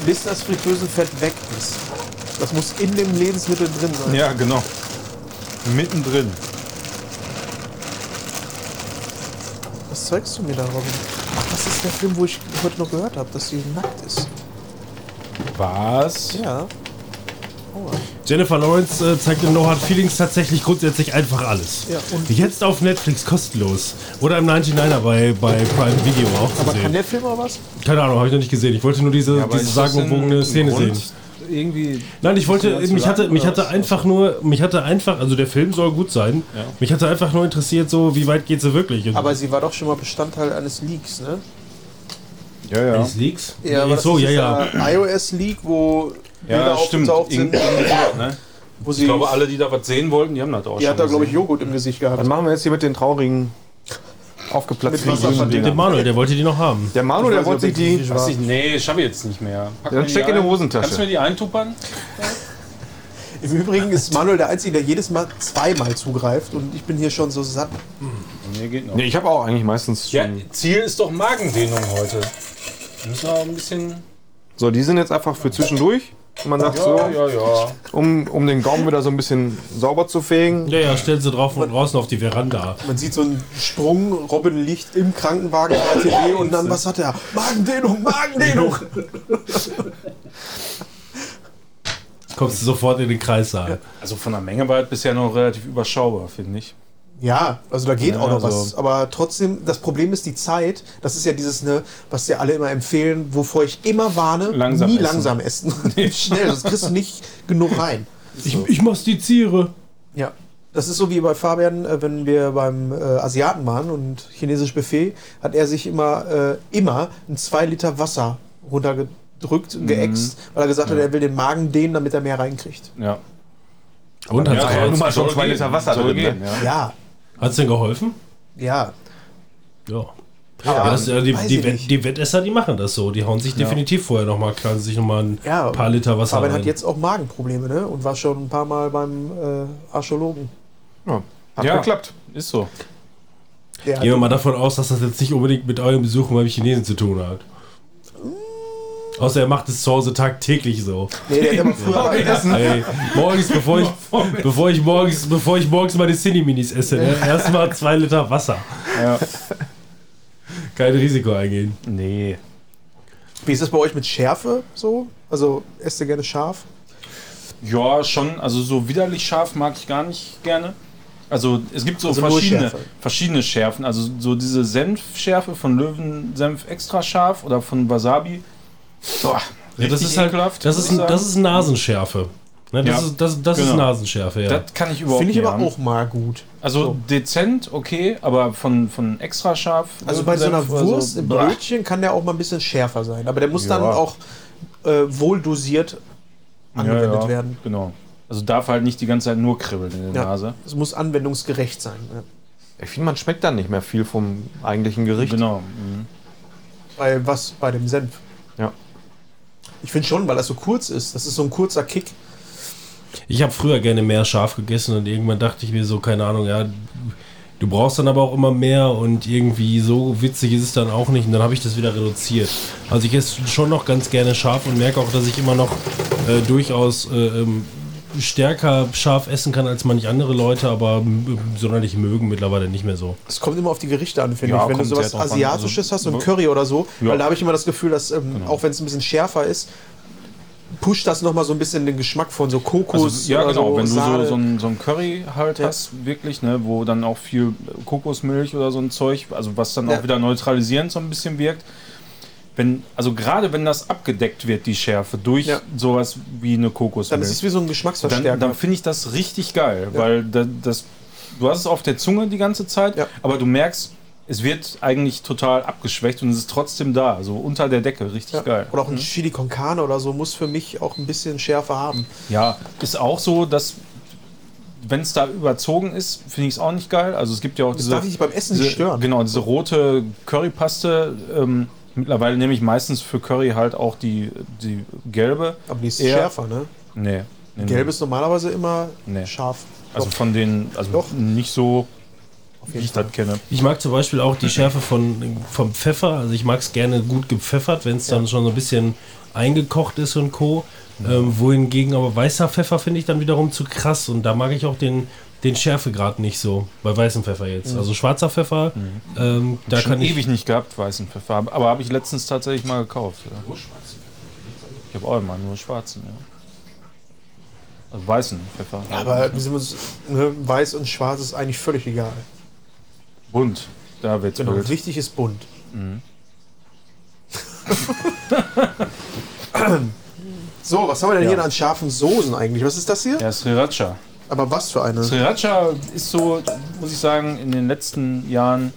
S6: Bis das Fritösenfett weg ist. Das muss in dem Lebensmittel drin sein.
S1: Ja, genau. Mittendrin.
S6: Was zeigst du mir da, Robin? Ach, das ist der Film, wo ich heute noch gehört habe, dass sie nackt ist.
S1: Was?
S6: Ja.
S3: Jennifer Lawrence äh, zeigt in No Hard Feelings tatsächlich grundsätzlich einfach alles.
S6: Ja, und-
S3: Jetzt auf Netflix kostenlos. Oder im 99er bei, bei Prime Video auch zu
S6: Aber kann
S3: sehen.
S6: der Film auch was?
S3: Keine Ahnung, habe ich noch nicht gesehen. Ich wollte nur diese, diese sagenumwogene Szene sehen.
S1: Irgendwie.
S3: Nein, ich wollte, mich hatte, mich hatte einfach nur, mich hatte einfach, also der Film soll gut sein. Mich hatte einfach nur interessiert, so wie weit geht sie wirklich. Und
S6: Aber sie war doch schon mal Bestandteil eines Leaks, ne?
S1: Ja, ja.
S3: Eines Leaks? nee,
S6: aber
S3: so, ja,
S6: ist
S3: ja.
S6: dieser iOS-Leak, wo
S1: Ja, stimmt.
S6: aufgetaucht sind,
S1: Irgend- irgendwie sowas, ne?
S6: wo sie.
S1: Ich glaube, alle, die da was sehen wollten, die haben das auch
S6: die
S1: schon
S6: hat da, glaube ich,
S1: gesehen.
S6: Joghurt im Gesicht gehabt.
S4: Was machen wir jetzt hier mit den traurigen
S6: Mit
S4: aufgeplatzten
S6: Wasser
S4: grünen
S6: verdünnt.
S3: Der
S4: Dingern?
S3: Manuel, der wollte die noch haben.
S4: Der Manu, der wollte sich die...
S1: Weiß ich, nee, schaffe ich jetzt nicht mehr. Pack
S4: Dann
S1: mir die
S4: steck in die
S1: ein.
S4: Hosentasche.
S1: Kannst du mir die eintuppern?
S6: Im Übrigen ist Manuel der Einzige, der jedes Mal zweimal zugreift und ich bin hier schon so satt.
S1: Nee, geht noch.
S4: Nee, ich habe auch eigentlich meistens
S2: Ja,
S4: schon...
S2: Ziel ist doch Magendehnung heute. Müssen wir auch ein bisschen.
S4: So, die sind jetzt einfach für zwischendurch. Und man sagt so,
S2: Ja, ja, ja.
S4: Um, um den Gaumen wieder so ein bisschen sauber zu fegen.
S3: Ja, ja, stell sie drauf und draußen auf die Veranda.
S6: Man sieht so einen Sprung, Robin liegt im Krankenwagen im ATW und dann, was hat er? Magendehnung, Magendehnung!
S3: Kommst du sofort in den Kreissaal.
S1: Also von der Menge
S2: halt
S1: war es bisher noch relativ überschaubar, finde ich.
S6: Ja, also da geht
S1: Ja,
S6: auch noch
S1: also-
S6: was. Aber trotzdem, das Problem ist die Zeit. Das ist ja dieses, ne, was ja alle immer empfehlen, wovor ich immer warne,
S1: Langsam
S6: nie
S1: essen.
S6: langsam essen. Schnell, das kriegst du nicht genug rein.
S3: Ich, ich mastiziere.
S6: Ja. Das ist so wie bei Fabian, äh, wenn wir beim äh, Asiaten waren und chinesisch Buffet, hat er sich immer, äh, immer ein 2 Liter Wasser runtergedrückt, geäxt, weil er gesagt hat, er will den Magen dehnen, damit er mehr reinkriegt.
S1: Ja.
S3: Und
S1: Ja,
S3: hat's
S1: soll-
S3: geholfen?
S4: mal schon
S1: soll
S4: zwei
S1: gehen.
S4: Liter Wasser
S1: Soll
S4: drin,
S1: gehen, ja.
S6: Ja,
S3: Hat's denn geholfen?
S6: ja.
S3: Ja. Ja, das, äh, die,
S6: weiß
S3: die,
S6: ich
S3: Wett-
S6: nicht.
S3: die Wettesser, die machen das so. Die hauen sich definitiv vorher nochmal, knallen sich nochmal ein
S6: Ja,
S3: paar Liter Wasser
S6: Fabian
S3: rein.
S6: hat jetzt auch Magenprobleme, ne? Und war schon ein paar Mal beim äh, Archäologen.
S4: Ja.
S11: Hat
S5: Ja.
S11: geklappt. Ist so.
S1: Der
S3: Gehen wir mal davon aus, dass das jetzt nicht unbedingt mit eurem Besuch beim Chinesen zu tun hat.
S6: Mm.
S3: Außer er macht es zu Hause tagtäglich so.
S1: nee, der hat immer früher gegessen.
S3: Ey, morgens, bevor ich, bevor ich morgens, bevor ich morgens meine Cineminis esse, ne? erstmal zwei Liter Wasser.
S11: Ja.
S3: Kein Risiko eingehen.
S11: Nee.
S1: Wie ist das bei euch mit Schärfe so? Also esst ihr gerne scharf?
S2: Ja, schon. Also so widerlich scharf mag ich gar nicht gerne. Also es gibt so
S1: Also nur
S2: verschiedene,
S1: Schärfe.
S2: verschiedene Schärfen. Also so diese Senfschärfe von Löwensenf extra scharf oder von Wasabi. Boah,
S3: Ja, das
S2: richtig
S3: ist halt,
S2: ekelhaft,
S3: das
S2: muss
S3: ist,
S2: ich sagen.
S3: das ist Nasenschärfe. Ne, das,
S2: Ja.
S3: ist, das, das ist
S2: Genau.
S3: Nasenschärfe, ja.
S2: Das kann ich überhaupt
S1: Finde ich
S2: nicht
S1: aber
S2: haben.
S1: auch mal gut.
S2: Also
S1: So.
S2: dezent, okay, aber von, von extra scharf.
S1: Also bei so einer
S2: Löwensenf oder
S1: Wurst im
S2: blah.
S1: Brötchen kann der auch mal ein bisschen schärfer sein. Aber der muss dann
S11: Ja.
S1: auch äh, wohl dosiert angewendet
S2: ja, ja,
S1: werden.
S2: Genau. Also darf halt nicht die ganze Zeit nur kribbeln in der
S1: Ja.
S2: Nase.
S1: Es muss anwendungsgerecht sein. Ne?
S4: Ich finde, man schmeckt dann nicht mehr viel vom eigentlichen Gericht.
S2: Genau. mhm.
S1: Bei was? Bei dem Senf.
S4: Ja.
S1: Ich finde schon, weil das so kurz ist. Das ist so ein kurzer Kick.
S3: Ich habe früher gerne mehr scharf gegessen und irgendwann dachte ich mir so, keine Ahnung, ja, du brauchst dann aber auch immer mehr und irgendwie so witzig ist es dann auch nicht und dann habe ich das wieder reduziert. Also ich esse schon noch ganz gerne scharf und merke auch, dass ich immer noch äh, durchaus äh, ähm, stärker scharf essen kann als manch andere Leute, aber m- m- sonderlich mögen mittlerweile nicht mehr so.
S1: Es kommt immer auf die Gerichte an, finde
S2: Ja,
S1: ich. Wenn du
S2: kommt
S1: sowas
S2: sehr drauf an.
S1: Asiatisches
S2: Also,
S1: hast, so ein
S2: wo-
S1: Curry oder so,
S2: Ja. Genau.
S1: weil da habe ich immer das Gefühl, dass, ähm, auch wenn es ein bisschen schärfer ist, pusht das nochmal so ein bisschen den Geschmack von so Kokos.
S2: Also, ja,
S1: oder
S2: genau.
S1: so
S2: Wenn du so,
S1: Sahne.
S2: so, ein, so ein Curry halt
S1: Ja.
S2: hast, wirklich, ne, wo dann auch viel Kokosmilch oder so ein Zeug, also was dann
S1: Ja.
S2: auch wieder neutralisierend so ein bisschen wirkt. Wenn, also gerade wenn das abgedeckt wird, die Schärfe, durch
S1: Ja.
S2: sowas wie eine Kokosmilch.
S1: dann ist es wie so ein Geschmacksverstärker.
S2: Dann, dann finde ich das richtig geil, weil da, das, du hast es auf der Zunge die ganze Zeit,
S1: Ja.
S2: aber du merkst, es wird eigentlich total abgeschwächt und es ist trotzdem da, so unter der Decke, richtig
S1: ja.
S2: geil. Mhm.
S1: Oder auch ein Chili con Carne oder so muss für mich auch ein bisschen Schärfe haben.
S2: Ja, ist auch so, dass wenn es da überzogen ist, finde ich es auch nicht geil. Also es gibt ja auch
S1: Das
S2: diese,
S1: darf ich beim Essen
S2: diese
S1: nicht stören.
S2: genau diese rote Currypaste. Ähm, mittlerweile nehme ich meistens für Curry halt auch die die gelbe.
S1: Aber die ist
S2: Eher-
S1: schärfer, ne?
S2: Nee, nee, nee.
S1: Gelb ist normalerweise immer
S2: Nee.
S1: scharf.
S2: Also
S1: Doch,
S2: von den, also
S1: Doch.
S2: nicht so,
S1: auf
S2: wie
S1: jeden
S2: ich
S1: Fall.
S2: das kenne.
S3: Ich mag zum Beispiel auch die Schärfe von, vom Pfeffer. Also ich mag es gerne gut gepfeffert, wenn es dann schon so ein bisschen eingekocht ist und Co. Ähm, wohingegen aber weißer Pfeffer finde ich dann wiederum zu krass und da mag ich auch den, den Schärfegrad nicht so. Bei weißem Pfeffer jetzt. Also schwarzer Pfeffer, ähm, da
S2: Schon
S3: kann ich.
S2: ewig nicht gehabt, weißen Pfeffer. Aber- Aber habe ich letztens tatsächlich mal gekauft. Ja. Ich habe auch immer nur schwarzen, ja. Also weißen Pfeffer.
S1: Aber sind wir uns, ne, weiß und schwarz ist eigentlich völlig egal.
S2: bunt. Da wird's
S1: Genau.
S2: wild.
S1: Wichtig ist bunt.
S2: Mhm.
S1: so, was haben wir denn hier
S2: Ja.
S1: an scharfen Soßen eigentlich? Was ist das hier?
S2: Ja, Sriracha.
S1: Aber was für eine?
S2: Sriracha ist so, muss ich sagen, in den letzten Jahren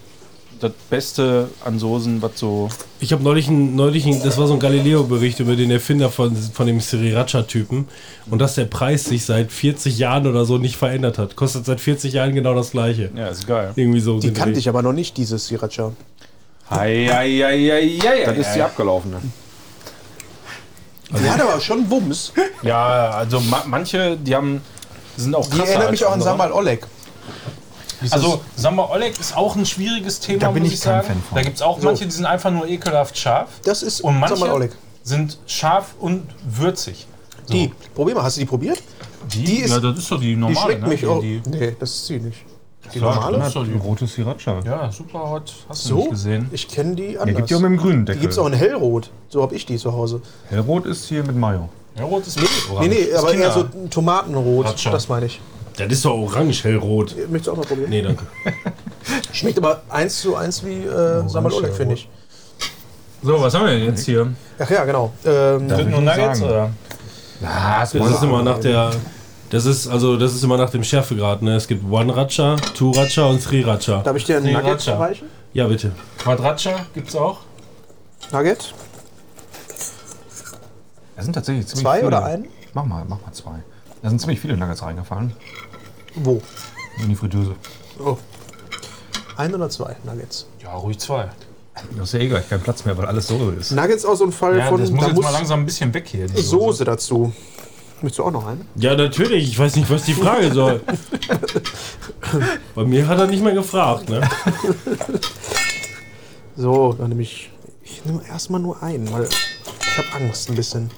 S2: das Beste an Soßen, was so.
S3: Ich habe neulich, ein- neulich, ein- das war so ein Galileo-Bericht über den Erfinder von, von dem Sriracha-Typen und dass der Preis sich seit 40 Jahren oder so nicht verändert hat. Kostet seit 40 Jahren genau das gleiche.
S2: Ja, ist geil.
S3: Irgendwie so.
S1: Die
S3: gedreht.
S1: kannte ich aber noch nicht, diese Sriracha.
S2: Hei, hei, hei, hei, hei,
S11: Dann ist
S2: hei.
S11: die abgelaufene.
S1: Die hat aber schon Wumms.
S2: Ja, also ma manche, die haben. Sind auch
S1: Die
S2: krasser
S1: erinnert mich
S2: als
S1: auch an
S2: andere.
S1: Sambal Oleg.
S2: Also, Samba Oleg ist auch ein schwieriges Thema,
S4: Da bin
S2: muss
S4: ich kein
S2: sagen.
S4: Fan von.
S2: Da gibt es auch manche, die sind einfach nur ekelhaft scharf.
S1: Das ist
S2: Und manche
S1: Sambal Oleg.
S2: sind scharf und würzig. So.
S1: Die, probier mal, hast du die probiert? die ist-
S2: ja, das ist doch die
S1: Die
S2: normale,
S1: schmeckt
S2: ne?
S1: mich
S2: Die-
S1: auch.
S2: die-
S1: Nee, das ist sie nicht. Die
S5: Dann
S1: normale?
S5: hat ein rotes Sriracha.
S2: Ja, super hot. Hast du
S1: So?
S2: nicht gesehen?
S1: Ich kenne die
S5: Der
S1: anders.
S5: gibt ja auch mit dem grünen Deckel.
S1: die gibt es auch in hellrot. So habe ich die zu Hause.
S5: Hellrot ist hier mit Mayo.
S2: Ja, rot ist
S1: Nee, nee, aber
S2: Kinder.
S1: eher so ein Tomatenrot.
S2: Ratscha.
S1: Das meine ich.
S3: Das ist doch orange, hellrot.
S1: Möchtest du auch mal probieren?
S3: Nee, danke.
S1: Schmeckt aber eins zu eins wie äh, Sambal Oleg, finde ich.
S2: So, was haben wir denn jetzt hier?
S1: Ach ja, genau. Ähm,
S2: Dritten und Nuggets
S5: sagen.
S2: oder?
S3: Das ist immer nach der. Das ist also das ist immer nach dem Schärfegrad, ne? Es gibt One Racha, Two Racha und Three Racha.
S1: darf ich dir einen
S2: Nee,
S1: Nugget
S2: Ratscha.
S1: reichen?
S3: Ja, bitte.
S2: Quadratscha gibt's auch?
S1: Nugget?
S4: Da sind tatsächlich ziemlich
S1: Zwei
S2: Hm.
S4: viele.
S1: oder einen?
S4: Mach mal, mach mal zwei. Da sind ziemlich viele Nuggets reingefallen.
S1: Wo?
S4: In die Fritteuse.
S1: Oh. Ein oder zwei Nuggets.
S2: Ja, ruhig zwei.
S5: Du hast ja eh gleich keinen Platz mehr, weil alles so ist.
S1: Nuggets aus so einem Fall
S2: Ja,
S1: von,
S2: das muss
S1: da
S2: jetzt mal
S1: muss
S2: langsam ein bisschen weg hier. die
S1: Soße dazu.
S6: Möchtest du auch noch einen?
S3: Ja, natürlich. Ich weiß nicht, was die Frage soll. Bei mir hat er nicht mehr gefragt, ne?
S6: So, dann nehme ich. Ich nehme erstmal nur einen, weil ich habe Angst ein bisschen.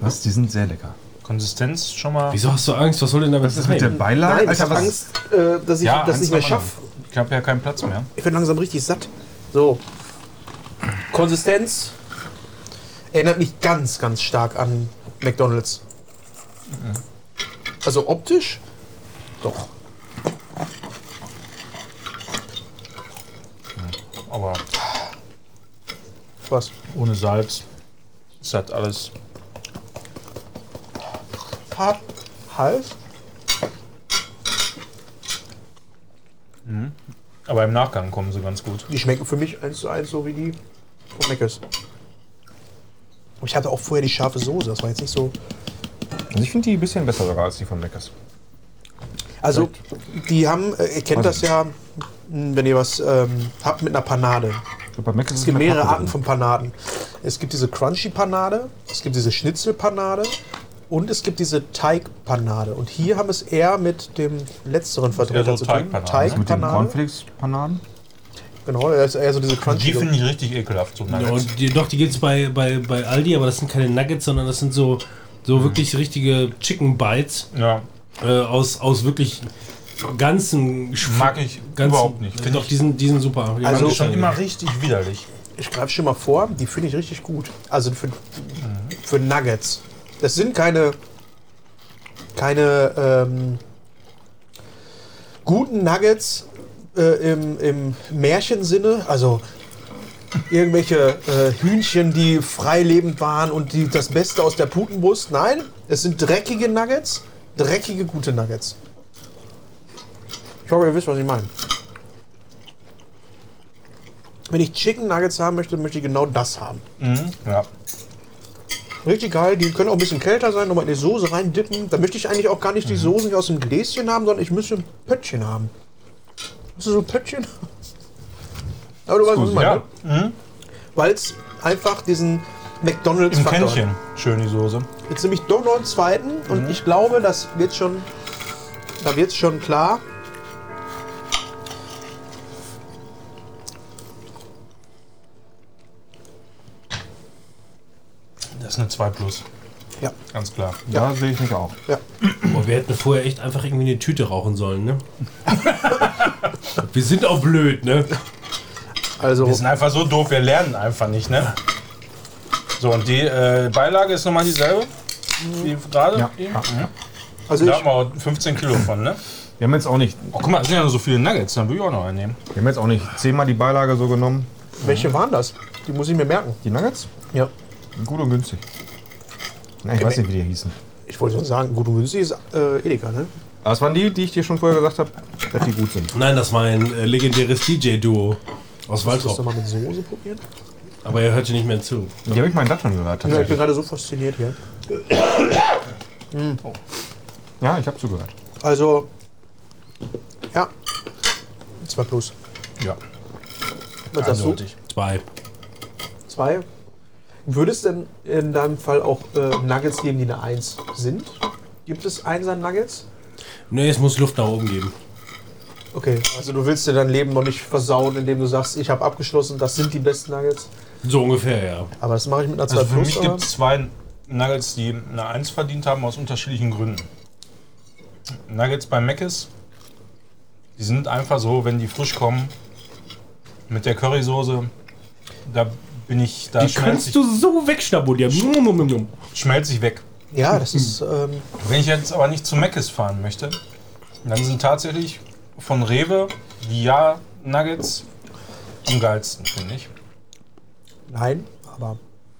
S4: Was? Die sind sehr lecker.
S2: Konsistenz schon mal.
S3: Wieso hast du Angst? Was soll denn damit
S4: Was ist mit der
S3: sein?
S4: Beilage?
S6: Nein, ich habe Angst, äh, dass ich das
S2: Angst
S6: nicht mehr
S2: haben wir
S6: schaffe.
S2: noch. Ich habe ja keinen Platz mehr.
S6: Ich bin langsam richtig satt. So. Konsistenz erinnert mich ganz, ganz stark an McDonalds. Also optisch? Doch.
S2: Aber
S6: Was?
S2: ohne Salz ist halt alles.
S6: Hart, halb?
S2: Aber im Nachgang kommen sie ganz gut.
S6: Die schmecken für mich eins zu eins so wie die von Mc's. Und ich hatte auch vorher die scharfe Soße, das war jetzt nicht so.
S4: Also ich finde die ein bisschen besser sogar als die von Meckers.
S6: Also, die haben, äh, ihr kennt das ja, mh, wenn ihr was ähm, habt mit einer Panade.
S4: Bei Meckers
S6: Es gibt mehrere Arten von Panaden. Es gibt diese Crunchy-Panade, es gibt diese Schnitzel-Panade und es gibt diese Teig-Panade. Und hier haben wir es eher mit dem letzteren Vertreter
S2: eher so ne?
S6: zu tun.
S2: Teigpanade,
S4: mit den
S6: Teigpanade.
S4: Cornflakes-Panaden.
S6: Genau, das ist eher so diese
S2: Die
S6: crunchy
S2: finde ich richtig ekelhaft. So
S3: Ja,
S2: Nuggets.
S3: und die, doch, die gibt's bei, bei, bei Aldi, aber das sind keine Nuggets, sondern das sind so, so wirklich richtige Chicken Bites
S2: ja,
S3: äh, aus, aus wirklich ganzen Sch-
S2: mag ich
S3: ganzen,
S2: überhaupt nicht.
S3: Äh, doch, die sind, die sind super. Ja,
S6: Also-
S2: also
S3: mag ich
S2: schon
S3: gerne.
S2: immer richtig widerlich.
S6: Ich greife schon mal vor, die finde ich richtig gut. Also für, für Nuggets. Das sind keine, keine ähm, guten Nuggets äh, im, im Märchensinne. Also irgendwelche äh, Hühnchen, die freilebend waren und die das Beste aus der Putenbrust. Nein, es sind dreckige Nuggets, dreckige gute Nuggets. Ich hoffe, ihr wisst, was ich meine. Wenn ich Chicken Nuggets haben möchte, möchte ich genau das haben.
S2: Mhm. Ja.
S6: Richtig geil, die können auch ein bisschen kälter sein, nochmal in die Soße reindippen. Da möchte ich eigentlich auch gar nicht
S2: Mhm.
S6: die Soße nicht aus dem Gläschen haben, sondern ich müsste ein Pöttchen haben. Hast du so ein Pöttchen? Aber du weißt, was ich meine.
S2: ja.
S6: ne? Weil es einfach diesen mcdonalds
S2: Im
S6: faktor
S2: Kännchen. Mhm. Schön die Soße.
S6: Jetzt nehme ich doch noch einen zweiten und ich glaube, das wird schon. Da wird es schon klar.
S2: Das ist eine 2 Plus.
S6: Ja.
S2: Ganz klar.
S4: Ja, sehe ich mich auch.
S3: Boah, wir hätten vorher echt einfach irgendwie eine Tüte rauchen sollen, ne? wir sind auch blöd, ne?
S6: Also,
S2: Wir sind einfach so doof, wir lernen einfach nicht, ne? So, und die äh, Beilage ist nochmal dieselbe. Wie gerade?
S4: Ja.
S2: eben?
S4: ja.
S6: also
S2: Da haben
S6: ich,
S2: wir auch 15 Kilo von, ne?
S4: Wir haben jetzt auch nicht,
S2: Oh, guck mal, das sind ja nur so viele Nuggets, dann will ich auch noch einen nehmen.
S4: wir haben jetzt auch nicht zehnmal die Beilage so genommen.
S6: welche waren das? Die muss ich mir merken.
S4: Die Nuggets?
S6: Ja.
S4: Gut und günstig. Na, ich weiß nicht, wie die hießen.
S6: Ich wollte schon sagen, gut und günstig ist äh, Edeka, ne?
S4: Aber es waren die, die ich dir schon vorher gesagt habe, dass die gut sind.
S3: Nein, das war ein äh, legendäres DJ-Duo aus
S6: Willst du
S3: Waldrop.
S6: mal mit Soße probieren?
S3: Aber er hörte nicht mehr zu.
S4: Die habe ich mal in Deutschland gehört.
S6: Ja, ich bin
S4: Tatsächlich.
S6: gerade so fasziniert hier.
S4: Ja, ich habe zugehört.
S6: Also, ja. 2 plus.
S2: Ja,
S6: Was sagst du?
S2: eindeutig.
S3: Zwei.
S6: 2. Würde es denn in deinem Fall auch äh, Nuggets geben, die eine 1 sind? Gibt es 1 an Nuggets?
S3: Nee, es muss Luft nach oben geben.
S6: Okay, also du willst dir dein Leben noch nicht versauen, indem du sagst, ich habe abgeschlossen, das sind die besten Nuggets.
S3: So ungefähr, ja.
S6: Aber das mache ich mit einer 2
S2: Also für
S6: plus.
S2: mich
S6: aber-
S2: gibt es zwei Nuggets, die eine 1 verdient haben, aus unterschiedlichen Gründen. Nuggets bei Mc's, die sind einfach so, wenn die frisch kommen, mit der Currysoße, da bin ich, da
S3: Die kannst du so wegschnabulieren. Mum, mum, mum, mum.
S2: schmelze ich weg.
S6: ja, das ist. Ähm,
S2: Wenn ich jetzt aber nicht zu Mc's fahren möchte, dann sind tatsächlich von Rewe die Ja-Nuggets am geilsten, finde ich.
S6: nein, aber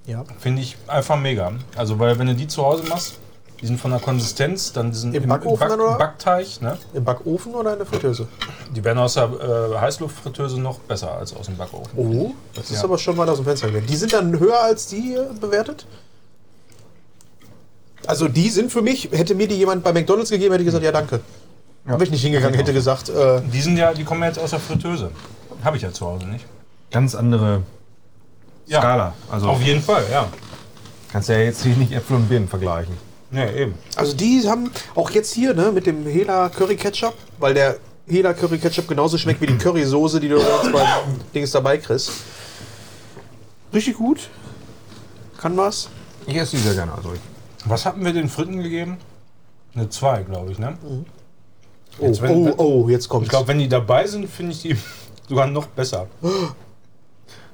S6: ja.
S2: Finde ich einfach mega. Also, weil wenn du die zu Hause machst, die sind von der Konsistenz, dann sind
S6: Im Backofen dann, oder?
S2: Backteig, ne?
S6: Im Backofen oder in der Fritteuse?
S2: Die werden aus der äh, Heißluftfritteuse noch besser als aus dem Backofen.
S6: Oh, das ist
S2: Ja.
S6: aber schon mal aus dem Fenster gewesen. Die sind dann höher als die hier bewertet? Also die sind für mich, hätte mir die jemand bei McDonalds gegeben, hätte ich gesagt, ja danke. Ja. Habe ich nicht hingegangen, hätte gesagt, äh,
S2: Die sind ja, die kommen ja jetzt aus der Fritteuse. Habe ich ja zu Hause nicht.
S4: Ganz andere
S2: Ja,
S4: Skala. Also
S2: auf jeden Fall, ja.
S4: kannst du ja jetzt hier nicht Äpfel und Birnen vergleichen.
S2: Ja, eben.
S1: Also die haben auch jetzt hier ne, mit dem Hela Curry Ketchup, weil der Hela Curry Ketchup genauso schmeckt wie die Currysoße, die du jetzt beim Dings dabei kriegst. Richtig gut. Kann was.
S4: Ich esse die sehr gerne. Also ich,
S2: Was hatten wir den Fritten gegeben? Eine 2, glaube ich, ne?
S1: Oh,
S2: Jetzt, wenn-
S1: oh, oh, jetzt kommt's.
S2: Ich glaube, wenn die dabei sind, finde ich die sogar noch besser.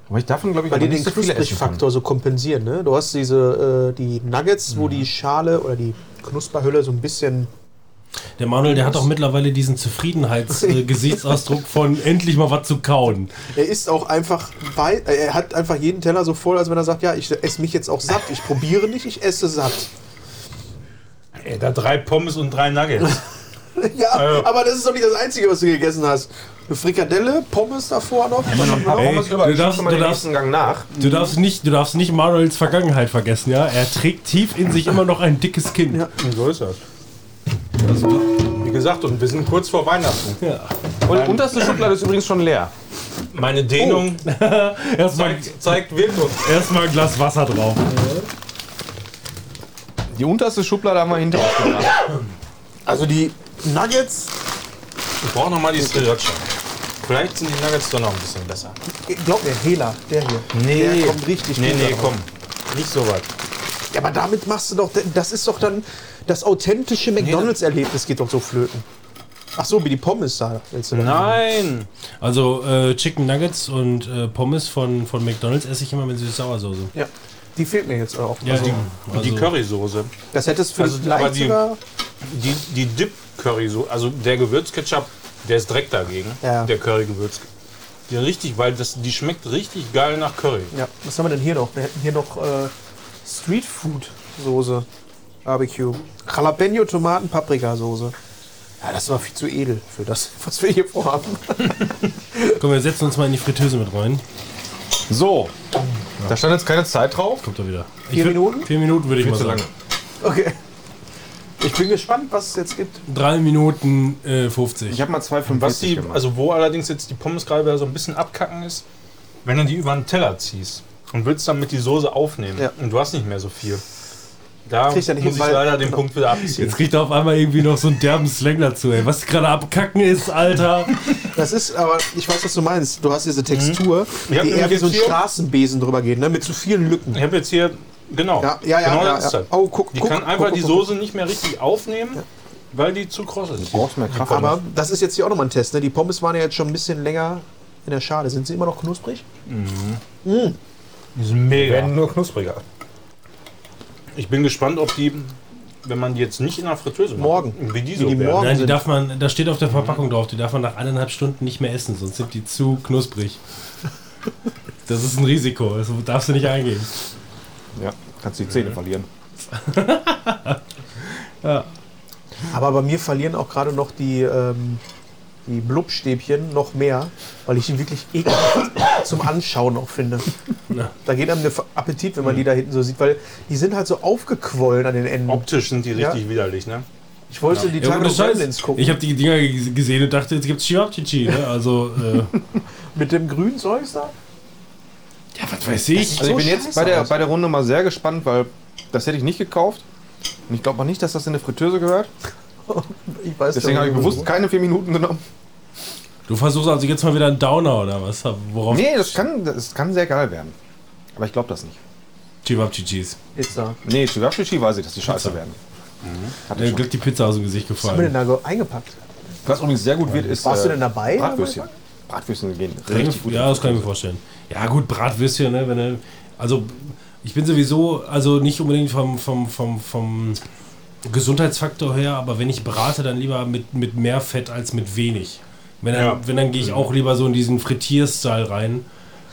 S4: aber ich davon, glaube ich,
S1: weil die
S4: aber
S1: den
S4: nicht so viele essen kann.
S1: Knusprigfaktor so kompensieren. Ne? Du hast diese äh, die Nuggets, wo die Schale oder die Knusperhülle so ein bisschen
S3: Der Manuel, der hat auch mittlerweile diesen Zufriedenheits-Gesichtsausdruck von endlich mal was zu kauen.
S1: Er ist auch einfach bei, äh, er hat einfach jeden Teller so voll, als wenn er sagt, ja, ich esse mich jetzt auch satt. Ich probiere nicht, ich esse satt.
S2: Ey, da drei Pommes und drei Nuggets.
S1: Ja, aber das ist doch nicht das Einzige, was du gegessen hast. Eine Frikadelle, Pommes davor noch.
S4: Ey,
S3: Pommes über-
S4: du darfst,
S3: schon
S4: du
S3: mal den
S4: darfst einen Gang nach.
S3: Du darfst nicht, du darfst nicht Manuels Vergangenheit vergessen, ja? Er trägt tief in sich immer noch ein dickes Kind.
S1: Ja.
S2: so ist das. Wie gesagt, und wir sind kurz vor Weihnachten.
S4: Und unterste Schublade ist übrigens schon leer.
S2: Meine Dehnung
S3: Erstmal
S2: zeigt, zeigt Wirkung.
S3: erstmal ein Glas Wasser drauf.
S4: Die unterste Schublade haben wir hinter uns gelassen.
S1: Also die Nuggets,
S2: Ich brauche nochmal die Sriracha. Vielleicht sind die Nuggets doch noch ein bisschen besser.
S6: Äh,
S1: glaub mir, Hela, der hier. Der kommt richtig
S2: Nee,
S1: gut
S2: nee,
S1: da drauf.
S2: komm. Nicht so weit.
S1: Ja, aber damit machst du doch, das ist doch dann das authentische McDonalds-Erlebnis geht doch so flöten. Ach so, wie die Pommes da. willst du dann-
S2: Nein!
S3: Also äh, Chicken Nuggets und äh, Pommes von, von McDonalds esse ich immer mit Süß-Sauersoße. Also,
S1: Ja, die fehlt mir jetzt auch.
S3: Ja, die,
S2: Und die Currysoße.
S1: Das hättest du
S2: Also, aber
S1: vielleicht
S2: die-
S1: sogar...
S2: Die, die Dip-Currysoße, also der Gewürzketchup, der ist direkt dagegen.
S1: Ja.
S2: Der Curry-Gewürz. Die richtig, weil das, die schmeckt richtig geil nach Curry.
S1: Ja, was haben wir denn hier noch? Wir hätten hier noch äh, Street Food Soße. Barbecue. Jalapeno Tomaten Paprika Soße. Ja, das war viel zu edel für das, was wir hier vorhaben.
S3: Komm, wir setzen uns mal in die Fritteuse mit rein.
S4: So. Da stand jetzt keine Zeit drauf.
S3: Kommt er wieder. Ich
S1: Vier
S3: wür-
S1: Minuten?
S3: Vier Minuten würde ich mal
S4: zu
S3: sagen.
S4: lange.
S1: Okay. Ich bin gespannt, was es jetzt gibt.
S3: Drei Minuten äh, 50.
S11: Ich habe mal
S2: Was
S11: 2,45
S2: die,
S11: gemacht.
S2: also wo allerdings jetzt die Pommes gerade so ein bisschen abkacken ist, wenn du die über den Teller ziehst und willst damit die Soße aufnehmen
S1: Ja.
S2: und du hast nicht mehr so viel. Da muss
S1: Kriegst ja
S2: ich
S1: nicht hin, weil-
S2: leider den
S1: genau.
S2: Punkt wieder abziehen.
S3: Jetzt kriegt er auf einmal irgendwie noch so einen derben Slang dazu, ey. Was gerade abkacken ist, Alter.
S1: Das ist aber, ich weiß, was du meinst. Du hast diese Textur,
S2: Ich hab
S1: die eher
S2: nämlich
S1: wie so ein
S2: jetzt hier-
S1: Straßenbesen drüber geht, ne? mit zu vielen Lücken.
S2: Ich habe jetzt hier, genau,
S1: Ja, ja, ja,
S2: genau
S1: ja,
S2: das ist
S1: ja.
S2: das.
S1: Oh, guck,
S2: die
S1: guck,
S2: kann einfach
S1: guck,
S2: die
S1: guck, guck. Oh.
S2: Soße nicht mehr richtig aufnehmen, weil die zu kross ist.
S11: du brauchst mehr Kraft.
S1: Aber das ist jetzt hier auch nochmal ein Test. Ne? Die Pommes waren ja jetzt schon ein bisschen länger in der Schale. Sind sie immer noch knusprig?
S2: Die sind mega.
S4: Nur knuspriger.
S2: Ich bin gespannt, ob die, wenn man die jetzt nicht in der Fritteuse macht,
S1: Morgen.
S2: wie die
S1: Wie
S2: so
S1: die
S2: werden.
S1: morgen-
S3: Nein, die
S1: Wahnsinn.
S3: darf man, da steht auf der Verpackung drauf, die darf man nach eineinhalb Stunden nicht mehr essen, sonst sind die zu knusprig. Das ist ein Risiko, das darfst du nicht eingehen.
S11: Ja, kannst die Zähne verlieren.
S1: Aber bei mir verlieren auch gerade noch die, ähm, die Blubstäbchen noch mehr, weil ich die wirklich ekelhaft zum Anschauen auch finde. Da geht einem der Ver- Appetit, wenn man
S3: Mhm.
S1: die da hinten so sieht, weil die sind halt so aufgequollen an den Enden.
S3: Oh.
S2: Optisch sind die richtig widerlich, ne?
S1: Ich wollte die Tage
S3: ohne
S1: noch Gremlins gucken.
S3: ich habe die Dinger g- gesehen und dachte, jetzt gibt's Chihuahua, ne? Also, äh,
S1: Mit dem grünen Zeugs da?
S3: ja, was weiß ich.
S4: Also
S1: So
S4: ich bin jetzt
S1: scheiße
S4: bei der,
S1: aus.
S4: bei der Runde mal sehr gespannt, weil das hätte ich nicht gekauft. Und ich glaube auch nicht, dass das in eine Fritteuse gehört.
S1: Ich weiß
S4: Deswegen habe ich bewusst keine vier Minuten genommen.
S3: Du versuchst also jetzt mal wieder einen Downer oder was? Worauf
S4: Nee, das kann, das kann sehr geil werden. Aber ich glaube das nicht.
S3: Chihuahua ist.
S1: Pizza.
S4: Nee, Chihuahua weiß ich, dass die scheiße
S3: Pizza.
S4: werden. Mhm.
S3: Mir glück die Pizza aus dem Gesicht
S1: Was haben wir
S3: gefallen.
S1: denn da so eingepackt?
S4: Was übrigens sehr gut wird, ist
S1: Warst du denn dabei?
S4: Bratwürstchen. Bratwürstchen gehen richtig gut.
S3: Ja, das kann ich mir vorstellen. Ja, gut, Bratwürstchen, ne? Wenn du, also, ich bin sowieso, also nicht unbedingt vom, vom, vom, vom Gesundheitsfaktor her, aber wenn ich brate, dann lieber mit, mit mehr Fett als mit wenig. Wenn dann,
S2: Ja.
S3: wenn dann gehe ich auch lieber so in diesen Frittierstyle rein.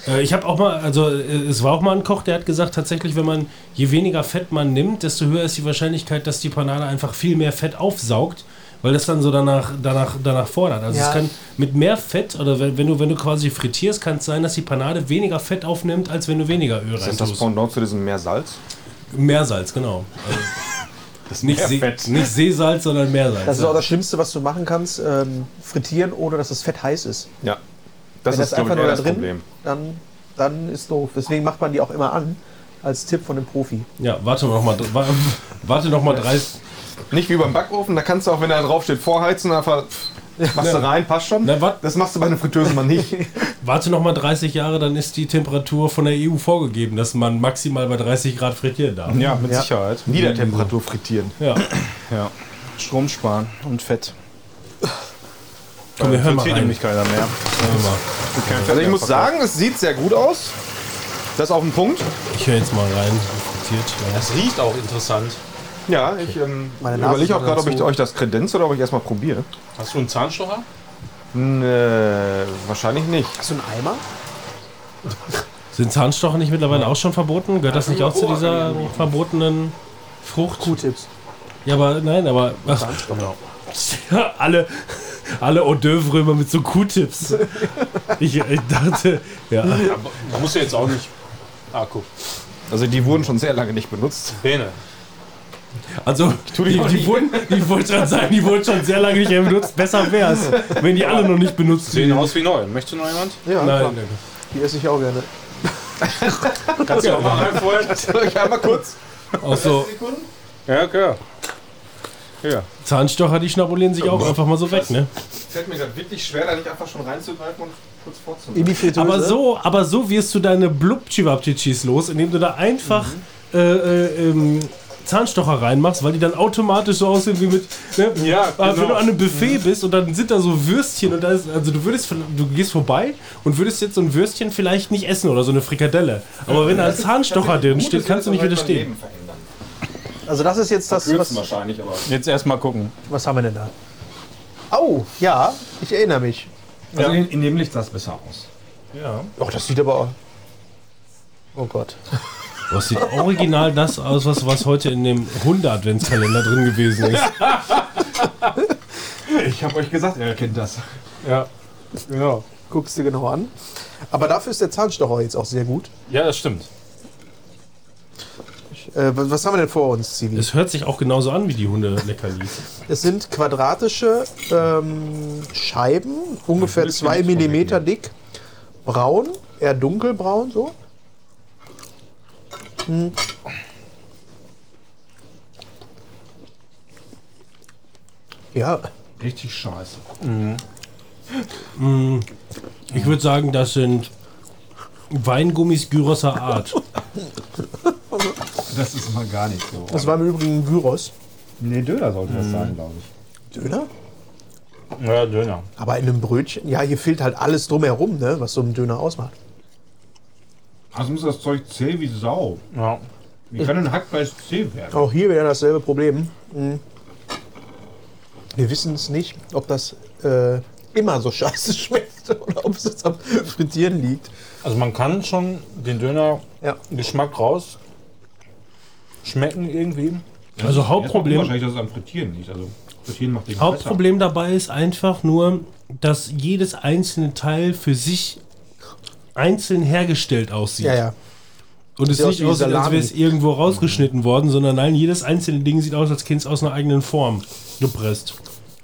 S3: Äh, Ich habe auch mal, also äh, es war auch mal ein Koch, der hat gesagt, tatsächlich, wenn man je weniger Fett man nimmt, desto höher ist die Wahrscheinlichkeit, dass die Panade einfach viel mehr Fett aufsaugt, weil das dann so danach, danach, danach fordert. Also
S1: Ja.
S3: es kann mit mehr Fett oder wenn, wenn du wenn du quasi frittierst, kann es sein, dass die Panade weniger Fett aufnimmt, als wenn du weniger Öl
S4: Ist das das
S3: reintust.
S4: Pendant zu diesem Meersalz?
S3: Meersalz, genau. Also, nicht, See, nicht Seesalz, sondern Meersalz.
S1: Das ist
S3: ja.
S1: auch das Schlimmste, was du machen kannst. Ähm, frittieren, ohne dass das Fett heiß ist.
S4: Ja. Das
S1: Wenn das
S4: ist, glaube
S1: einfach
S4: ich,
S1: nur
S4: eher
S1: da
S4: das
S1: drin,
S4: Problem.
S1: dann, dann ist doof. Deswegen macht man die auch immer an, als Tipp von dem Profi.
S3: Ja, warte noch mal, wa- warte noch mal 30.
S4: Nicht wie beim Backofen, da kannst du auch, wenn da drauf steht, vorheizen, einfach pff, machst du rein, passt schon.
S3: Na, wat,
S4: Das machst du bei einer Fritteuse mal nicht.
S3: warte noch mal 30 Jahre, dann ist die Temperatur von der EU vorgegeben, dass man maximal bei 30 Grad frittieren darf.
S2: Ja, mit Sicherheit.
S4: Niedertemperatur frittieren.
S3: Ja.
S11: Strom sparen und Fett. Äh,
S3: Komm, wir hören mal rein.
S11: nämlich keiner mehr.
S3: Hören wir mal.
S4: Also ich muss sagen, es sieht sehr gut aus. Das ist auf den Punkt.
S3: Ich höre jetzt mal rein. Frittiert. Ja.
S2: Das riecht auch interessant.
S4: Ja, ich ähm,
S1: Meine Nase
S4: überlege auch
S1: tut
S4: gerade, ob ich
S1: dazu.
S4: euch das kredenze oder ob ich erstmal probiere.
S2: Hast du einen Zahnstocher?
S4: Nee, wahrscheinlich nicht.
S1: Hast du einen Eimer?
S3: Sind Zahnstocher nicht mittlerweile auch schon verboten? Gehört das nicht auch zu
S11: Oh,
S3: dieser verbotenen Frucht?
S1: Q-Tipps.
S3: Ja, aber nein, aber ach, ja, alle, alle Hors d'oeuvre immer mit so Q-Tipps. Ich, ich dachte, ja.
S2: Aber Muss ja jetzt auch nicht. Ah, guck.
S4: Also die wurden schon sehr lange nicht benutzt.
S2: Bene.
S3: Also, die, die, wurden, die wollte gerade sagen, die wurden schon sehr lange nicht mehr benutzt. Besser wär's, wenn die alle noch nicht benutzt
S2: Sehen
S3: werden.
S2: aus wie neu. Möchte noch jemand?
S1: Ja,
S3: Nein,
S1: klar. die esse ich auch gerne.
S2: Kannst du auch mal reinfeuern?
S4: Soll ich einmal kurz?
S3: auch so
S2: Ja, klar. Ja.
S3: Zahnstocher, die schnabulieren sich auch einfach mal so weg, ne?
S4: Fällt mir gerade wirklich schwer, da nicht einfach schon reinzugreifen und kurz vorzunehmen.
S1: In die Fritteuse.
S3: Aber so, aber so wirst du deine Blubchibabtichis los, indem du da einfach
S2: Mhm.
S3: äh, äh, ähm, Zahnstocher reinmachst, weil die dann automatisch so aussehen wie mit. Ne?
S2: Ja,
S3: Aber Wenn
S2: genau.
S3: du an einem Buffet bist und dann sind da so Würstchen und da ist, also du würdest, du gehst vorbei und würdest jetzt so ein Würstchen vielleicht nicht essen oder so eine Frikadelle. Aber wenn da ein Zahnstocher drin steht, kannst du nicht widerstehen.
S1: Also das ist jetzt das, was,
S4: wahrscheinlich, aber.
S2: Jetzt erstmal gucken.
S1: was haben wir denn da? Oh, ja, ich erinnere mich.
S5: Also in, in dem Licht sah es besser aus.
S2: Ja.
S1: Oh, das sieht aber... Oh Gott.
S3: Was sieht original das aus, was, was heute in dem Hunde-Adventskalender drin gewesen ist?
S5: Ich habe euch gesagt, er erkennt das.
S2: Ja. Genau.
S1: Guckst dir genau an. Aber dafür ist der Zahnstocher jetzt auch sehr gut.
S2: Ja, das stimmt.
S1: Äh, was was haben wir denn vor uns, Zivi?
S3: Es hört sich auch genauso an wie die Hunde-Leckerlis.
S1: Es sind quadratische ähm, Scheiben, ungefähr
S5: willst du
S1: 2
S5: nichts von
S1: mm dick, braun, eher dunkelbraun so. Hm. Ja,
S5: Richtig scheiße.
S3: Ich würde sagen, das sind Weingummis gyroser Art.
S5: Das ist mal gar nicht
S4: Also
S5: so.
S1: das war im Übrigen ein Gyros.
S5: Nee, Döner sollte
S4: Mhm.
S5: das sein, glaube ich.
S1: Döner?
S2: Ja, Döner.
S1: Aber in einem Brötchen? Ja, hier fehlt halt alles drumherum, ne, was so einen Döner ausmacht.
S5: Also muss das Zeug zäh wie Sau.
S2: Ja.
S5: Wie kann ein Hackfleisch zäh werden?
S1: Auch hier wieder dasselbe Problem. Hm. Wir wissen es nicht, ob das äh, immer so scheiße schmeckt oder ob es jetzt am Frittieren liegt.
S2: Also man kann schon den Döner
S1: Ja.
S2: Geschmack raus schmecken irgendwie.
S3: Also Hauptproblem,
S5: Wahrscheinlich, dass es am Frittieren liegt. Also Frittieren macht den
S3: Hauptproblem dabei ist einfach nur, dass jedes einzelne Teil für sich einzeln hergestellt aussieht.
S1: Ja, ja.
S3: Und es
S1: Sieht aus
S3: nicht
S1: wie
S3: aussieht, als
S1: Salami.
S3: wäre es irgendwo rausgeschnitten worden, sondern nein, jedes einzelne Ding sieht aus, als käme es aus einer eigenen Form gepresst.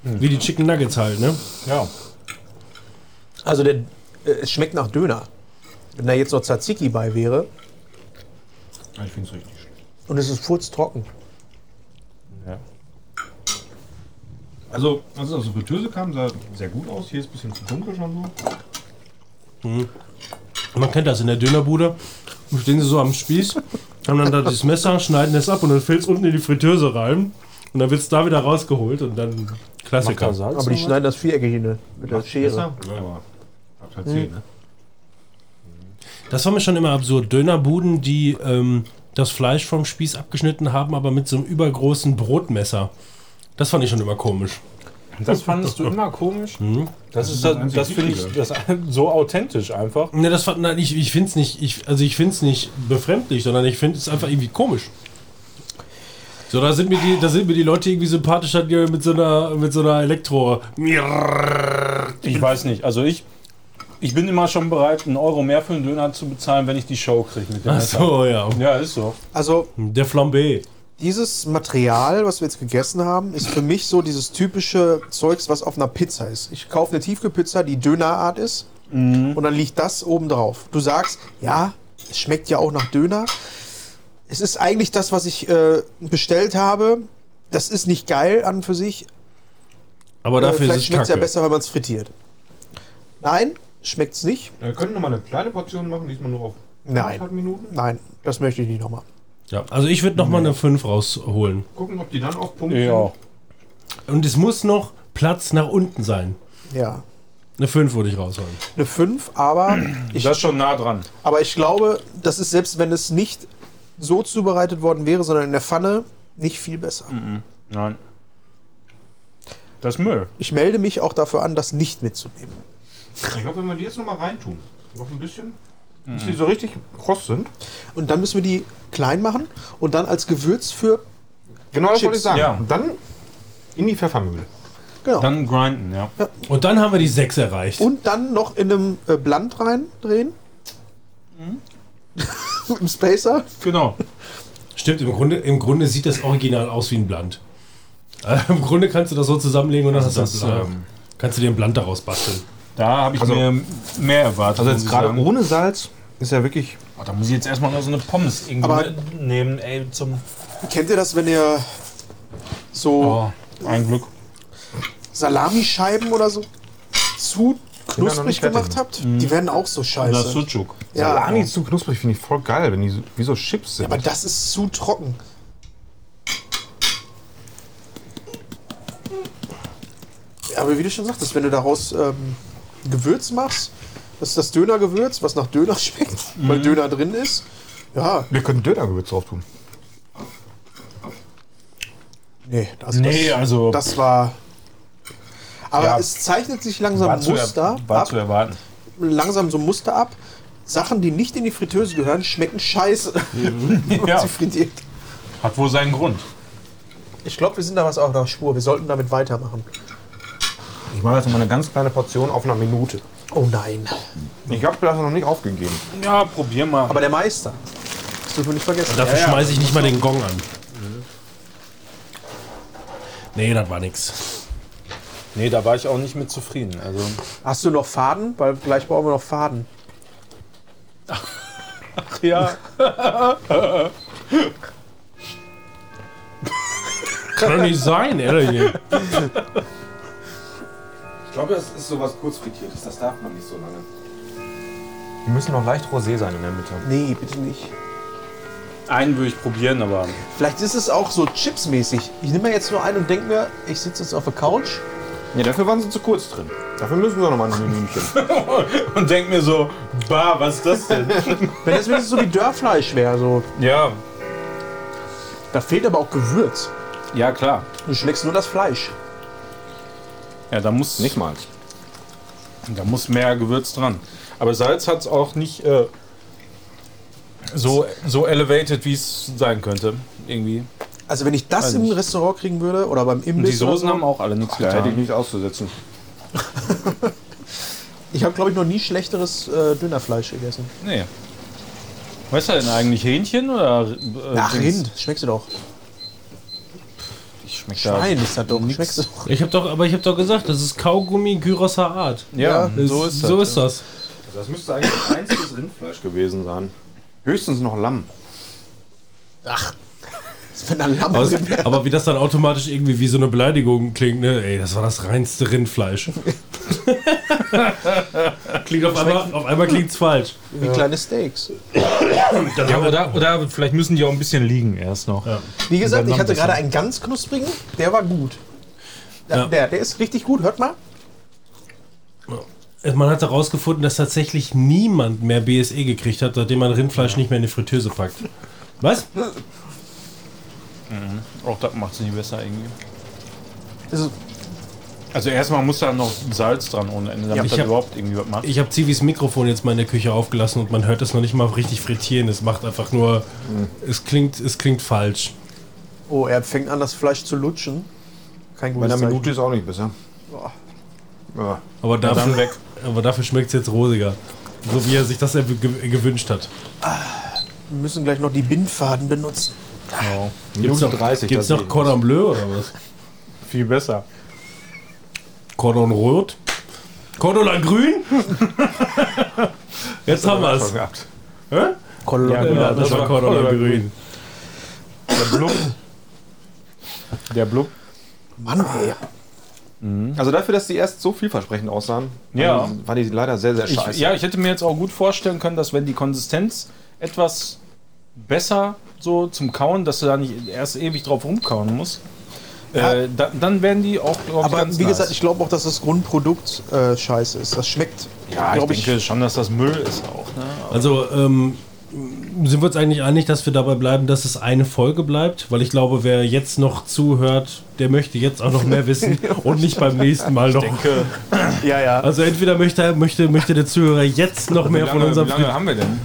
S3: Wie die Chicken Nuggets halt, ne?
S2: Ja.
S1: Also der, äh, es schmeckt nach Döner. Wenn da jetzt noch Tzatziki bei wäre
S5: besser. Ich finde es richtig schlecht.
S1: und es ist furztrocken.
S2: ja.
S5: Also, als es aus der Fritteuse kam, sah sehr gut aus. Hier ist ein bisschen zu dunkel schon so.
S3: Man kennt das in der Dönerbude. Stehen sie so am Spieß, haben dann da das Messer, schneiden es ab und dann fällt es unten in die Fritteuse rein. Und dann wird es da wieder rausgeholt und dann
S2: Macht da
S3: Klassiker.
S2: Salz
S1: Aber die
S2: noch
S1: schneiden das viereckig hin mit der Schere.
S5: Besser? Ja, aber habt halt zäh, ne?
S3: Das war mir schon immer absurd. Dönerbuden, die ähm, das Fleisch vom Spieß abgeschnitten haben, aber mit so einem übergroßen Brotmesser. Das fand ich schon immer komisch.
S2: was? Das fandest du immer komisch?
S1: Mhm.
S2: Das ist
S5: Das
S2: das,
S5: ist
S2: das
S5: das
S2: finde ich
S5: Einzige.
S2: das, so authentisch einfach.
S3: Ne, das fand, nein, ich, ich finde es nicht, ich, also ich find's nicht befremdlich, sondern ich finde es einfach irgendwie komisch. So, da sind mir die, da sind mir die Leute irgendwie sympathischer, die mit so einer, mit so einer Elektro.
S2: Ich weiß nicht. Also ich, ich bin immer schon bereit, einen Euro mehr für einen Döner zu bezahlen, wenn ich die Show kriege mit dem
S3: Ach
S2: Messer.
S3: so, ja.
S2: Ja, ist so.
S1: Also
S3: Der Flambé.
S1: dieses Material, was wir jetzt gegessen haben, ist für mich so dieses typische Zeugs, was auf einer Pizza ist. Ich kaufe eine Tiefkühlpizza, die Dönerart ist, und dann liegt das oben drauf. Du sagst, ja, es schmeckt ja auch nach Döner.
S6: es ist eigentlich das, was ich äh, bestellt habe. Das ist nicht geil an und für
S1: Äh,
S6: sich.
S5: Aber
S6: Äh,
S5: dafür ist
S6: Vielleicht
S5: es
S6: schmeckt es ja
S5: kacke.
S6: besser, wenn man es frittiert. Nein, schmeckt es nicht.
S5: Äh, Wir können nochmal eine kleine Portion machen, diesmal nur auf
S6: Nein,
S5: Minuten.
S6: nein, das möchte ich nicht nochmal.
S3: Ja, also ich würde
S6: Mhm.
S3: nochmal eine 5 rausholen.
S5: Gucken, ob die dann auch punkten.
S11: Ja.
S3: Und es muss noch Platz nach unten sein.
S6: Ja,
S3: Eine 5 würde ich rausholen.
S6: eine 5, aber ich,
S2: Das ist schon nah dran.
S6: aber ich glaube, das ist selbst wenn es nicht so zubereitet worden wäre, sondern in der Pfanne, nicht viel besser.
S2: Nein. Das ist Müll.
S6: Ich melde mich auch dafür an, das nicht mitzunehmen.
S5: Ich glaube, wenn wir die jetzt nochmal reintun, noch ein bisschen,
S4: Mhm.
S5: bis die so richtig kross sind.
S6: Und dann müssen wir die klein machen und dann als Gewürz für.
S4: Genau das wollte
S6: Chips,
S4: ich sagen.
S2: ja.
S4: Dann in die Pfeffermühle.
S6: Genau.
S2: Dann grinden, ja.
S3: Und dann haben wir die 6 erreicht.
S6: und dann noch in einem äh, Blunt reindrehen. Mit dem Spacer.
S2: Genau.
S3: Stimmt, im Grunde, im Grunde sieht das Original aus wie ein Blatt. Äh, Im Grunde kannst du das so zusammenlegen und dann hast du
S2: Das,
S3: das, äh,
S2: ähm,
S3: kannst du dir einen Blatt daraus basteln.
S2: da habe ich mir mehr erwartet.
S4: Also
S2: muss
S4: jetzt
S2: ich
S4: gerade
S2: sagen.
S4: ohne Salz ist ja wirklich.
S2: Oh, da muss ich jetzt erstmal noch so eine Pommes irgendwie
S6: Aber-
S2: nehmen, ey, zum.
S6: Kennt ihr das, wenn ihr so
S2: Oh, ein Glück.
S6: Salamischeiben oder so zu
S4: noch
S6: knusprig
S4: nicht fertig.
S6: gemacht habt? Die werden auch so
S2: Das ist
S6: scheiße.
S2: Sucuk.
S6: Ja,
S4: Salami zu knusprig finde ich voll geil, wenn die so- wie so Chips sind.
S6: aber das ist zu trocken. Aber wie du schon sagtest, wenn du daraus ähm, Gewürz machst, das ist das Dönergewürz, was nach Döner schmeckt, weil Döner drin ist. Ja,
S4: Wir können Dönergewürz drauf tun.
S6: Nee, also
S2: Nee,
S6: das,
S2: also
S6: das war. Aber
S2: Ja.
S6: es zeichnet sich langsam
S2: war, zu,
S6: Muster
S2: er, war
S6: ab,
S2: zu erwarten.
S6: langsam so Muster ab. Sachen, die nicht in die Fritteuse gehören, schmecken scheiße, wenn
S2: Ja,
S6: sie frittiert.
S2: hat wohl seinen Grund.
S1: Ich glaube, wir sind da was auf der Spur. Wir sollten damit weitermachen.
S4: Ich mache jetzt nochmal eine ganz kleine Portion auf einer Minute.
S1: Oh nein.
S4: Ich habe das noch nicht aufgegeben.
S2: Ja, probier mal.
S1: Aber der Meister. Das dürfen wir nicht vergessen.
S3: Dafür schmeiße ich nicht mal den Gong an.
S2: Mhm.
S3: Nee, das war nix.
S2: nee, da war ich auch nicht mit zufrieden. Also,
S1: Hast du noch Faden? Weil gleich brauchen wir noch Faden.
S2: ja.
S3: Kann doch nicht sein, ehrlich.
S11: Ich glaube, das ist sowas kurz frittiertes. Das darf man nicht so lange.
S4: Die müssen noch leicht rosé sein in der Mitte.
S1: Nee, bitte nicht.
S2: Einen würde ich probieren, aber.
S1: Vielleicht ist es auch so chipsmäßig. Ich nehme mir jetzt nur einen und denke mir, ich sitze jetzt auf der Couch.
S4: Ja, dafür waren sie zu kurz drin. Dafür müssen wir nochmal ein Minütchen.
S2: Und denk mir so, bah, was ist das denn?
S1: Wenn das wenigstens so wie Dörrfleisch wäre. So.
S2: ja,
S1: Da fehlt aber auch Gewürz.
S2: ja, klar.
S1: Du schmeckst nur das Fleisch.
S2: Ja, da muss,
S11: Nicht mal.
S2: da muss mehr Gewürz dran. Aber Salz hat es auch nicht äh, so, so elevated, wie es sein könnte. Irgendwie.
S1: Also wenn ich das im Restaurant kriegen würde oder beim
S2: Und die
S1: Imbiss,
S2: Soßen haben auch alle nichts
S11: Da hätte ich
S2: getan.
S11: nicht auszusetzen.
S1: ich habe glaube ich noch nie schlechteres äh, Dönerfleisch gegessen.
S2: Nee. Was ist das denn eigentlich? Hähnchen oder. Äh,
S1: Ach
S2: Dings?
S1: Rind, schmeckst du doch.
S2: Ich schmeck da.
S1: Schwein ist das doch. Schmeckst du doch.
S3: Ich hab doch, aber ich habe doch gesagt, das ist Kaugummi gyroser Art.
S2: Ja,
S3: Das,
S2: so ist das.
S3: So ist das.
S4: Das müsste eigentlich einziges Rindfleisch gewesen sein. Höchstens noch Lamm.
S1: Wenn da Lamm
S3: Aber,
S1: drin wäre.
S3: aber wie das dann automatisch irgendwie wie so eine Beleidigung klingt, ne? Ey, das war das reinste Rindfleisch. klingt auf einmal, auf einmal klingt's falsch.
S1: Wie kleine Steaks.
S2: Ja, oder, oder vielleicht müssen die auch ein bisschen liegen erst noch.
S1: Wie gesagt,
S2: Dann
S1: ich hatte
S2: besser.
S1: gerade einen ganz knusprigen, der war gut. Der,
S3: Ja.
S1: der, der ist richtig gut, hört mal.
S3: Man hat herausgefunden, dass tatsächlich niemand mehr BSE gekriegt hat, seitdem man Rindfleisch nicht mehr in die Fritteuse packt. Was?
S2: Auch das macht es nicht besser irgendwie.
S1: Also,
S2: Also erstmal muss da noch Salz dran ohne Ende, damit
S3: ich
S2: das
S3: hab-
S2: überhaupt irgendwie was macht.
S3: Ich habe Zivis Mikrofon jetzt mal in der Küche aufgelassen und man hört das noch nicht mal richtig frittieren. Es macht einfach nur. Es klingt, es klingt falsch.
S1: oh, er fängt an, das Fleisch zu lutschen. Kein
S4: Bei einer
S1: gutes Zeichen.
S4: Minute ist auch nicht besser. Ja.
S3: Aber dafür,
S2: dann weg.
S3: aber dafür schmeckt es jetzt rosiger. So wie er sich das er ge- gewünscht hat.
S1: Wir müssen gleich noch die Bindfaden benutzen.
S3: Gibt's noch,
S4: 30,
S3: gibt's
S4: das
S3: noch Cordon Bleu oder was?
S2: Viel besser.
S3: Cordon Rot? Cordon la Grün? jetzt haben wir's.
S4: gehabt.
S3: Hä?
S1: Kolonne.
S3: Ja, das war Cordon la Grün.
S2: Der Blub. Der Blub.
S6: Mann, ey.
S4: Also dafür, dass die erst so vielversprechend aussahen,
S2: Ja.
S4: waren die- waren die leider sehr, sehr
S2: Ich,
S4: scheiße.
S2: ja, ich hätte mir jetzt auch gut vorstellen können, dass wenn die Konsistenz etwas besser so zum Kauen, dass du da nicht erst ewig drauf rumkauen musst, äh, da, dann werden die auch, glaub ich,
S6: Aber
S2: ganz
S6: wie
S2: nice.
S6: gesagt, ich glaube auch, dass das Grundprodukt äh, scheiße ist. Das schmeckt,
S2: ja, ich
S6: glaube
S2: denke schon, dass das Müll ist auch. Ne?
S3: Also ähm, sind wir uns eigentlich einig, dass wir dabei bleiben, dass es eine Folge bleibt? Weil ich glaube, wer jetzt noch zuhört, der möchte jetzt auch noch mehr wissen und nicht beim nächsten Mal noch.
S6: Ja, ja.
S3: Also entweder möchte, möchte, möchte der Zuhörer jetzt noch mehr von unserem Fried-
S2: haben wir denn?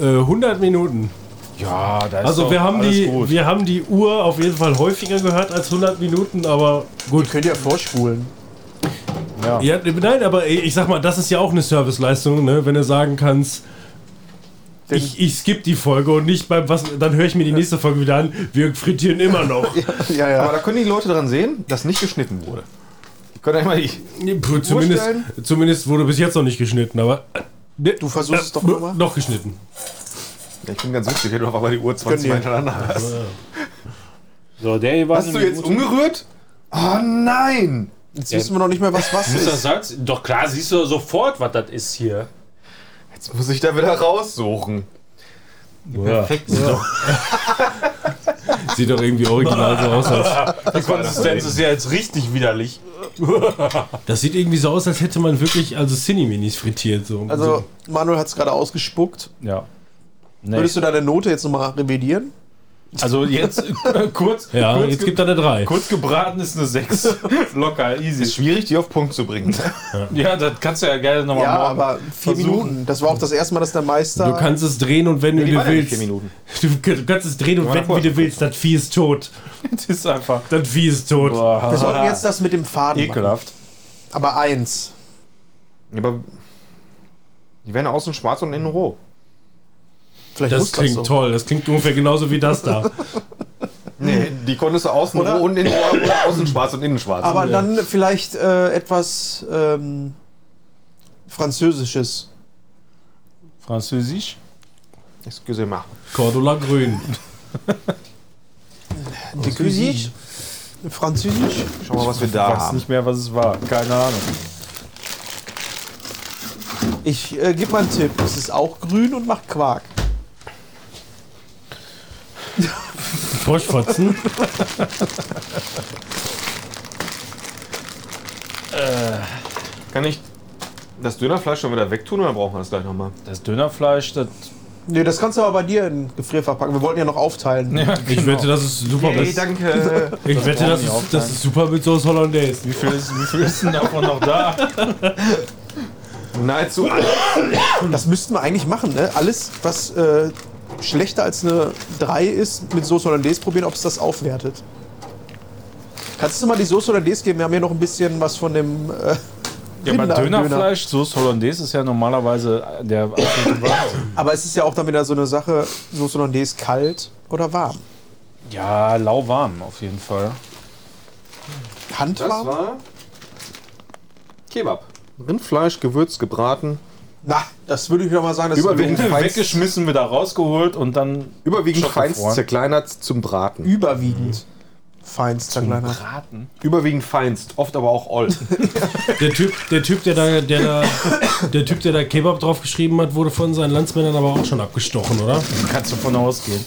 S3: äh, 100 Minuten.
S2: Ja, da ist
S3: Also
S2: doch
S3: wir haben,
S2: alles
S3: die,
S2: gut.
S3: wir haben die Uhr auf jeden Fall häufiger gehört als 100 Minuten, aber gut.
S6: Könnt ihr ja vorspulen.
S3: Ja, nein, aber ich sag mal, das ist ja auch eine Serviceleistung, ne? wenn du sagen kannst, ich, ich skippe die Folge und nicht beim was, dann höre ich mir die nächste Folge wieder an, wir frittieren immer noch.
S6: Ja, ja.
S4: Aber da können die Leute dran sehen, dass nicht geschnitten wurde. Die können einmal die.
S3: Puh, zumindest,
S4: Urstellen?
S3: zumindest wurde bis jetzt noch nicht geschnitten, aber. Du
S6: versuchst es doch noch mal.
S3: Noch geschnitten.
S4: Ja, ich bin ganz süchtig, wenn du auf einmal die Uhr 20
S6: Gönn dir.
S4: Mal hintereinander hast.
S2: So, der hier war
S4: Hast du jetzt umgerührt? Oh nein!
S6: Jetzt wissen wir noch nicht mehr, was was
S2: Ist das
S6: ist.
S2: Salz? Doch klar, siehst du sofort, was das ist hier.
S4: Jetzt muss ich da wieder raussuchen.
S2: Perfekt.
S3: Sieht doch irgendwie original so aus. Als,
S2: Die Konsistenz ist ja jetzt richtig widerlich.
S3: das sieht irgendwie so aus, als hätte man wirklich also Cineminis frittiert. So.
S6: Also, Manuel hat es gerade ausgespuckt.
S2: Ja.
S6: Würdest du deine Note jetzt nochmal revidieren?
S2: Also jetzt äh, kurz,
S3: so. ja,
S2: kurz,
S3: jetzt
S2: ge-
S3: gibt er eine 3.
S2: kurz gebraten ist eine 6. Locker,
S4: Ist
S2: easy.
S4: schwierig, die auf Punkt zu bringen.
S2: Ja, das kannst du ja gerne nochmal
S6: Ja,
S2: morgen.
S6: aber vier
S2: versuchen.
S6: Minuten. Das war auch das erste Mal, dass der Meister.
S3: Du kannst es drehen und wenn du
S4: Die waren ja nicht
S3: willst.
S4: vier Minuten.
S3: Du k- kannst es drehen und wenden, wie du willst. Das Vieh ist tot.
S2: Das ist einfach
S3: Das Vieh ist tot.
S6: wir sollten jetzt das mit dem Faden
S2: ekelhaft.
S6: machen. Aber eins.
S4: Ja, aber die werden außen schwarz und innen roh.
S6: Vielleicht
S3: Das
S6: muss
S3: klingt
S6: das so.
S3: toll. Das klingt ungefähr genauso wie das da.
S4: Nee, die konntest du außen
S6: Oder?
S4: roh und innen roh, oder außen schwarz und innen schwarz.
S6: Aber dann vielleicht äh, etwas ähm, Französisches.
S2: Französisch?
S4: Excuse me.
S3: Cordula Grün.
S6: De Cuisine? Französisch?
S4: Schau mal, was wir da
S2: Weiß
S4: haben.
S2: nicht mehr, was es war. Keine Ahnung.
S6: Ich äh, gebe mal einen Tipp. Es ist auch grün und macht Quark.
S3: Froschfotzen.
S4: Kann ich das Dönerfleisch schon wieder wegtun oder brauchen wir das gleich nochmal?
S2: Das Dönerfleisch, das.
S6: Nee, das kannst du aber bei dir in den Gefrierfach packen. Wir wollten ja noch aufteilen.
S2: Ja,
S3: Ich wette, das ist super.
S4: Hey, danke.
S3: ich wette,
S2: brauchen
S3: das
S2: die auch
S3: ist, das ist super mit Sauce Hollandaise.
S2: wie, viel ist, wie viel ist denn davon noch da?
S4: Nahezu.
S6: Das müssten wir eigentlich machen, ne? Alles, was äh, schlechter als eine 3 ist, mit Soße Hollandaise probieren, ob es das aufwertet. Kannst du mal die Soße Hollandaise geben? Wir haben hier noch ein bisschen was von dem äh,
S2: Ja, bei
S6: Rinder-
S2: Dönerfleisch, Soße Hollandaise ist ja normalerweise der absolute Wahnsinn.
S6: Aber es ist ja auch dann wieder so eine Sache, Soße Hollandaise kalt oder warm.
S2: Ja, lauwarm auf jeden Fall.
S6: Handwarm?
S4: war Kebab. Rindfleisch, Gewürz, gebraten.
S6: Na, das würde ich doch mal sagen, das
S4: Überwiegend
S6: ist
S4: feinst,
S2: Weggeschmissen, wieder rausgeholt und dann
S4: überwiegend
S2: Schockgefroren.
S4: feinst zerkleinert zum Braten.
S6: überwiegend feinst zerkleinert.
S2: braten.
S4: Überwiegend feinst, oft aber auch oll.
S3: Der Typ, der Typ, der da, der da, der Typ, der da Kebab drauf geschrieben hat, wurde von seinen Landsmännern aber auch schon abgestochen, oder?
S2: Kannst du von ausgehen.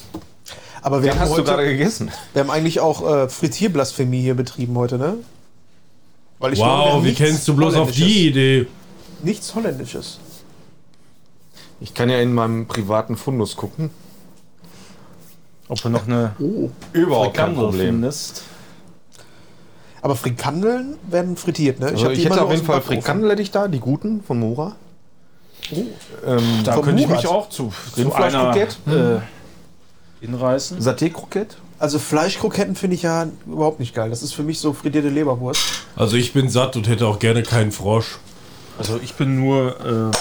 S6: Aber wir
S4: Den
S6: haben,
S4: hast du gerade
S6: heute,
S4: gegessen.
S6: wir haben eigentlich auch äh, Frittierblasphemie hier betrieben heute, ne? Weil ich glaube, wir haben
S3: Wow, wie
S6: nichts
S3: kennst du bloß auf die
S6: Holländisches.
S3: Idee?
S6: Nichts Holländisches.
S4: Ich kann ja in meinem privaten Fundus gucken.
S2: Ob du noch eine
S4: Oh, Überhaupt kein
S2: Frikandel
S4: Problem.
S2: findest.
S6: Aber Frikandeln werden frittiert, ne?
S4: Also
S6: hab die
S4: ich
S6: immer
S4: hätte
S6: nur
S4: auf jeden
S6: aus dem
S4: Fall
S6: Backofen.
S4: Frikandel hätte ich da, die guten von Mora. Ähm,
S2: Da
S6: Vom
S2: könnte ich
S6: Murat.
S2: mich auch zu, zu einer
S4: Fleischkroket?
S2: äh, hinreißen.
S4: Saté-Kroket.
S6: Also Fleischkroketten finde ich ja überhaupt nicht geil. Das ist für mich so frittierte Leberwurst.
S3: Also ich bin satt und hätte auch gerne keinen Frosch.
S2: Also ich bin nur äh,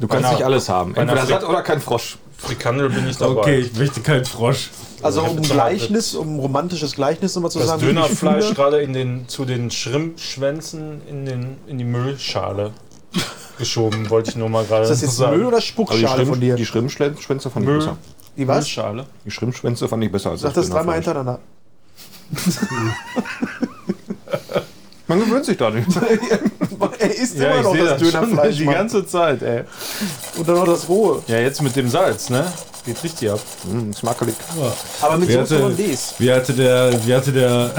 S4: Du kannst
S2: einer-
S4: nicht alles haben.
S2: einer
S4: Entweder
S2: Frik-
S4: satt oder kein Frosch.
S2: Frikandel bin ich dabei.
S3: Okay, ich möchte keinen Frosch.
S6: Also
S2: ich
S6: um
S2: hab
S6: ein
S2: Salat mit.
S6: Gleichnis, um ein romantisches Gleichnis immer zu
S2: Das
S6: sagen. wie ich
S2: Dönerfleisch
S6: fühle.
S2: gerade in den, zu den Schrimpschwänzen in, den, in die Müllschale geschoben, wollte ich nur mal gerade
S6: Ist das jetzt Müll oder Spuckschale von dir?
S4: Schrimpschwänze von
S2: Müll,
S1: Die was?
S2: Schale.
S4: Die Schrimpschwänze fand ich besser als
S1: Sag das
S4: Dönerfleisch.
S1: dreimal hintereinander.
S4: Man gewöhnt sich da nicht.
S1: Er isst
S2: Ja,
S1: immer
S2: ich
S1: noch
S2: sehe
S1: das,
S2: das, schon
S1: Dönerfleisch,
S2: die
S1: Mann.
S2: ganze Zeit, ey.
S1: Und dann noch das rohe.
S2: Ja, jetzt mit dem Salz, ne? Geht richtig ab.
S4: Hm, ist makelig.
S1: Aber mit
S3: Wie
S1: Soße
S3: hatte-
S1: Hollandaise.
S3: Wie hatte der, wie hatte der,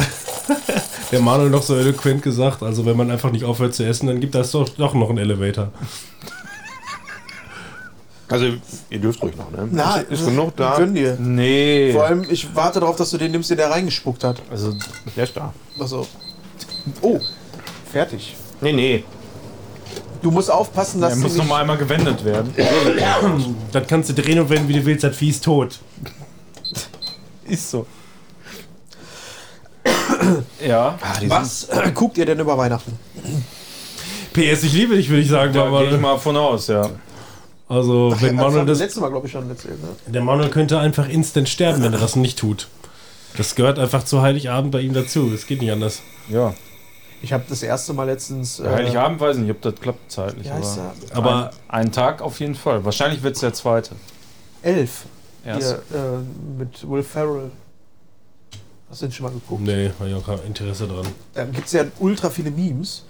S3: der Manuel noch so eloquent gesagt, also wenn man einfach nicht aufhört zu essen, dann gibt das doch, doch noch einen Elevator.
S4: Also, ihr dürft ruhig noch, ne?
S1: Na,
S4: ist, ist genug da.
S1: Gönn dir.
S2: Nee.
S1: Vor allem, ich warte darauf, dass du den nimmst, den der reingespuckt hat.
S2: Also,
S4: Der ist da.
S1: Also. Oh, fertig.
S4: Nee, nee.
S1: Du musst aufpassen, dass
S2: er
S1: du
S2: muss
S1: nicht...
S2: noch mal einmal gewendet werden.
S3: Dann kannst du drehen und wenden, wie du willst, das Vieh ist tot.
S2: Ist so. Ja.
S1: Was äh, guckt ihr denn über Weihnachten?
S3: PS, ich liebe dich, würde ich sagen,
S2: Da gehe ich
S3: Manuel.
S2: mal von aus, ja.
S3: Also, wenn
S1: das
S3: Manuel
S1: haben wir
S3: das,
S1: letztes Mal, glaube ich, schon erzählt. Ne?
S3: der Manuel könnte einfach instant sterben, wenn er das nicht tut. Das gehört einfach zu Heiligabend bei ihm dazu. Es geht nicht anders.
S2: Ja.
S1: Ich habe das erste Mal letztens... Äh,
S2: Heiligabend weiß ich nicht, ob das klappt zeitlich.
S1: Wie heißt er?
S3: Aber
S2: ein, ein Tag auf jeden Fall. Wahrscheinlich wird es der zweite.
S1: Elf.
S2: Erst.
S1: Hier, äh, mit Will Ferrell. Hast du den schon mal geguckt?
S3: nee, habe ich auch kein Interesse dran.
S1: Da gibt es ja ultra viele Memes.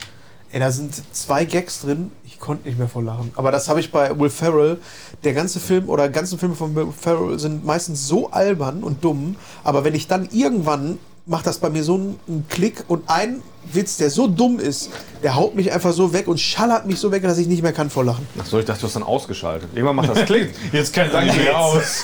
S1: Ey, da sind zwei Gags drin. Ich konnte nicht mehr vor lachen. Aber das habe ich bei Will Ferrell. Der ganze Film oder ganzen Filme von Will Ferrell sind meistens so albern und dumm. Aber wenn ich dann irgendwann macht das bei mir so einen einen Klick und ein Witz, der so dumm ist, der haut mich einfach so weg und schallert mich so weg, dass ich nicht mehr kann vor Lachen.
S12: Achso, ich dachte, du hast dann ausgeschaltet. Irgendwann macht das Klick.
S2: Jetzt kann ich
S12: Jetzt.
S2: mehr aus.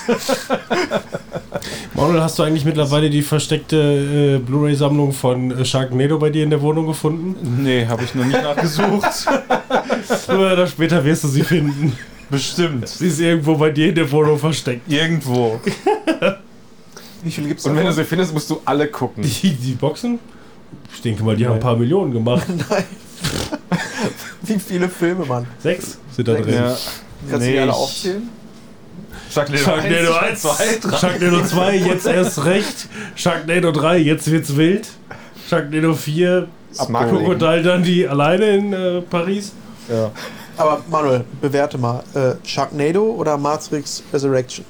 S3: Manuel, hast du eigentlich mittlerweile die versteckte äh, Blu-ray-Sammlung von äh, Sharknado bei dir in der Wohnung gefunden?
S2: Nee, habe ich noch nicht nachgesucht.
S3: Früher oder später wirst du sie finden.
S2: Bestimmt.
S3: Sie ist irgendwo bei dir in der Wohnung versteckt.
S2: Irgendwo.
S1: Wie viel gibt's
S12: Und wenn du
S1: davon?
S12: sie findest, musst du alle gucken.
S3: Die, die Boxen? Ich denke mal, die haben ein paar Millionen gemacht.
S1: Wie viele Filme, Mann?
S3: Sechs sind da drin.
S2: Ja.
S1: Kannst du die alle
S2: ich-
S1: aufzählen?
S3: Sharknado 1, Sharknado 2, jetzt erst recht. Sharknado 3, jetzt wird's wild. Sharknado 4,
S4: Abgeholt.
S3: Crocodile Dundee alleine in äh, Paris.
S2: Ja.
S1: Aber Manuel, bewerte mal. Äh, Sharknado oder Matrix Resurrection?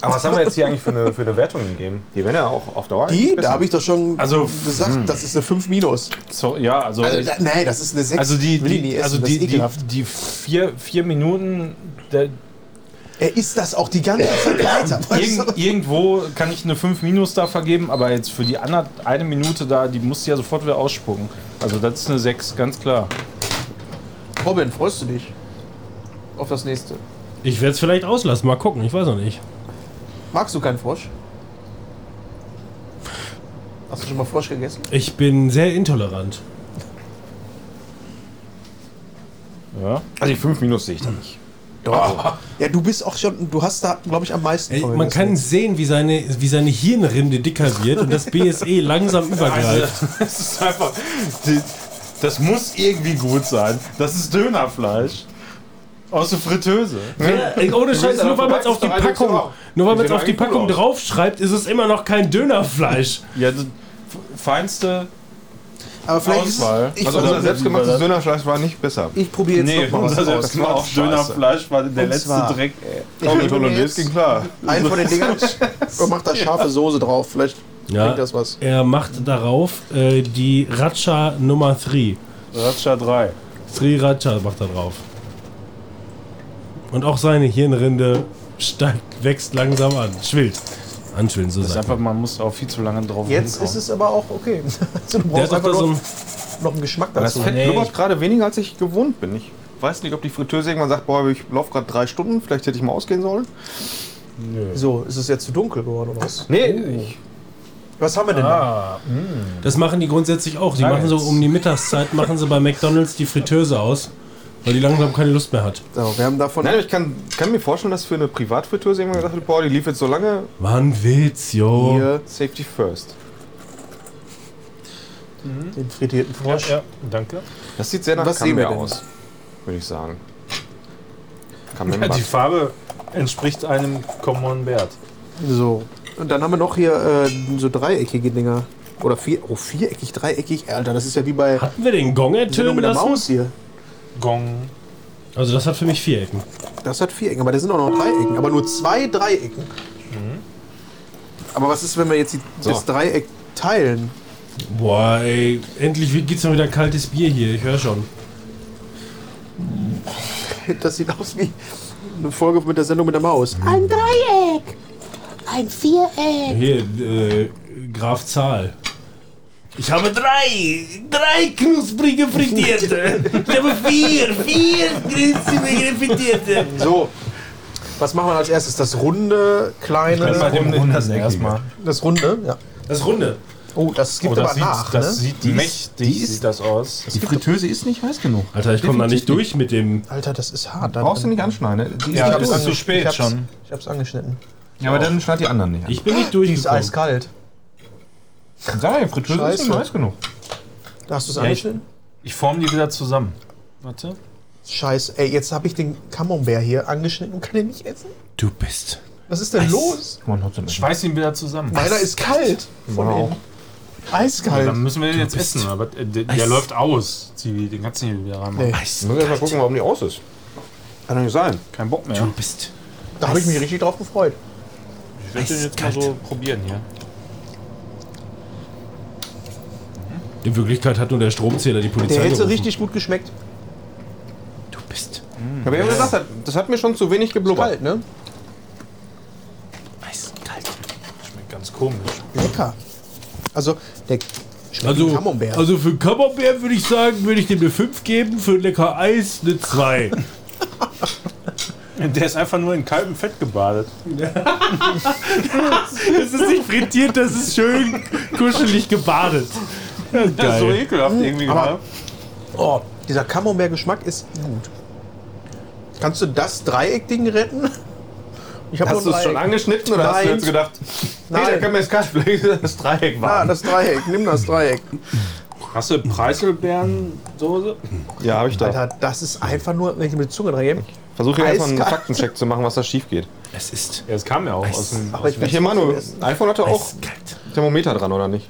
S4: Aber was haben wir jetzt hier eigentlich für eine.
S12: Für eine Wertung gegeben.
S4: Die werden ja auch auf Dauer.
S1: Die, da habe ich doch schon
S2: Also,
S1: gesagt,
S4: hm.
S1: das ist eine 5 minus.
S2: So, ja, also.
S1: Also, da, nein, das ist eine 6.
S2: Also die,
S1: Will ich
S2: die,
S1: nie essen,
S2: also
S1: das
S2: die,
S1: ist
S2: die,
S1: ekelhaft.
S2: die vier, vier Minuten, der,
S1: er isst das auch die ganze Zeit weiter. weißt
S2: irgend,
S1: du?
S2: irgendwo kann ich eine 5 Minus da vergeben, aber jetzt für die ander, eine Minute da, die musst du ja sofort wieder ausspucken. Also das ist eine 6, ganz klar.
S1: Robin, freust du dich auf das nächste?
S3: Ich werde es vielleicht auslassen, mal gucken, ich weiß noch nicht.
S1: Magst du keinen Frosch? Hast du schon mal Frosch gegessen?
S3: Ich bin sehr intolerant.
S2: Ja.
S4: Also die 5 Minus sehe ich da nicht.
S1: Ja, du bist auch schon, du hast da, glaube ich, am meisten.
S3: Ey,
S1: von
S3: man
S1: gegessen.
S3: kann sehen, wie seine, wie seine Hirnrinde dicker wird und das BSE langsam übergreift.
S2: Das ist einfach. Die, das muss irgendwie gut sein. Das ist Dönerfleisch. Aus der Fritteuse.
S3: Ey, ohne Scheiß, nur weil man es auf die Packung, nur weil man es auf die Packung draufschreibt, ist es immer noch kein Dönerfleisch.
S2: Ja, das feinste.
S1: Aber vielleicht ist,
S2: Auswahl.
S1: ich,
S4: Also unser selbstgemachtes Dönerfleisch war nicht besser.
S1: ich probiere jetzt
S2: Nee,
S1: noch mal was
S2: unser
S1: aus.
S2: selbstgemachtes Dönerfleisch war der
S1: Und
S2: letzte
S1: zwar-
S2: Dreck, ey.
S4: Auch mit Hollandaise ging klar.
S1: Einen von den Dingern und mach da scharfe Soße drauf. Vielleicht bringt das was.
S3: Er macht darauf äh, die Ratscha Nummer 3.
S2: Ratscha 3.
S3: 3 Ratscha macht er drauf. Und auch seine Hirnrinde steigt, wächst langsam an, schwillt. Anschwillen, so
S2: Das ist
S3: sagt
S2: einfach, man muss auch viel zu lange drauf
S1: Jetzt ist es aber auch okay. Also du
S3: man. Der hat
S1: brauchst
S3: doch
S1: einfach
S3: da so
S1: noch,
S3: ein,
S1: noch einen Geschmack
S4: Das
S1: dazu.
S4: Fett
S2: Nee.
S4: blubbert gerade weniger, als ich gewohnt bin. Ich weiß nicht, ob die Fritteuse irgendwann sagt, boah, ich laufe gerade drei Stunden, vielleicht hätte ich mal ausgehen sollen.
S1: So, ist es jetzt zu dunkel geworden oder was?
S4: Nee,
S12: Oh.
S4: ich,
S1: Was haben wir denn da?
S2: Ah,
S3: Das machen die grundsätzlich auch. Die machen so um die Mittagszeit, machen sie bei McDonalds die Fritteuse aus, weil die langsam keine Lust mehr hat.
S1: So, wir haben davon.
S4: nein, aber ich kann, kann mir vorstellen, dass für eine Privatfritteuse irgendwann gesagt wird, boah, die lief jetzt so lange,
S3: Wann will's, jo?
S1: Hier
S4: Safety first.
S1: den frittierten Frosch.
S2: Ja, danke.
S4: Das sieht sehr nach
S1: Was sehen wir
S4: Camembert
S1: denn?
S4: aus, würde ich sagen.
S2: Ja,
S4: Camembert.
S2: die Farbe entspricht einem Common Bert.
S1: So. Und dann haben wir noch hier äh, so dreieckige Dinger. Oder vier, oh, viereckig, dreieckig. Alter, das ist ja wie bei
S3: Hatten wir den Gong
S1: Sendung
S3: ertönen
S1: mit der
S3: lassen?
S1: Maus hier.
S2: Gong.
S3: Also das hat für mich vier Ecken.
S1: das hat vier Ecken, aber da sind auch noch Dreiecken. Aber nur zwei Dreiecken.
S4: Mhm.
S1: Aber was ist, wenn wir jetzt die, das Dreieck teilen?
S3: Boah, ey, endlich gibt's mal wieder kaltes Bier hier, ich höre schon.
S1: Das sieht aus wie eine Folge mit der Sendung mit der Maus.
S4: Mhm.
S6: Ein Dreieck. Ein Viereck.
S3: Hier, äh, Graf Zahl. Ich habe drei, drei knusprige Frittierte. Ich habe vier, vier knusprige Frittierte.
S1: So. Was machen wir als erstes? Das runde,
S2: Bei
S1: kleine.
S2: dem das Eckige.
S1: Das runde, ja.
S3: Das Runde.
S1: Oh, das gibt
S2: Oh, das
S1: aber
S2: sieht,
S1: nach.
S2: das
S1: ne?
S2: sieht mächtig sieht das aus.
S13: Die Fritteuse ist nicht heiß genug.
S3: Alter, ich komme da nicht durch mit dem.
S1: Alter, das ist hart. Dann-
S14: Brauchst du nicht anschneiden. ne? Die ist
S2: Ja,
S14: nicht
S2: das
S14: durch.
S2: ist zu
S1: ich
S2: spät
S1: hab's,
S2: schon.
S1: Ich hab's angeschnitten.
S14: ja, aber dann schneid die anderen nicht an.
S3: Ich bin nicht
S1: Die ist
S3: durchgekommen.
S1: eiskalt.
S14: Sag ja, Fritteuse ist nicht
S1: Scheiße.
S14: heiß genug.
S1: Hast du es
S2: ich-
S1: angeschnitten?
S2: Ich forme die wieder zusammen. Warte.
S1: Scheiße. Ey, jetzt habe ich den Camembert hier angeschnitten und kann den nicht essen.
S3: Du bist.
S1: Was ist denn los?
S14: Man hat so nicht.
S2: Schweiß ihn wieder zusammen.
S1: Meiner ist kalt. Von
S14: Wow.
S1: innen. Eiskalt.
S4: halt
S2: Dann müssen wir den jetzt essen. Aber äh, der, der läuft aus. Zivi, den kannst du nicht wieder reinmachen.
S1: Nee.
S4: Muss erst mal gucken, warum die aus ist. Kann doch nicht sein.
S2: Kein Bock mehr.
S3: Du bist.
S1: da habe ich mich richtig drauf gefreut.
S2: Ich werde den jetzt mal so probieren hier.
S3: In Wirklichkeit hat nur der Stromzähler die Polizei.
S1: Der hätte
S3: gerufen.
S1: richtig gut geschmeckt.
S3: Du bist.
S4: Aber ich habe gesagt, das- das hat mir schon zu wenig geblubbert.
S1: Kalt, ne?
S3: Eiskalt.
S2: Schmeckt ganz komisch.
S1: Lecker. Also, der schmeckt wie
S3: Also,
S1: Camembert.
S3: also für Camembert würde ich sagen, würde ich dem eine 5 geben, für lecker Eis eine 2.
S2: Der ist einfach nur in kaltem Fett gebadet.
S3: Es ist nicht frittiert, das ist schön kuschelig gebadet.
S4: Das ist so ekelhaft irgendwie.
S1: aber-
S4: ne?
S1: oh, dieser Camembert-Geschmack ist gut. Kannst du das Dreieckding retten? Ich habe
S4: Hast du es schon angeschnitten oder hast du
S1: Nein.
S4: jetzt gedacht, hey, da
S1: Nein,
S4: kann man jetzt Kaschfläche das Dreieck
S1: ah,
S4: war?
S1: das Dreieck. Nimm das Dreieck.
S2: Hast du Preiselbeerensoße?
S4: Ja, habe ich da.
S1: Alter, das ist einfach nur, wenn ich mit der Zunge dran gebe.
S4: Versuche hier erstmal einen
S1: Eiskalt.
S4: Faktencheck zu machen, was da schief geht.
S3: Es ist
S2: Ja, es kam ja auch aus dem.
S1: Aber ich
S4: Hier,
S1: will's
S4: Manu,
S1: trotzdem essen.
S4: iPhone hatte auch
S3: eiskalt.
S4: Thermometer dran, oder nicht?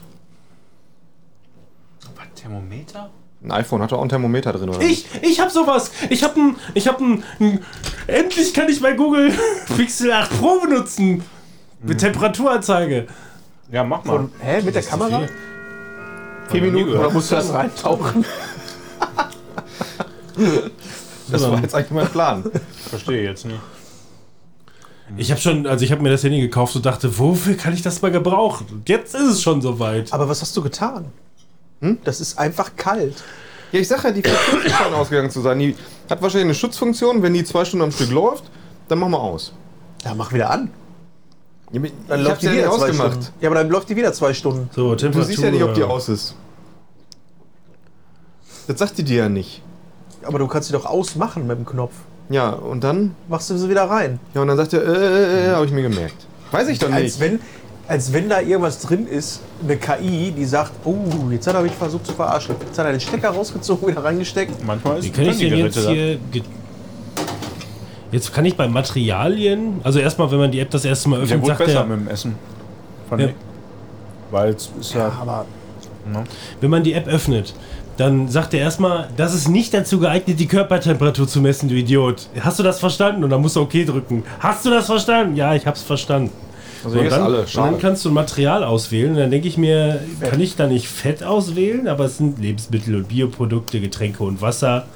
S2: Was, Thermometer?
S4: Ein iPhone hatte auch ein Thermometer drin, oder?
S3: Ich, ich hab sowas. Ich hab ein, ich hab ein, ein endlich kann ich bei Google Pixel 8 Pro benutzen. Mit Temperaturanzeige.
S2: Ja, mach mal.
S1: Hä, mit der Kamera?
S2: Vier Minuten.
S1: Oder musst du das reintauchen?
S4: Das war jetzt eigentlich mein Plan.
S2: Verstehe jetzt nicht.
S3: Ich habe schon, also ich habe mir das Handy gekauft und dachte, wofür kann ich das mal gebrauchen? Und jetzt ist es schon soweit.
S1: Aber was hast du getan? Hm? Das ist einfach kalt.
S4: Ja, ich sage ja, die versucht davon ausgegangen zu sein. Die hat wahrscheinlich eine Schutzfunktion. Wenn die zwei Stunden am Stück läuft, dann machen wir aus.
S1: Ja, mach wieder an.
S4: Ja, aber
S1: Dann
S4: ich
S1: läuft
S4: hab's
S1: die
S4: ja nicht
S1: wieder zwei
S4: ausgemacht.
S1: Stunden. Ja, aber dann läuft die wieder zwei Stunden.
S3: So,
S4: Du
S3: Temperatur.
S4: siehst ja nicht, ob die aus ist. Das sagt die dir ja nicht.
S1: Aber du kannst sie doch ausmachen mit dem Knopf.
S4: Ja, und dann?
S1: Machst du sie wieder rein.
S4: Ja, und dann sagt er, äh, äh, äh, habe ich mir gemerkt. Weiß ich doch
S1: Als
S4: nicht.
S1: wenn, als wenn da irgendwas drin ist, eine KI, die sagt, oh, jetzt hat er mich versucht zu verarschen. Jetzt hat er den Stecker rausgezogen, wieder reingesteckt.
S2: Manchmal ist
S3: Wie kann ich
S2: die
S3: denn jetzt
S2: Geräte
S3: hier. ge- Jetzt kann ich bei Materialien, also erstmal, wenn man die App das erste Mal
S2: da. Der
S3: öffnet,
S2: wurde
S3: sagt
S2: besser
S3: er,
S2: mit dem Essen. Fand
S3: Ja.
S2: ich. Weil es ist ja.
S1: Aber
S3: wenn man die App öffnet, dann sagt er erstmal, das ist nicht dazu geeignet, die Körpertemperatur zu messen, du Idiot. Hast du das verstanden? Und dann musst du OK drücken. Hast du das verstanden? Ja, ich hab's verstanden.
S4: Also
S3: und,
S4: hier ist
S3: dann,
S4: alle.
S3: und dann
S4: Schade.
S3: kannst du ein Material auswählen und dann denke ich mir, kann ich da nicht Fett auswählen? Aber es sind Lebensmittel und Bioprodukte, Getränke und Wasser.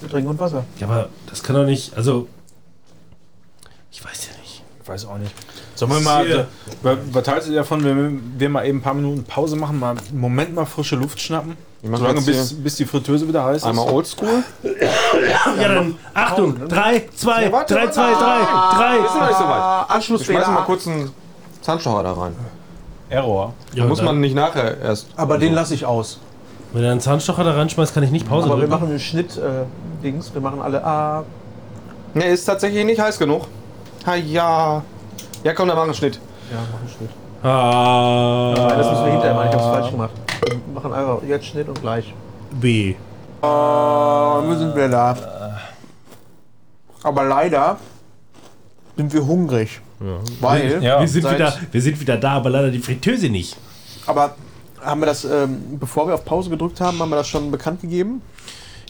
S1: wir trinken und Wasser.
S3: Ja, aber das kann doch nicht, also ich weiß ja nicht.
S2: Ich weiß auch nicht. Sollen wir mal. äh, wa- Was haltet ihr davon, wenn wir mal eben ein paar Minuten Pause machen, mal einen Moment mal frische Luft schnappen?
S4: Wir machen
S2: Solange
S4: jetzt
S2: bis, bis die Fritteuse wieder heiß
S4: Einmal
S2: ist.
S4: oldschool.
S3: Ja, dann Achtung, 3, 2, 3,
S4: Also, warte,
S3: 2, 3,
S4: warte.
S3: 3.
S4: noch nicht so weit. Ich
S1: Anschlussfehler.
S4: schmeiß mal kurz einen Zahnstocher da rein.
S2: Error.
S3: Ja,
S4: Muss
S3: dann-
S4: man nicht nachher erst.
S1: Aber den lasse ich aus.
S3: Wenn er einen Zahnstocher da reinschmeißt, kann ich nicht Pause
S1: Aber wir
S3: drücken.
S1: machen einen Schnitt-Dings. wir machen alle ah, A.
S4: Ne, ist tatsächlich nicht heiß genug. Ha ja. Ja, komm, dann machen wir einen Schnitt.
S1: Ja, machen einen Schnitt.
S3: A,
S1: Nein, das müssen wir hinterher machen. Ich hab's falsch gemacht. Wir machen einfach jetzt Schnitt und gleich.
S3: B.
S1: Dann sind wir da. Aber leider sind wir hungrig. Weil.
S2: Ja,
S3: Wir sind,
S1: seit-
S3: wieder, wir sind wieder da, aber leider die Fritteuse nicht.
S1: Aber haben wir das,
S2: Mhm.
S1: ähm, bevor wir auf Pause gedrückt haben, haben wir das schon bekannt gegeben?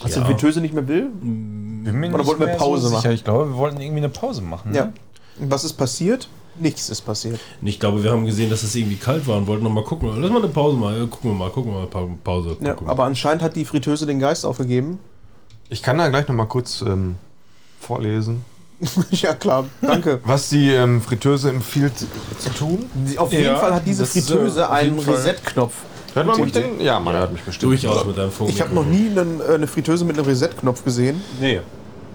S1: Dass die Fritteuse nicht mehr will?
S2: Bin mir
S6: Oder
S2: nicht
S6: wollten wir
S2: mehr
S6: Pause machen?
S2: sicher. Ich glaube, wir wollten irgendwie eine Pause machen.
S6: Ja.
S2: Ne?
S6: Und was ist passiert? Nichts ist passiert.
S3: Und Ich glaube, wir haben gesehen, dass es irgendwie kalt war und wollten nochmal gucken. Lass mal eine Pause mal. Ja, Gucken wir mal, gucken wir mal. Pa Pause.
S6: Ja,
S3: gucken wir.
S6: aber anscheinend hat die Fritteuse den Geist aufgegeben.
S4: Ich kann da gleich nochmal kurz ähm, vorlesen,
S6: ja, klar, danke.
S4: was die ähm, Fritteuse empfiehlt zu tun.
S6: Auf jeden
S2: Ja,
S6: Fall hat diese
S2: das ist, äh,
S6: Fritteuse
S2: auf
S6: einen
S2: jeden Fall.
S6: Reset-Knopf.
S4: Hört man mich denn? Ja, man hört mich bestimmt.
S3: durchaus mit deinem Funk.
S6: Ich habe noch nie einen, äh, eine Fritteuse mit einem Reset-Knopf gesehen.
S5: Nee,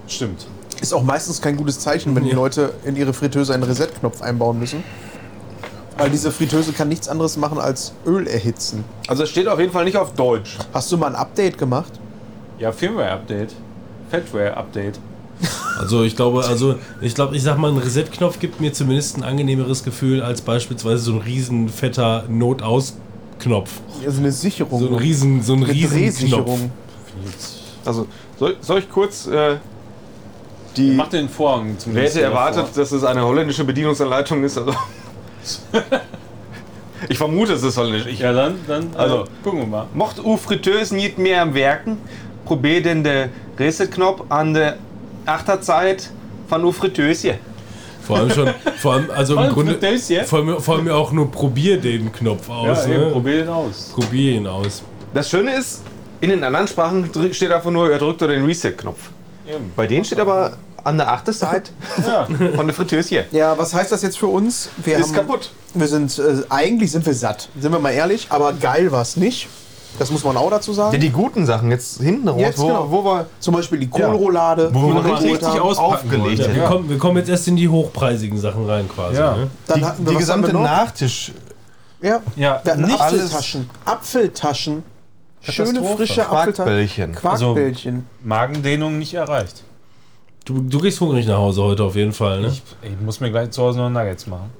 S5: stimmt.
S6: Ist auch meistens kein gutes Zeichen, wenn die Leute in ihre Fritteuse einen Reset-Knopf einbauen müssen. Weil diese Fritteuse kann nichts anderes machen als Öl erhitzen.
S5: Also es steht auf jeden Fall nicht auf Deutsch.
S6: Hast du mal ein Update gemacht?
S5: Ja, Firmware-Update. Fatware-Update.
S3: Also ich glaube, also ich glaube, ich sag mal, ein Reset-Knopf gibt mir zumindest ein angenehmeres Gefühl als beispielsweise so ein riesen fetter Not-Aus-Knopf.
S6: Also eine Sicherung.
S3: So ein riesen, so ein
S6: eine
S3: riesen Knopf.
S6: Drehsicherung.
S11: Also, soll, soll ich kurz äh, die
S5: Mach den Vorhang zum
S11: Wer hätte erwartet, dass es eine holländische Bedienungsanleitung ist? Also ich vermute, es ist holländisch. Ich,
S5: Ja, dann, dann, also, gucken wir mal.
S11: Mocht u Fritteuse nicht mehr am Werken, probier den de Reset-Knopf an der Achterzeit von u Fritteuse.
S3: Vor allem schon, vor allem, also im
S5: Voll
S3: Grunde,
S5: Fritteus, ja?
S3: vor allem, vor allem auch nur probier den Knopf aus.
S1: Äh.
S5: Ja, eben,
S3: ne?
S5: probier den aus.
S3: Probier ihn aus.
S11: Das Schöne ist, in den anderen Sprachen dr- steht einfach nur, er drückt oder den Reset-Knopf. Bei denen steht aber an der Achterzeit
S5: Ja.
S11: von der Fritteuse.
S6: Ja, was heißt das jetzt für uns? Wir
S11: Ist kaputt.
S6: Wir sind, äh, eigentlich sind wir satt, sind wir mal ehrlich, aber geil war es nicht. Das muss man auch dazu
S11: Ja,
S6: sagen.
S11: die guten Sachen jetzt hinten raus,
S6: Jetzt,
S11: wo,
S6: genau.
S11: wo wir
S6: Zum Beispiel die Kohlroulade, die
S2: Wo
S6: wir
S2: wir noch
S6: geholt
S2: richtig
S6: haben.
S2: auspacken
S11: aufgelegt
S2: wollen.
S3: Ja, wir, kommen, wir kommen jetzt erst in die hochpreisigen Sachen rein quasi.
S2: Ja.
S3: Ne?
S6: Dann
S4: Die,
S6: hatten
S4: die
S6: wir, was haben
S4: gesamte
S6: wir noch?
S4: Nachtisch.
S6: Ja,
S2: Ja,
S6: wir
S1: ne-
S6: hatten
S4: nicht
S6: Apfeltaschen. Apfeltaschen. Schöne
S2: Katastrophe.
S6: frische Apfeltaschen.
S4: Quarkbällchen.
S6: Also, Quarkbällchen.
S2: Magendehnung nicht erreicht.
S3: Du, du gehst hungrig nach Hause heute auf jeden Fall. Ne?
S2: Ich muss mir gleich zu Hause noch Nuggets machen.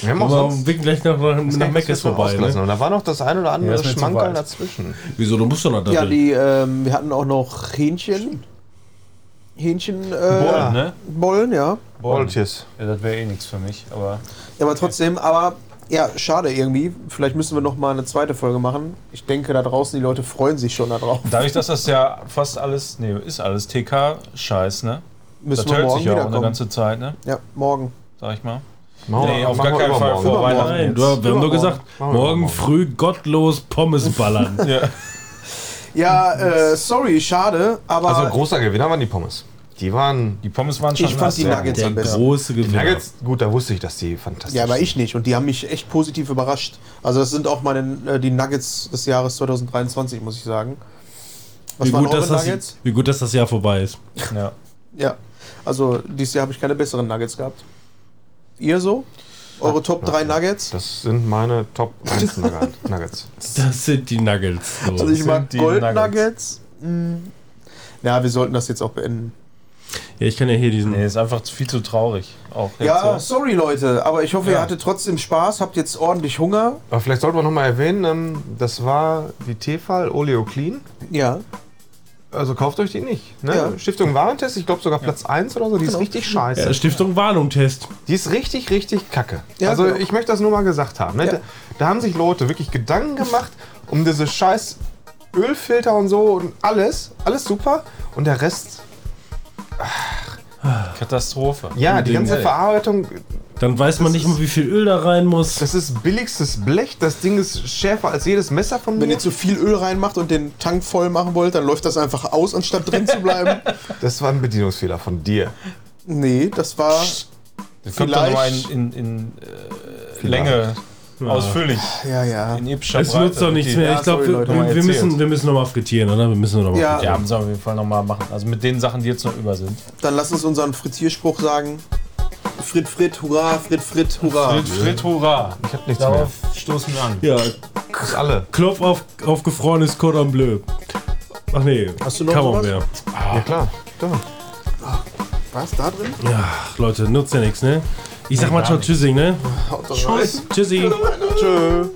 S4: Wir haben auch
S3: Aber
S4: sonst
S3: wir gehen gleich nach, nach, nach Meckes vorbei. Ne?
S4: Und da war noch das ein oder andere
S2: Ja, ist mir zu
S4: Schmankerl
S2: weit.
S4: dazwischen.
S3: Wieso, du musst doch noch da
S6: Ja,
S3: drin.
S6: die, ähm, wir hatten auch noch Hähnchen. Hähnchen, äh,
S4: Ja.
S2: Ne?
S6: Bollen, ja.
S4: Boltjes.
S2: Ja, das wäre eh nichts für mich, aber.
S6: Ja, aber trotzdem, aber ja, schade irgendwie. Vielleicht müssen wir noch mal eine zweite Folge machen. Ich denke, da draußen die Leute freuen sich schon darauf.
S2: Dadurch, dass das ja fast alles, nee, ist alles TK-Scheiß, ne?
S6: Müssen
S2: das
S6: wir
S2: hält
S6: morgen
S2: sich ja auch eine
S6: wiederkommen.
S2: ganze Zeit, ne?
S6: Ja, morgen.
S2: Sag ich mal.
S4: Machen
S2: Nee,
S4: wir-
S2: auf
S4: machen
S2: gar
S4: wir
S2: keinen Fall
S4: übermorgen.
S2: vor Weihnachten.
S3: Nein, du, wir haben
S6: Übermorgen.
S3: nur gesagt,
S4: Machen wir
S3: morgen
S4: übermorgen.
S3: früh gottlos Pommes ballern.
S6: Ja, äh, sorry, schade, aber
S4: Also großer Gewinner waren die Pommes. Die waren.
S2: Die Pommes waren schon
S6: ich fand die
S2: nass, ja.
S6: Nuggets
S3: Der
S6: am besten.
S3: große
S4: Die
S3: Gewinner.
S4: Nuggets, gut, da wusste ich, dass die fantastisch
S6: Ja, aber
S4: sind.
S6: ich nicht und die haben mich echt positiv überrascht. Also das sind auch meine äh, die Nuggets des Jahres 2023, muss ich sagen. Was
S3: Wie
S6: waren
S3: gut, dass
S6: eure
S3: das,
S6: Nuggets?
S3: wie gut, dass das Jahr vorbei ist.
S2: Ja.
S6: Ja, also dieses Jahr habe ich keine besseren Nuggets gehabt. Ihr so? Eure Top 3 Nuggets?
S4: Das sind meine Top 1 Nugget- Nuggets.
S3: Das sind die Nuggets. So.
S6: Also ich mag
S2: sind die
S6: Gold Nuggets.
S2: Nuggets.
S6: Mm. Ja, wir sollten das jetzt auch beenden.
S3: ja, ich kann ja hier diesen.
S2: Nee, ist einfach viel zu traurig. Auch jetzt
S6: Ja,
S2: so.
S6: sorry Leute, aber ich hoffe, ihr
S2: Ja.
S6: hattet trotzdem Spaß, habt jetzt ordentlich Hunger.
S4: Aber vielleicht sollten wir nochmal erwähnen, ähm, das war die Tefal Oleo Clean.
S6: Ja.
S4: Also kauft euch die nicht. Ne?
S6: Ja. Genau.
S4: Stiftung Warentest, ich glaube sogar Platz 1 oder so, die ist richtig scheiße.
S3: Ja, Stiftung Warnung-Test.
S4: Die ist richtig, richtig kacke.
S6: Ja,
S4: also
S6: genau.
S4: ich möchte das nur mal gesagt haben. Ne?
S6: Ja.
S4: Da, da haben sich Leute wirklich Gedanken gemacht um diese scheiß Ölfilter und so und alles. Alles super. Und der Rest,
S2: Katastrophe.
S4: ja, die ganze Verarbeitung,
S3: Dann weiß man nicht mal, wie viel Öl da rein muss.
S4: das ist billigstes Blech. Das Ding ist schärfer als jedes Messer von
S6: Wenn
S4: mir.
S6: ihr zu viel Öl reinmacht und den Tank voll machen wollt, dann läuft das einfach aus, anstatt drin zu bleiben.
S4: Das war ein Bedienungsfehler von dir.
S6: Nee, das war.
S2: Das kommt dann nochmal
S6: Vielleicht-
S2: in, in, in äh, Länge ausführlich.
S6: Ja, ja.
S2: In epischer
S3: Es nutzt doch nichts
S2: Die-
S3: mehr.
S6: Ja,
S3: Ich glaube,
S6: sorry,
S3: wir,
S6: Leute.
S3: wir, wir
S2: Erzählt.
S3: müssen, wir müssen nochmal frittieren, oder? Wir müssen nochmal
S6: Ja.
S2: Ja,
S3: frittieren.
S2: müssen wir auf jeden Fall nochmal machen. Also mit den Sachen, die jetzt noch über sind.
S6: Dann lasst uns unseren Frittierspruch sagen. Frit, Frit, hurra, Frit, Frit, hurra.
S2: Frit, Frit, hurra!
S4: Ich hab nichts mehr.
S2: Darauf stoßen wir an.
S3: Ja,
S4: Das ist alle.
S3: Klopf auf, auf gefrorenes Cordon Bleu. Ach nee,
S6: Hast du noch
S3: kann man
S6: sowas?
S3: mehr.
S4: Ja klar. Da.
S6: Was da drin?
S3: Ach, Leute, nutzt ja nichts, ne? Ich sag mal
S2: gar
S3: ciao,
S2: nichts.
S3: tschüssing, ne?
S6: Haut doch rein.
S3: Tschüssi.
S6: Tschö.